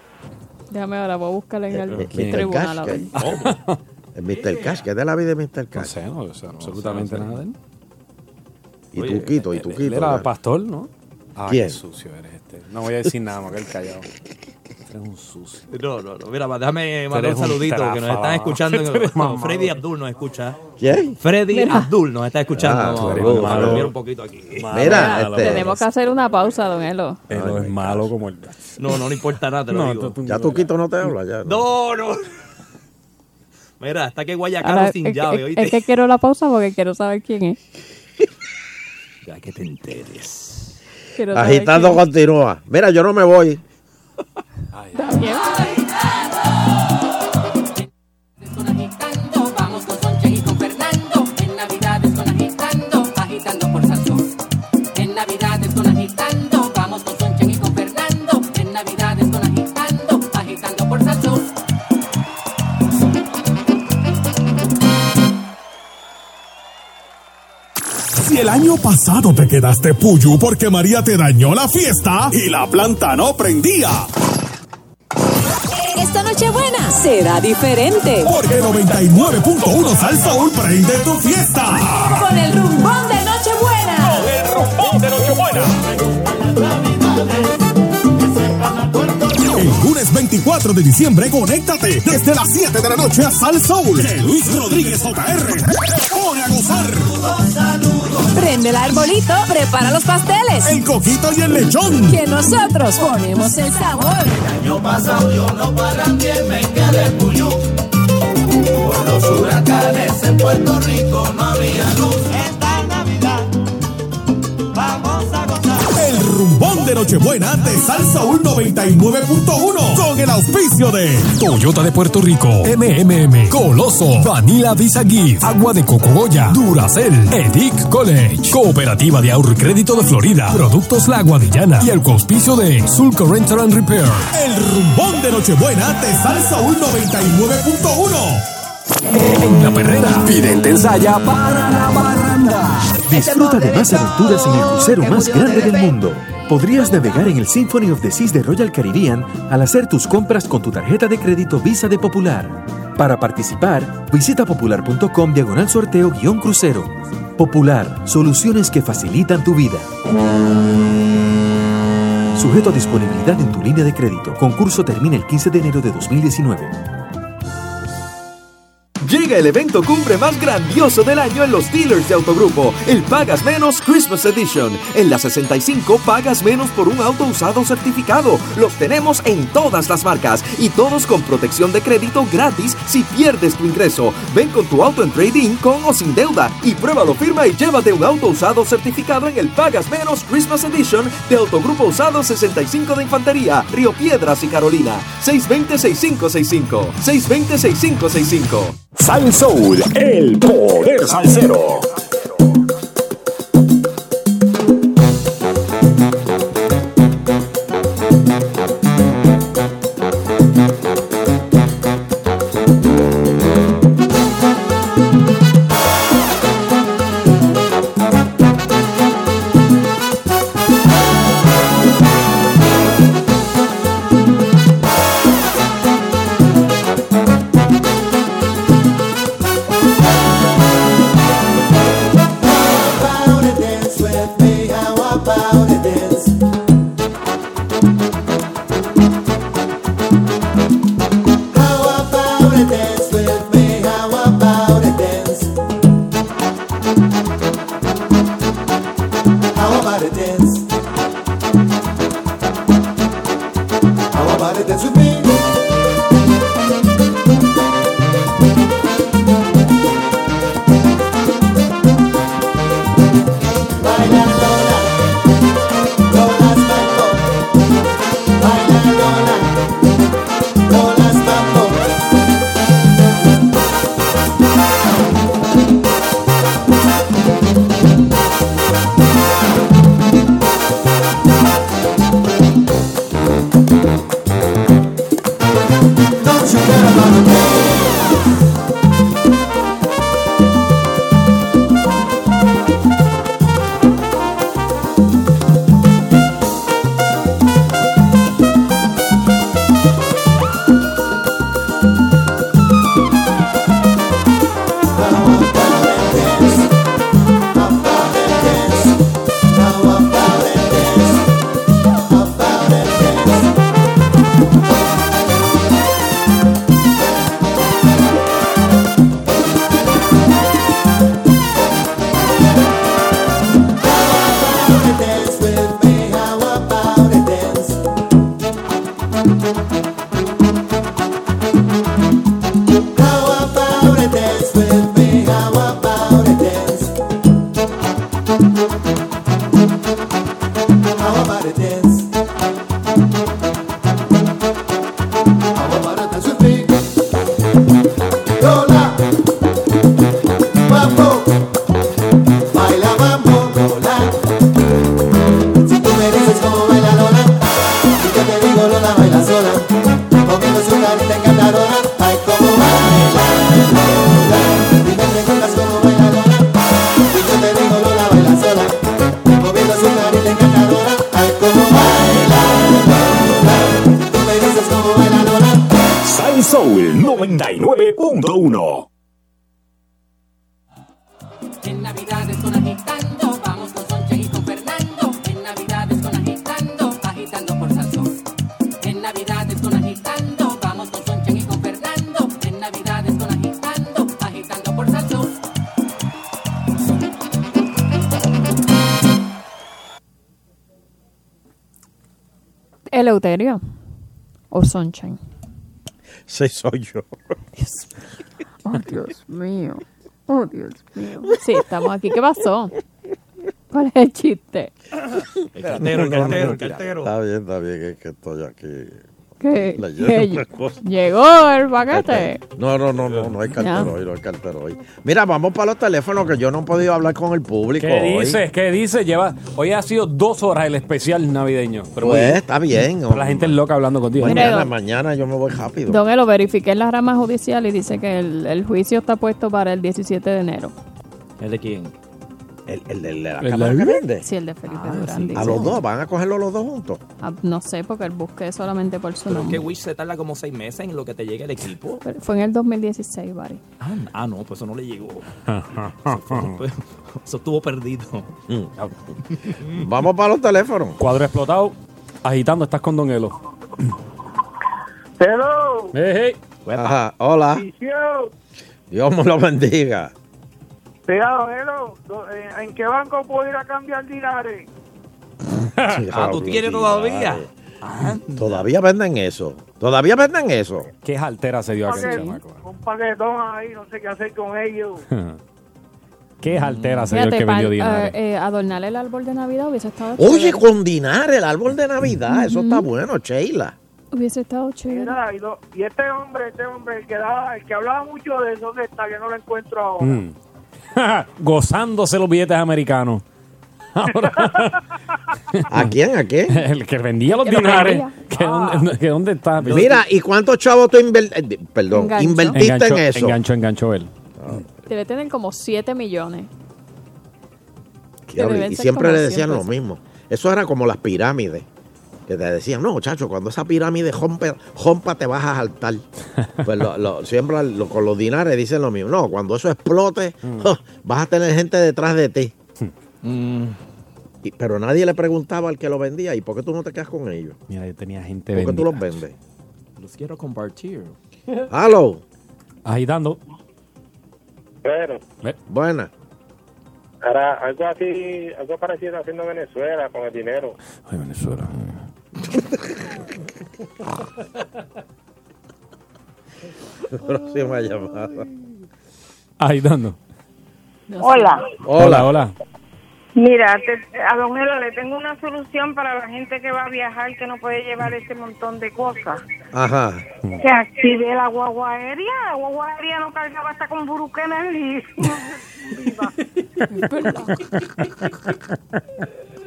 Déjame ahora, voy a buscar en el eh, Mr. tribunal. Cash. a que- ver. *laughs* el Mr. Cash, que es de la vida de Mr. Cash. No sé, no, absolutamente nada de él. Y Tuquito, y Tuquito. eh, Él era ¿verdad? pastor, ¿no? Ah, ¿Quién? qué sucio eres este. No voy a decir nada más que el callado. Este es un sucio. No, no, no. Mira, déjame Tú mandar eres un un saludito que nos tráfala. están *laughs* escuchando. Tú *laughs* eres No, mamado. Freddy Abdul nos escucha. ¿Quién? Freddy Mira. Abdul nos está escuchando. Ah, Vamos, tú eres vamos a malo. cambiar un poquito aquí. Mira, Ah, este- Tenemos que hacer una pausa, don Elo. Pero es malo como el. No, no le importa nada, te lo No, digo. tú- tú- Ya Tuquito no te habla, ya. ¿no? No, no. Mira, está que Guayacán Ahora, sin es, llave, es- ¿oíste? es que quiero la pausa porque quiero saber quién es. Ya que te enteres. Quiero saber Agitando quién es. continúa. Mira, yo no me voy. agitando, vamos con Sonche y con Fernando. En Navidades con agitando, agitando por Salsón. En Navidades con agitando, vamos con Sonche y con Fernando. En Navidades con agitando, agitando por Salsón. Si el año pasado te quedaste puyu porque María te dañó la fiesta y la planta no prendía, Esta noche buena será diferente. porque 99.1 Sal Soul prende tu fiesta. Con el rumbón de Nochebuena. El rumbón de Nochebuena. El lunes 24 de diciembre, conéctate desde las 7 de la noche a Sal Soul. Que Luis Rodríguez JR te pone a gozar. Prende el arbolito, prepara los pasteles. El coquito y el lechón. Que nosotros ponemos el sabor. año pasado yo no parrandié, me quedé puyú. Por los huracanes en Puerto Rico no había luz. Esta Navidad vamos a gozar. El rumbón de Nochebuena de Salsa 99.1 con el auspicio de Toyota de Puerto Rico, MMM, Coloso, Vanilla Visa Gift, Agua de Coco Goya, Duracell, Edic College, Cooperativa de Crédito de Florida, Productos La Guadillana y el auspicio de Sulco Rental and Repair. El rumbón de Nochebuena de Salsa 99.1 en la perrera. Vidente ensaya para la barranda. Disfruta de más aventuras en el crucero más grande del mundo. Podrías navegar en el Symphony of the Seas de Royal Caribbean al hacer tus compras con tu tarjeta de crédito Visa de Popular. Para participar, visita popular.com diagonal sorteo guión crucero. Popular, soluciones que facilitan tu vida. Sujeto a disponibilidad en tu línea de crédito. Concurso termina el 15 de enero de 2019. Llega el evento cumbre más grandioso del año en los dealers de Autogrupo, el Pagas Menos Christmas Edition. En la 65 pagas menos por un auto usado certificado. Los tenemos en todas las marcas y todos con protección de crédito gratis si pierdes tu ingreso. Ven con tu auto en trading con o sin deuda y pruébalo firma y llévate un auto usado certificado en el Pagas Menos Christmas Edition de Autogrupo Usado 65 de Infantería, Río Piedras y Carolina. 620-6565. 620-6565. Sal Soul, el poder salsero. About a dance with me, how about a dance? Don't you care about a thing. Lola, mambo, baila mambo, Lola. Si tú me dices cómo baila Lola, y yo te digo Lola baila sola. Conmigo es una linda encantadora, ay cómo baila Lola. Y me preguntas cómo baila Lola, y yo te digo Lola baila sola. Conmigo es una linda encantadora, ay cómo baila Lola. Tú me dices cómo baila Lola. Sal Soul 99.1. En Navidades con agitando, vamos con Soncha y con Fernando. En Navidades con agitando, agitando por Salsón. En Navidades con agitando, vamos con Soncha y con Fernando. En Navidades con agitando, agitando por Salsón. Eleuterio o Sunshine. Sí, soy yo. *laughs* Oh, Dios mío. Oh, Dios mío. Sí, estamos aquí. ¿Qué pasó? ¿Cuál es el chiste? El cartero, el cartero, el cartero. Está bien, está bien, es que estoy aquí. ¿Qué? leyendo ¿Qué? una cosa. Llegó el paquete. No, no, no, no, no hay cartero hoy, no hay cartero hoy. Mira, vamos para los teléfonos que yo no he podido hablar con el público ¿Qué hoy. dices? ¿Qué dices? Lleva, hoy ha sido dos horas el especial navideño. Pero Pues, muy bien. está bien, Pero La gente es loca hablando contigo. Mira, Mañana, don- mañana yo me voy rápido. *laughs* Don Elo, verifiqué en la rama judicial y dice que el, el juicio está puesto para el 17 de enero. ¿El de quién? El, el, el de la ¿El Cámara de que Libre? vende. Sí, el de Felipe Ah, Durán, A dice. los dos, van a cogerlo los dos juntos. Ah, no sé, porque el busqué solamente por su Pero es que nombre. Wish se tarda como seis meses en lo que te llegue el equipo. Pero fue en el 2016, Barry. Ah, n- ah, no, pues eso no le llegó. Ah. *laughs* Eso, fue- eso estuvo perdido. *laughs* Mm. Vamos para los teléfonos. Cuadro explotado, agitando, estás con Don Elo. Hello, Hey, Ajá, hola. Vicio. Dios me lo *laughs* bendiga. Cuidado, hello. Do- eh, ¿En qué banco puedo ir a cambiar dinares? Ah, ¿tú tienes todavía? Todavía venden eso. Todavía venden eso. ¿Qué altera se dio Un aquel paquete- chamaco? un paquetón ahí, no sé qué hacer con ellos. *laughs* ¿Qué altera se dio el Fíjate, que vendió pan- dinero? eh, eh, adornar el árbol de Navidad hubiese estado Oye, chévere. con dinar, el árbol de Navidad, eso está bueno, *laughs* Sheila. Hubiese estado chévere. Mira, y, lo- y este hombre, este hombre, el que, daba- el que hablaba mucho de dónde está, que no lo encuentro ahora. Mm. *laughs* Gozándose los billetes americanos. *laughs* ¿A quién? ¿A Ah. quién? *laughs* El que vendía los Que los dinares. vendía. *laughs* ¿Que dónde, que dónde está? Mira, ¿y cuántos chavos tú invertiste? Perdón, Enganchó. invertiste Enganchó- en eso. Enganchó, enganchó él. Debe tener como 7 millones. que Diablo, deben y ser siempre como le decían 100%. lo mismo. Eso era como las pirámides. Que te decían, no, chacho, cuando esa pirámide jompe- jompa te vas a saltar. Pues lo- lo- siempre lo- con los dinares dicen lo mismo. No, cuando eso explote, vas a tener gente detrás de ti. Y- pero nadie le preguntaba al que lo vendía, ¿y por qué tú no te quedas con ellos? Mira, yo tenía gente ¿Por qué tú vendida. los vendes? Los quiero compartir. ¡Halo! Agitando. Bueno, Buena. *laughs* ahora algo así, algo parecido haciendo Venezuela con *laughs* el dinero. Ay, Venezuela. Próxima llamada. Agitando. Hola. Hola, hola. Mira, te- a don Elo le tengo una solución para la gente que va a viajar que no puede llevar ese montón de cosas. Ajá. Que active la guagua aérea. La guagua aérea no cargaba hasta con buruquenes y... Viva. *laughs*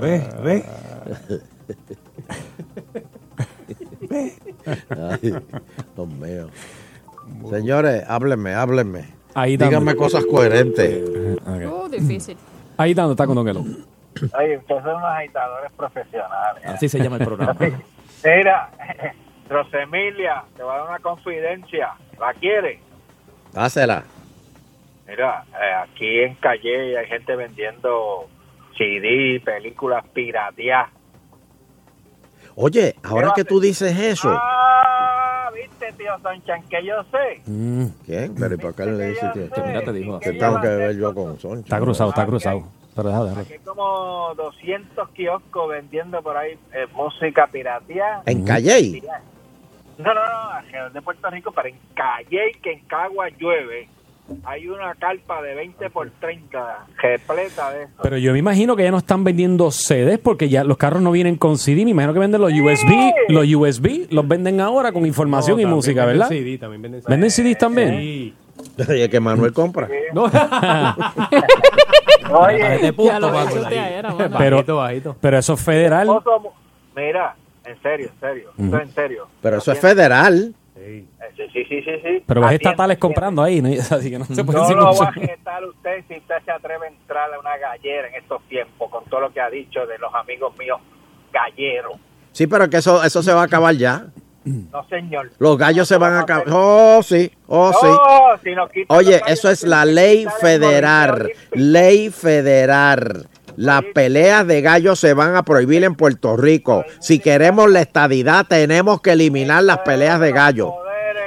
¿Ves? ¿Ves? *laughs* Ve. Ay, Dios mío. Señores, háblenme, háblenme. Ahí Díganme dando. cosas coherentes. Uh, difícil. Ahí dando, está con Don Elo. Oye, ustedes son unos agitadores profesionales. Así se llama el programa. *laughs* Mira, *laughs* Rosemilia, te voy a dar una confidencia. ¿La quiere? Dásela. Mira, eh, aquí en Calle hay gente vendiendo CD, películas pirateadas. Oye, ahora que tú dices eso. Ah, viste, tío Sonchan, que yo sé. Mm. ¿Quién? Pero ¿y para acá le dice tío? Que mira, te dijo. Que tengo que ver yo con Soncha. Está cruzado, está cruzado. Pero déjalo, déjalo. Aquí hay como 200 kioscos vendiendo por ahí eh, música pirateada. ¿En Calley? No, no, no, alrededor de Puerto Rico, pero en Calle, que en Cagua llueve, hay una carpa de 20 por 30 repleta de eso. Pero yo me imagino que ya no están vendiendo CDs porque ya los carros no vienen con CD. Me imagino que venden los USB. Los USB los venden ahora con información No, y también música, venden ¿verdad? CD, también venden CD. ¿Venden CDs también? *laughs* Y el que Manuel compra. *laughs* Oye, de punto, Ya lo Paco. chutea, era, mano. pero, Bajito, bajito. pero eso es federal. Oso- mira, en serio, en serio, Ujú. esto es en serio. Pero eso es federal. Sí, Eh, sí, sí, sí. sí. Pero los Atienda. estatales comprando ahí, ¿no? *laughs* así que no se puede No decir lo mucho. va a gestar usted si usted se atreve a entrar a una gallera en estos tiempos con todo lo que ha dicho de los amigos míos galleros. Sí, pero que eso, eso se va a acabar ya. Mm. No, señor. Los gallos se van a acabar. Oh, sí, oh, No, sí. si nos quitan Oye, los gallos, eso es la nos ley quitan el federal. Ley federal. Las peleas de gallos se van a prohibir en Puerto Rico. Si queremos la estadidad, tenemos que eliminar las peleas de gallos.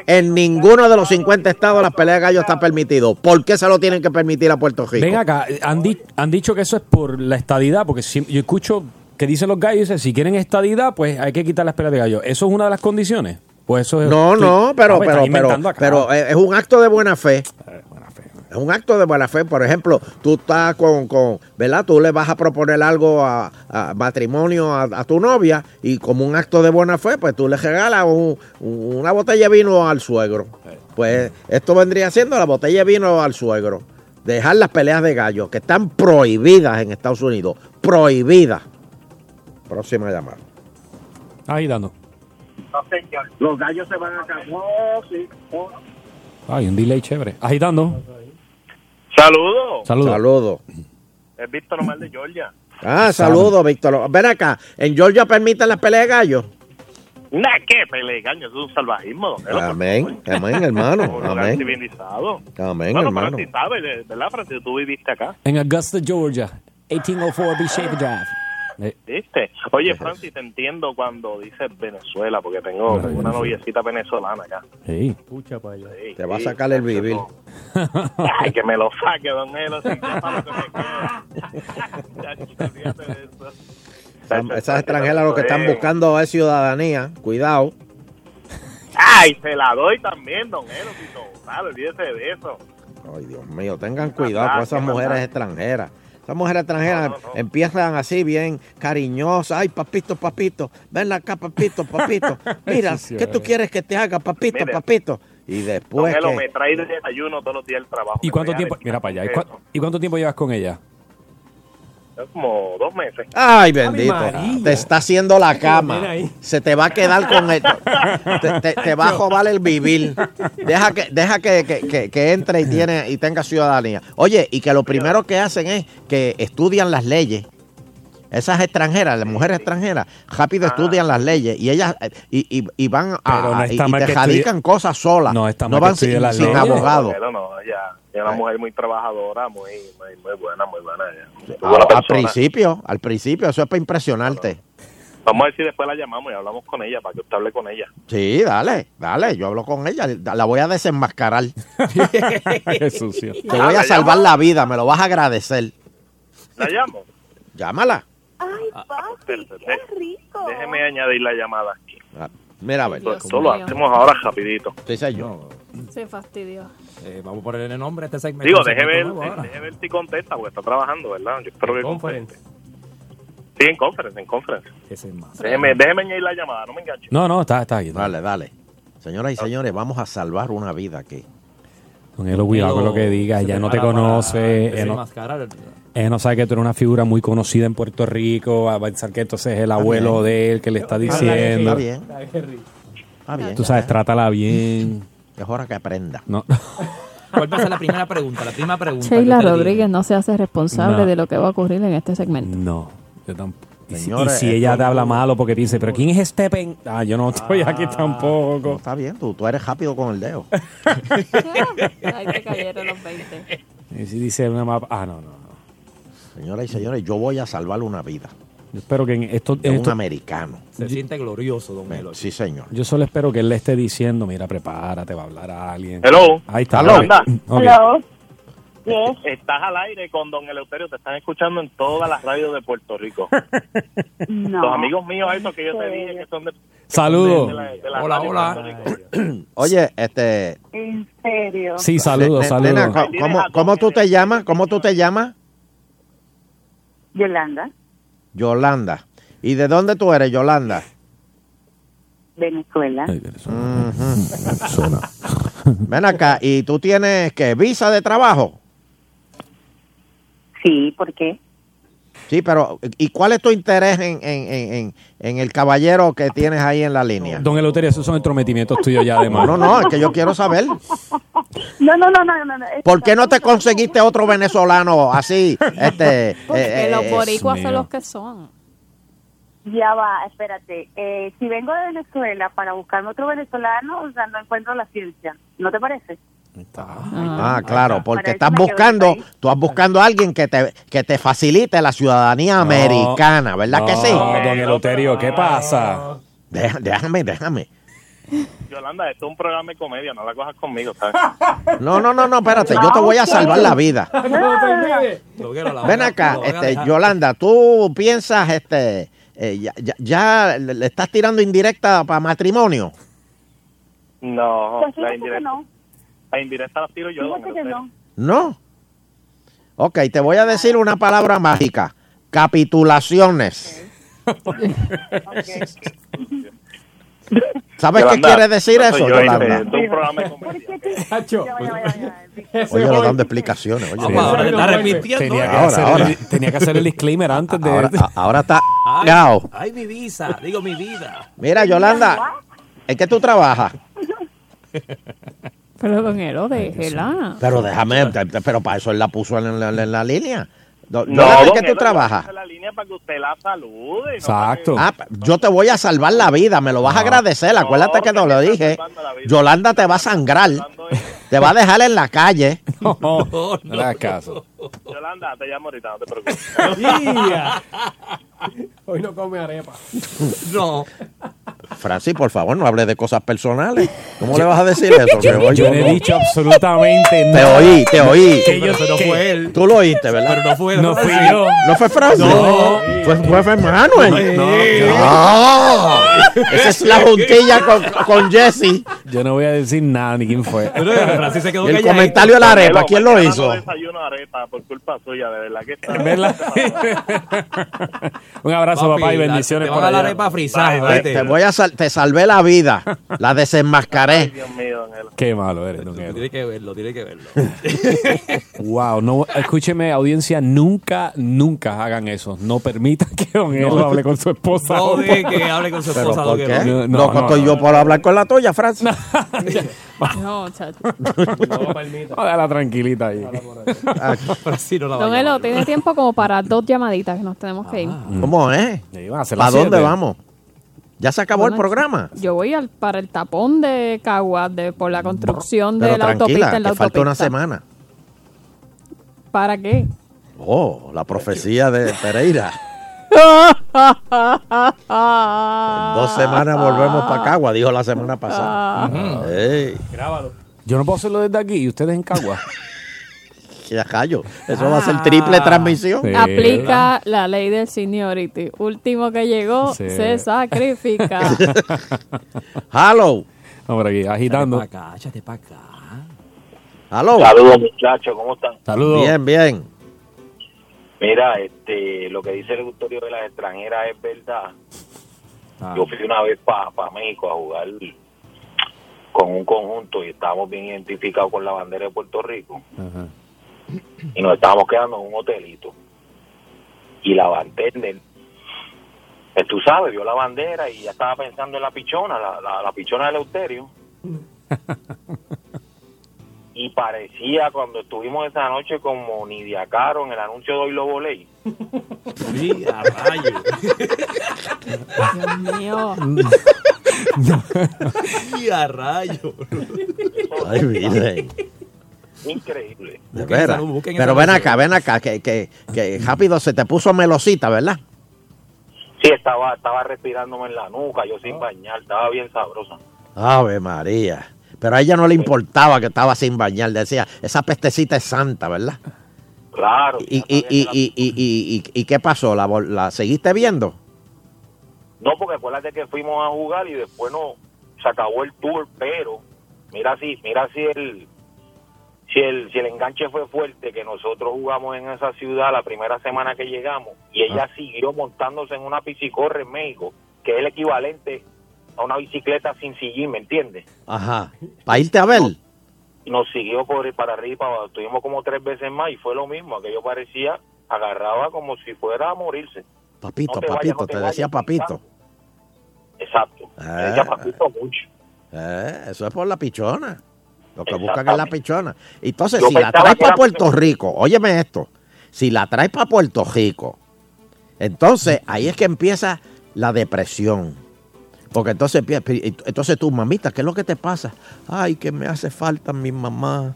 En ninguno de los 50 estados las peleas de gallos están permitidas. ¿Por qué se lo tienen que permitir a Puerto Rico? Ven acá, han, di- han dicho que eso es por la estadidad, porque si- yo escucho que dicen los gallos, dice, si quieren estadidad, pues hay que quitar las pelas de gallo. ¿Eso es una de las condiciones? Pues eso es- No, tú- no, pero, Ah, pero, pues, están pero, inventando acá. Eh, pero eh, es es un acto de buena fe. Es un acto de buena fe. Por ejemplo, tú estás con, con ¿verdad? Tú le vas a proponer algo a, a matrimonio a, a tu novia y como un acto de buena fe, pues tú le regalas un- un- una botella de vino al suegro. Eh. Pues esto vendría siendo la botella de vino al suegro. Dejar las peleas de gallo, que están prohibidas en Estados Unidos. Prohibidas. Próxima llamada. Ahí dando. No, señor. Los gallos se van a acabar. No, sí. no. eh. Ay, un delay chévere. Ahí dando. Saludos. Saludos. Saludos. Es Víctor Omar de Georgia. Ah, saludos, Víctor. Ven acá. ¿En Georgia permiten las peleas de gallo? Nah, qué pelegaño, eso es un salvajismo. don Elo. pues, Amén, amén, *laughs* hermano. Un lugar Amén. civilizado. Amén, bueno, hermano. Francis sabe, de- ¿verdad, Francis? Tú viviste acá, En Augusta, Georgia. 1804 B-Shape Drive. Eh, ¿viste? Oye, Francis, te entiendo cuando dices Venezuela, porque Ay, tengo una Venezuela. noviecita venezolana acá. sí. Pucha para allá. Te va a sacar el vivir. Ay, que me lo saque, don Elo, si ya para lo que me queda. Chacho, olvídate de eso. Esas- Esas extranjeras lo que están buscando es ciudadanía. Cuidado. Ay, se la doy también, don Elo, si no, sabe, olvídese de eso. Ay, Dios mío, Ah, tengan cuidado con esas mujeres extranjeras. Esas mujeres extranjeras empiezan así bien cariñosas. Ay, papito, papito. Ven acá, papito, *laughs* papito. Mira, Sí, sí, ¿qué tú es. quieres que te haga, papito, Mira. papito? Y después... Don Elo, pues que- me trae de desayuno todos los días el trabajo. ¿Y Me cuánto trae tiempo? arepita Mira para allá. ¿Y, con cua- ¿Y cuánto tiempo llevas con ella? queso. Como dos meses. Ay, bendito. Te está haciendo *laughs* la Mira cama. ahí. Se te va a quedar con el. Te, te- te va a robar el vivir. Deja que, deja que, que- que- que entre y tiene y tenga ciudadanía. Oye, y que lo primero que hacen es que estudian las leyes. Esas extranjeras, las mujeres extranjeras, rápido estudian las leyes y ellas eh, y, y- y van a Pero no Ah, y, está y mal te que jadican estudie- cosas solas. No No, está mal que van estudie sin, las Ah, sin leyes. abogado. Pero no, ella ella es una mujer muy trabajadora, muy, muy, muy buena, muy buena. ella. Muy buena Ah, Al persona. principio, al principio, eso es para impresionarte. Vamos a ver si después la llamamos y hablamos con ella para que usted hable con ella. Sí, dale, dale, yo hablo con ella, la voy a desenmascarar. *laughs* Qué *laughs* sucio. Te voy a salvar la vida, me lo vas a agradecer. ¿La llamo? Llámala. qué rico. Déjeme añadir la llamada aquí. Ah, Mira, a ver. Esto esto Pues lo hacemos ahora rapidito. Sí, señor. Se fastidió. Eh, vamos a ponerle nombre a este segmento. Digo, Un deje ver, segmento nuevo ahora. deje ver si contesta porque está trabajando, ¿verdad? Yo espero que conference. Sí, en conference, en conference. Ese es más. Déjeme, déjeme añadir la llamada, no me enganche. No, no, está, está aquí. Dale, dale. Señoras y señores, vamos a salvar una vida aquí. Con él, cuidado con lo que digas. se Ella no te prepara para conoce. Él Eh, no, desenmascarar. ella no sabe que tú eres una figura muy conocida en Puerto Rico. Va a pensar que entonces es el abuelo de él que le está diciendo. Está bien. Está bien. Tú sabes, trátala bien. Es hora que aprenda. No. *laughs* ¿Cuál va a ser la primera pregunta? La primera pregunta. Sheila yo te la Rodríguez no se hace responsable No. Mm. de lo que va a ocurrir en este segmento. No, yo tampoco. Y si, Señores, y si esto ella te no- habla malo porque te dice, pero ¿quién es este pen? Ah, yo no estoy aquí tampoco. No, está bien, tú, tú eres rápido con el dedo. Ahí te cayeron los 20. Y si dice una mapa, ah, no, no. Señoras y señores, yo voy a salvar una vida. Yo *laughs* espero que en esto, De en un esto- americano. Se siente glorioso, don Melo. Sí, señor. yo solo espero que él le esté diciendo, mira, prepárate, va a hablar a alguien. Hello. Ahí está. Hello. Mira, ok. Hello. *laughs* Estás al aire con Don Eleuterio, te están escuchando en todas las radios de Puerto Rico. Los amigos míos, estos que yo te dije que son de. Saludos. de la- de la Hola, radio hola. de Puerto Rico. Oye, este. En serio. Sí, saludos, ne- nena, saludos. ¿cómo- ¿cómo, cómo tú te llamas? ¿Cómo tú te llamas? Yolanda, Yolanda. ¿Y de dónde tú eres, Yolanda? Venezuela. Ven acá, ¿y tú tienes que visa de trabajo? Sí, ¿por qué? Sí, pero ¿y cuál es tu interés en, en, en, en, en el caballero que tienes ahí en la línea? Don Eleuterio, esos son entrometimientos tuyos ya, además. No, no, es que yo quiero saber. No, no, no, no, no. no, es- ¿Por qué no te conseguiste otro venezolano así? Este, Porque eh, los eh, boricuas eh, son los que son. Ya va, espérate. Eh, si vengo de Venezuela para buscarme otro venezolano, o sea, no encuentro la ciencia. ¿No te parece? Ah, claro, porque Para estás eso me quedo buscando, ahí. tú estás buscando a alguien que te, que te facilite la ciudadanía americana, ¿verdad que sí? No, don Eleuterio, ¿qué pasa? Deja- Déjame, déjame. Yolanda, esto es un programa de comedia, no la cojas conmigo, ¿sabes? No, no, no, no, espérate, yo te voy a salvar la *laughs* vida. Ven acá, este, Yolanda, tú piensas, este, eh, ya, ya- ya le le estás tirando indirecta para matrimonio. No, Pues la fíjate que indirecta, no. la indirecta la tiro yo. don Fíjate que Eleuterio. no. ¿No? Ok, te voy a decir una palabra mágica. Capitulaciones. ¿Sabes Yolanda, qué quiere decir no eso, soy yo, este, Yolanda? esto es un programa de comedia. Oye, le dando explicaciones. Oye, Sí, Yolanda. ahora está repitiendo. Tenía que, ¿eh? Ahora, hacer ahora. El, tenía que *laughs* hacer el disclaimer antes de. Ahora, a- ahora está. Ay, cao. ay, mi visa, digo mi vida. Mira, Yolanda, es que tú trabajas. Pero don Elo, déjela. Pero déjame, te- te- pero para eso él la puso en la, en la línea. Do- No, Yolanda, es don que tú Elo, trabajas. yo voy a hacer La línea para que usted la salude. Exacto. Ah, pa- yo te voy a salvar la vida, me lo vas a agradecer. Acuérdate Ah. que te lo dije. Yolanda te va a sangrar, te va a dejar en la *laughs* calle. No, no, le hagas caso. Yolanda, te llamo ahorita, no *laughs* te preocupes. Ya. Hoy no come arepa. No. Francis, por favor, no hables de cosas personales. ¿Cómo le vas a *laughs* decir eso? Te Yo, oí, yo le he dicho absolutamente Te nada. oí, te oí. Que yo- Pero no que- fue él. Tú lo oíste, ¿verdad? Pero no fue él. No fui yo. ¿No fue Francis? No. Fue, fue fue Manuel. No, No. Ah, Esa es la juntilla con, con Jesse. Yo no voy a decir nada ni quién fue. Pero Francis se quedó Y el calladito. comentario de la arepa, Elo, ¿quién lo mañana hizo? No desayuno arepa por culpa suya, de verdad que está. *laughs* ¿Verdad? Un abrazo, Papi, papá, y la- bendiciones Te van por a dar allá. arepa frisada, Bye, vete. Te voy a sal- te salvé la vida. La Ay, desenmascaré. Dios mío, don Elo. Qué malo eres, don Tiene que verlo, tiene que verlo. *laughs* Wow, no, escúcheme, audiencia, nunca, nunca hagan eso. No permitan que Don Elo hable con su esposa. No deje que hable con su ¿Pero esposa, por don qué? Elo. No, no, Loco no, estoy no, yo por hablar con la tuya, Francis. No, chacho. No, palmita. Dala tranquilita ahí. Ah. Francis no la Don vaya a Elo, llamar. tiene tiempo como para dos llamaditas que nos tenemos que ir. *laughs* Ah. ¿Cómo es? Ya iban a ser ¿Para las dónde siete. vamos? Ya se acabó el Bueno, programa. Yo voy al, para el tapón de Caguas de, por la construcción Pero de la tranquila, autopista en la que falta autopista. una semana. ¿Para *laughs* qué? *laughs* Oh, la profecía de Pereira. Dos Dos semanas volvemos para Cagua, dijo la semana pasada. Ey, Grábalo. Yo no puedo hacerlo desde aquí y ustedes en Cagua. *laughs* ya callo. Eso va a Ah. ser triple transmisión. Sí. Aplica la ley del seniority. Último que llegó Sí. se sacrifica. *laughs* *laughs* Hello, Hombre, aquí agitando. Échate pa' acá, échate pa' acá. hello. Saludos, muchachos, ¿cómo están? Saludos. Bien, bien. Mira, este, lo que dice el Gustorio de las extranjeras es verdad. Ah. Yo fui una vez para México a jugar con un conjunto y estábamos bien identificados con la bandera de Puerto Rico y nos estábamos quedando en un hotelito. Y la bartender, eh, tú sabes, vio la bandera y ya estaba pensando en la pichona, la, la, la pichona del Euterio. y parecía cuando estuvimos esa noche como Nidia Caro en el anuncio de Hoy Lo Volé. Sí, a rayos. Dios mío. Y a rayos. Ay, eh. Virgen. Increíble. De Busquen veras. esa- busquen Pero esa ven canción. acá, ven acá, que, que, que rápido se te puso melosita, ¿verdad? Sí, estaba, estaba respirándome en la nuca, yo sin bañar, estaba bien sabrosa. Ave María. Pero a ella no le importaba que estaba sin bañar, decía, esa pestecita es santa, ¿verdad? Claro. ¿Y, y, y, y, y, y- y- y qué pasó? ¿La, vol- la seguiste viendo? No, porque acuérdate que fuimos a jugar y después no se acabó el tour, pero mira si mira si el si el si el enganche fue fuerte que nosotros jugamos en esa ciudad la primera semana que llegamos y ella siguió montándose en una bicicorre en México, que es el equivalente a una bicicleta sin sillín, ¿me entiendes? Ajá. ¿Para irte a ver? Y nos siguió por para arriba, y para abajo. Estuvimos como tres veces más y fue lo mismo, aquello parecía agarraba como si fuera a morirse. Papito, No te vayas, papito, no te te, decía vayas, papito. Exacto. Me decía, Ah. "Papito, mucho. Eh, eso es por la pichona. Lo que buscan es la Exactamente. pichona. Entonces, Yo si la pensaba traes que para era- Puerto Rico, óyeme esto, si la traes para Puerto Rico, entonces ahí es que empieza la depresión. Porque entonces, empie- entonces tú, mamita, ¿qué es lo que te pasa? Ay, que me hace falta mi mamá.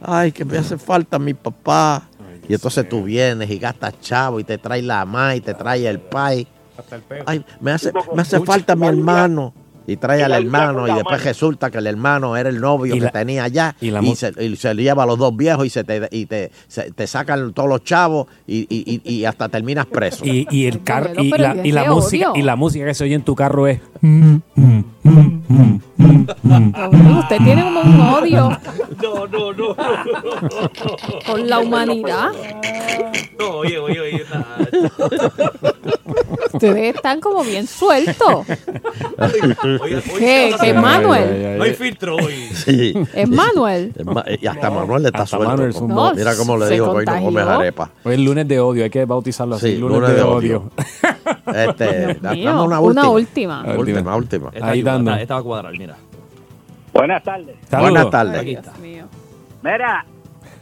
Ay, que me hace falta mi papá. Y entonces tú vienes y gastas chavo y te traes la mamá y te traes el pai. Hasta el peo. Ay, me hace, me hace falta mi hermano. Y trae al hermano y después resulta que el hermano era el novio que tenía allá y, se, y se lo lleva a los dos viejos y se te, y te, se- te sacan todos los chavos y, y- y- y hasta terminas preso. Y, y el carro Pero, y pero la, ¿y y la ese música odio? y la música que se oye en tu carro es Usted tiene como un odio No, no, no. con la humanidad. No, oye, oye, oye. nada. Ustedes están como bien sueltos. Oye, ¿Qué? ¿Qué, Manuel? No hay filtro hoy. Sí. ¿Es Manuel? Es ma- y hasta Manuel le está Hasta suelto. Manuel es un No, Mira cómo le se dijo que hoy no contagió. comes arepa. Hoy es lunes de odio, hay que bautizarlo así. Sí, lunes, de, odio. Este, Dios da- mío, dame una última. una Última, última. Esta ayuda, esta- esta va a cuadrar, mira. Buenas tardes. Saludos. Buenas tardes. Aquí está. Mira,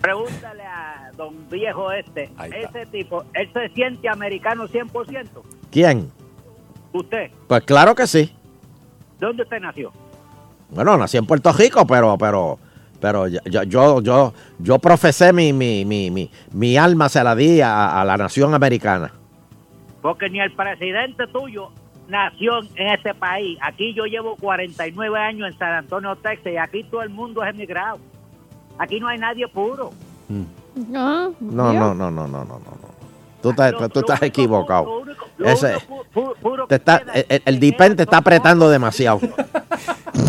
pregúntale a don viejo este. Ese tipo, ¿él se siente americano 100%? ¿Quién? ¿Usted? Pues claro que sí. ¿Dónde usted nació? Bueno, nací en Puerto Rico, pero, pero, pero yo, yo- yo, yo, yo profesé mi, mi, mi, mi, mi alma se la di a, a la nación americana. Porque ni el presidente tuyo nació en este país. Aquí yo llevo 49 años en San Antonio, Texas, y aquí todo el mundo es emigrado. Aquí no hay nadie puro. Mm. Ah, No, no, no, no, no, no, no. no. Tú, estás- tú estás equivocado. Ese, te está, el, el dipen te está apretando *laughs* demasiado.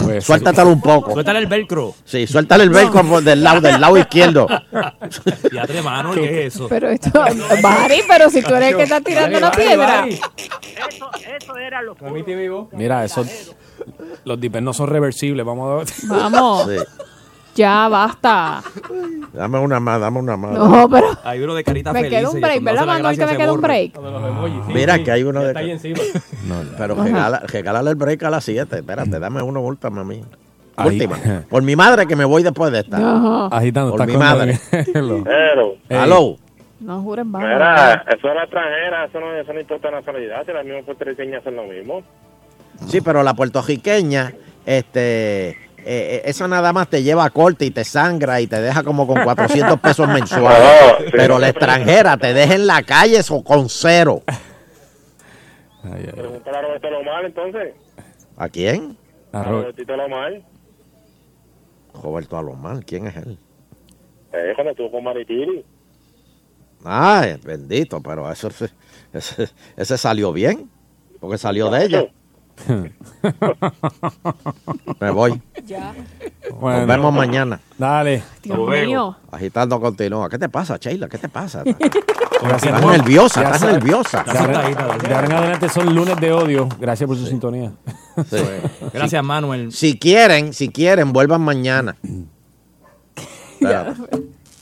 Pues Suéltatelo un poco. Suéltale el velcro. Sí, suéltale el velcro por del lado, del *laughs* lado izquierdo. Ya tres manos, ¿qué es eso? Pero esto, Bari, pero si tú eres el que está tirando la piedra. Mira, eso los dippers no son reversibles, vamos a ver. Vamos. Sí. Ya basta. Dame una más, dame una más. *laughs* No, pero- Hay uno de carita Me feliz. queda un break, ¿verdad, Manuel? Que me queda un break. Mira que hay uno de. Está ahí encima. *laughs* No, pero Ajá. regala, regálale el break a las 7. Espérate, dame uno última a mí. Ahí. Última. *laughs* Por mi madre que me voy después de esta. Ajá. Agitando, Por está mi con madre. Pero, Aló. No juren Mira, más. eso era extranjera, eso no, eso no importa la nacionalidad, si las mismas puertorriqueñas hacen lo mismo. Sí, pero la puertorriqueña, este, eh, eh, esa nada más te lleva a corte y te sangra y te deja como con *laughs* 400 pesos Ah, mensuales. sí. Pero la extranjera te deja en la calle eso con cero. Pregúntale a Roberto Lomar, entonces. ¿A quién? A Robertito Lomar. Roberto Alomar, ¿quién es él? Eh, cuando estuvo con Maritiri. Ay, *laughs* bendito, pero eso, se- ese, ese salió bien, porque salió de ella. Me voy. Ya. Bueno. Nos vemos mañana. Dale. Dios Nos vemos. mío. Agitando continúa. ¿Qué te pasa, Sheila? ¿Qué te pasa? *laughs* Gracias. Estás nerviosa, estás Gracias. nerviosa. De ahora- de ahora en adelante son lunes de odio. Gracias por su sintonía. Gracias, Manuel. Si quieren, si quieren, vuelvan mañana. Espérate.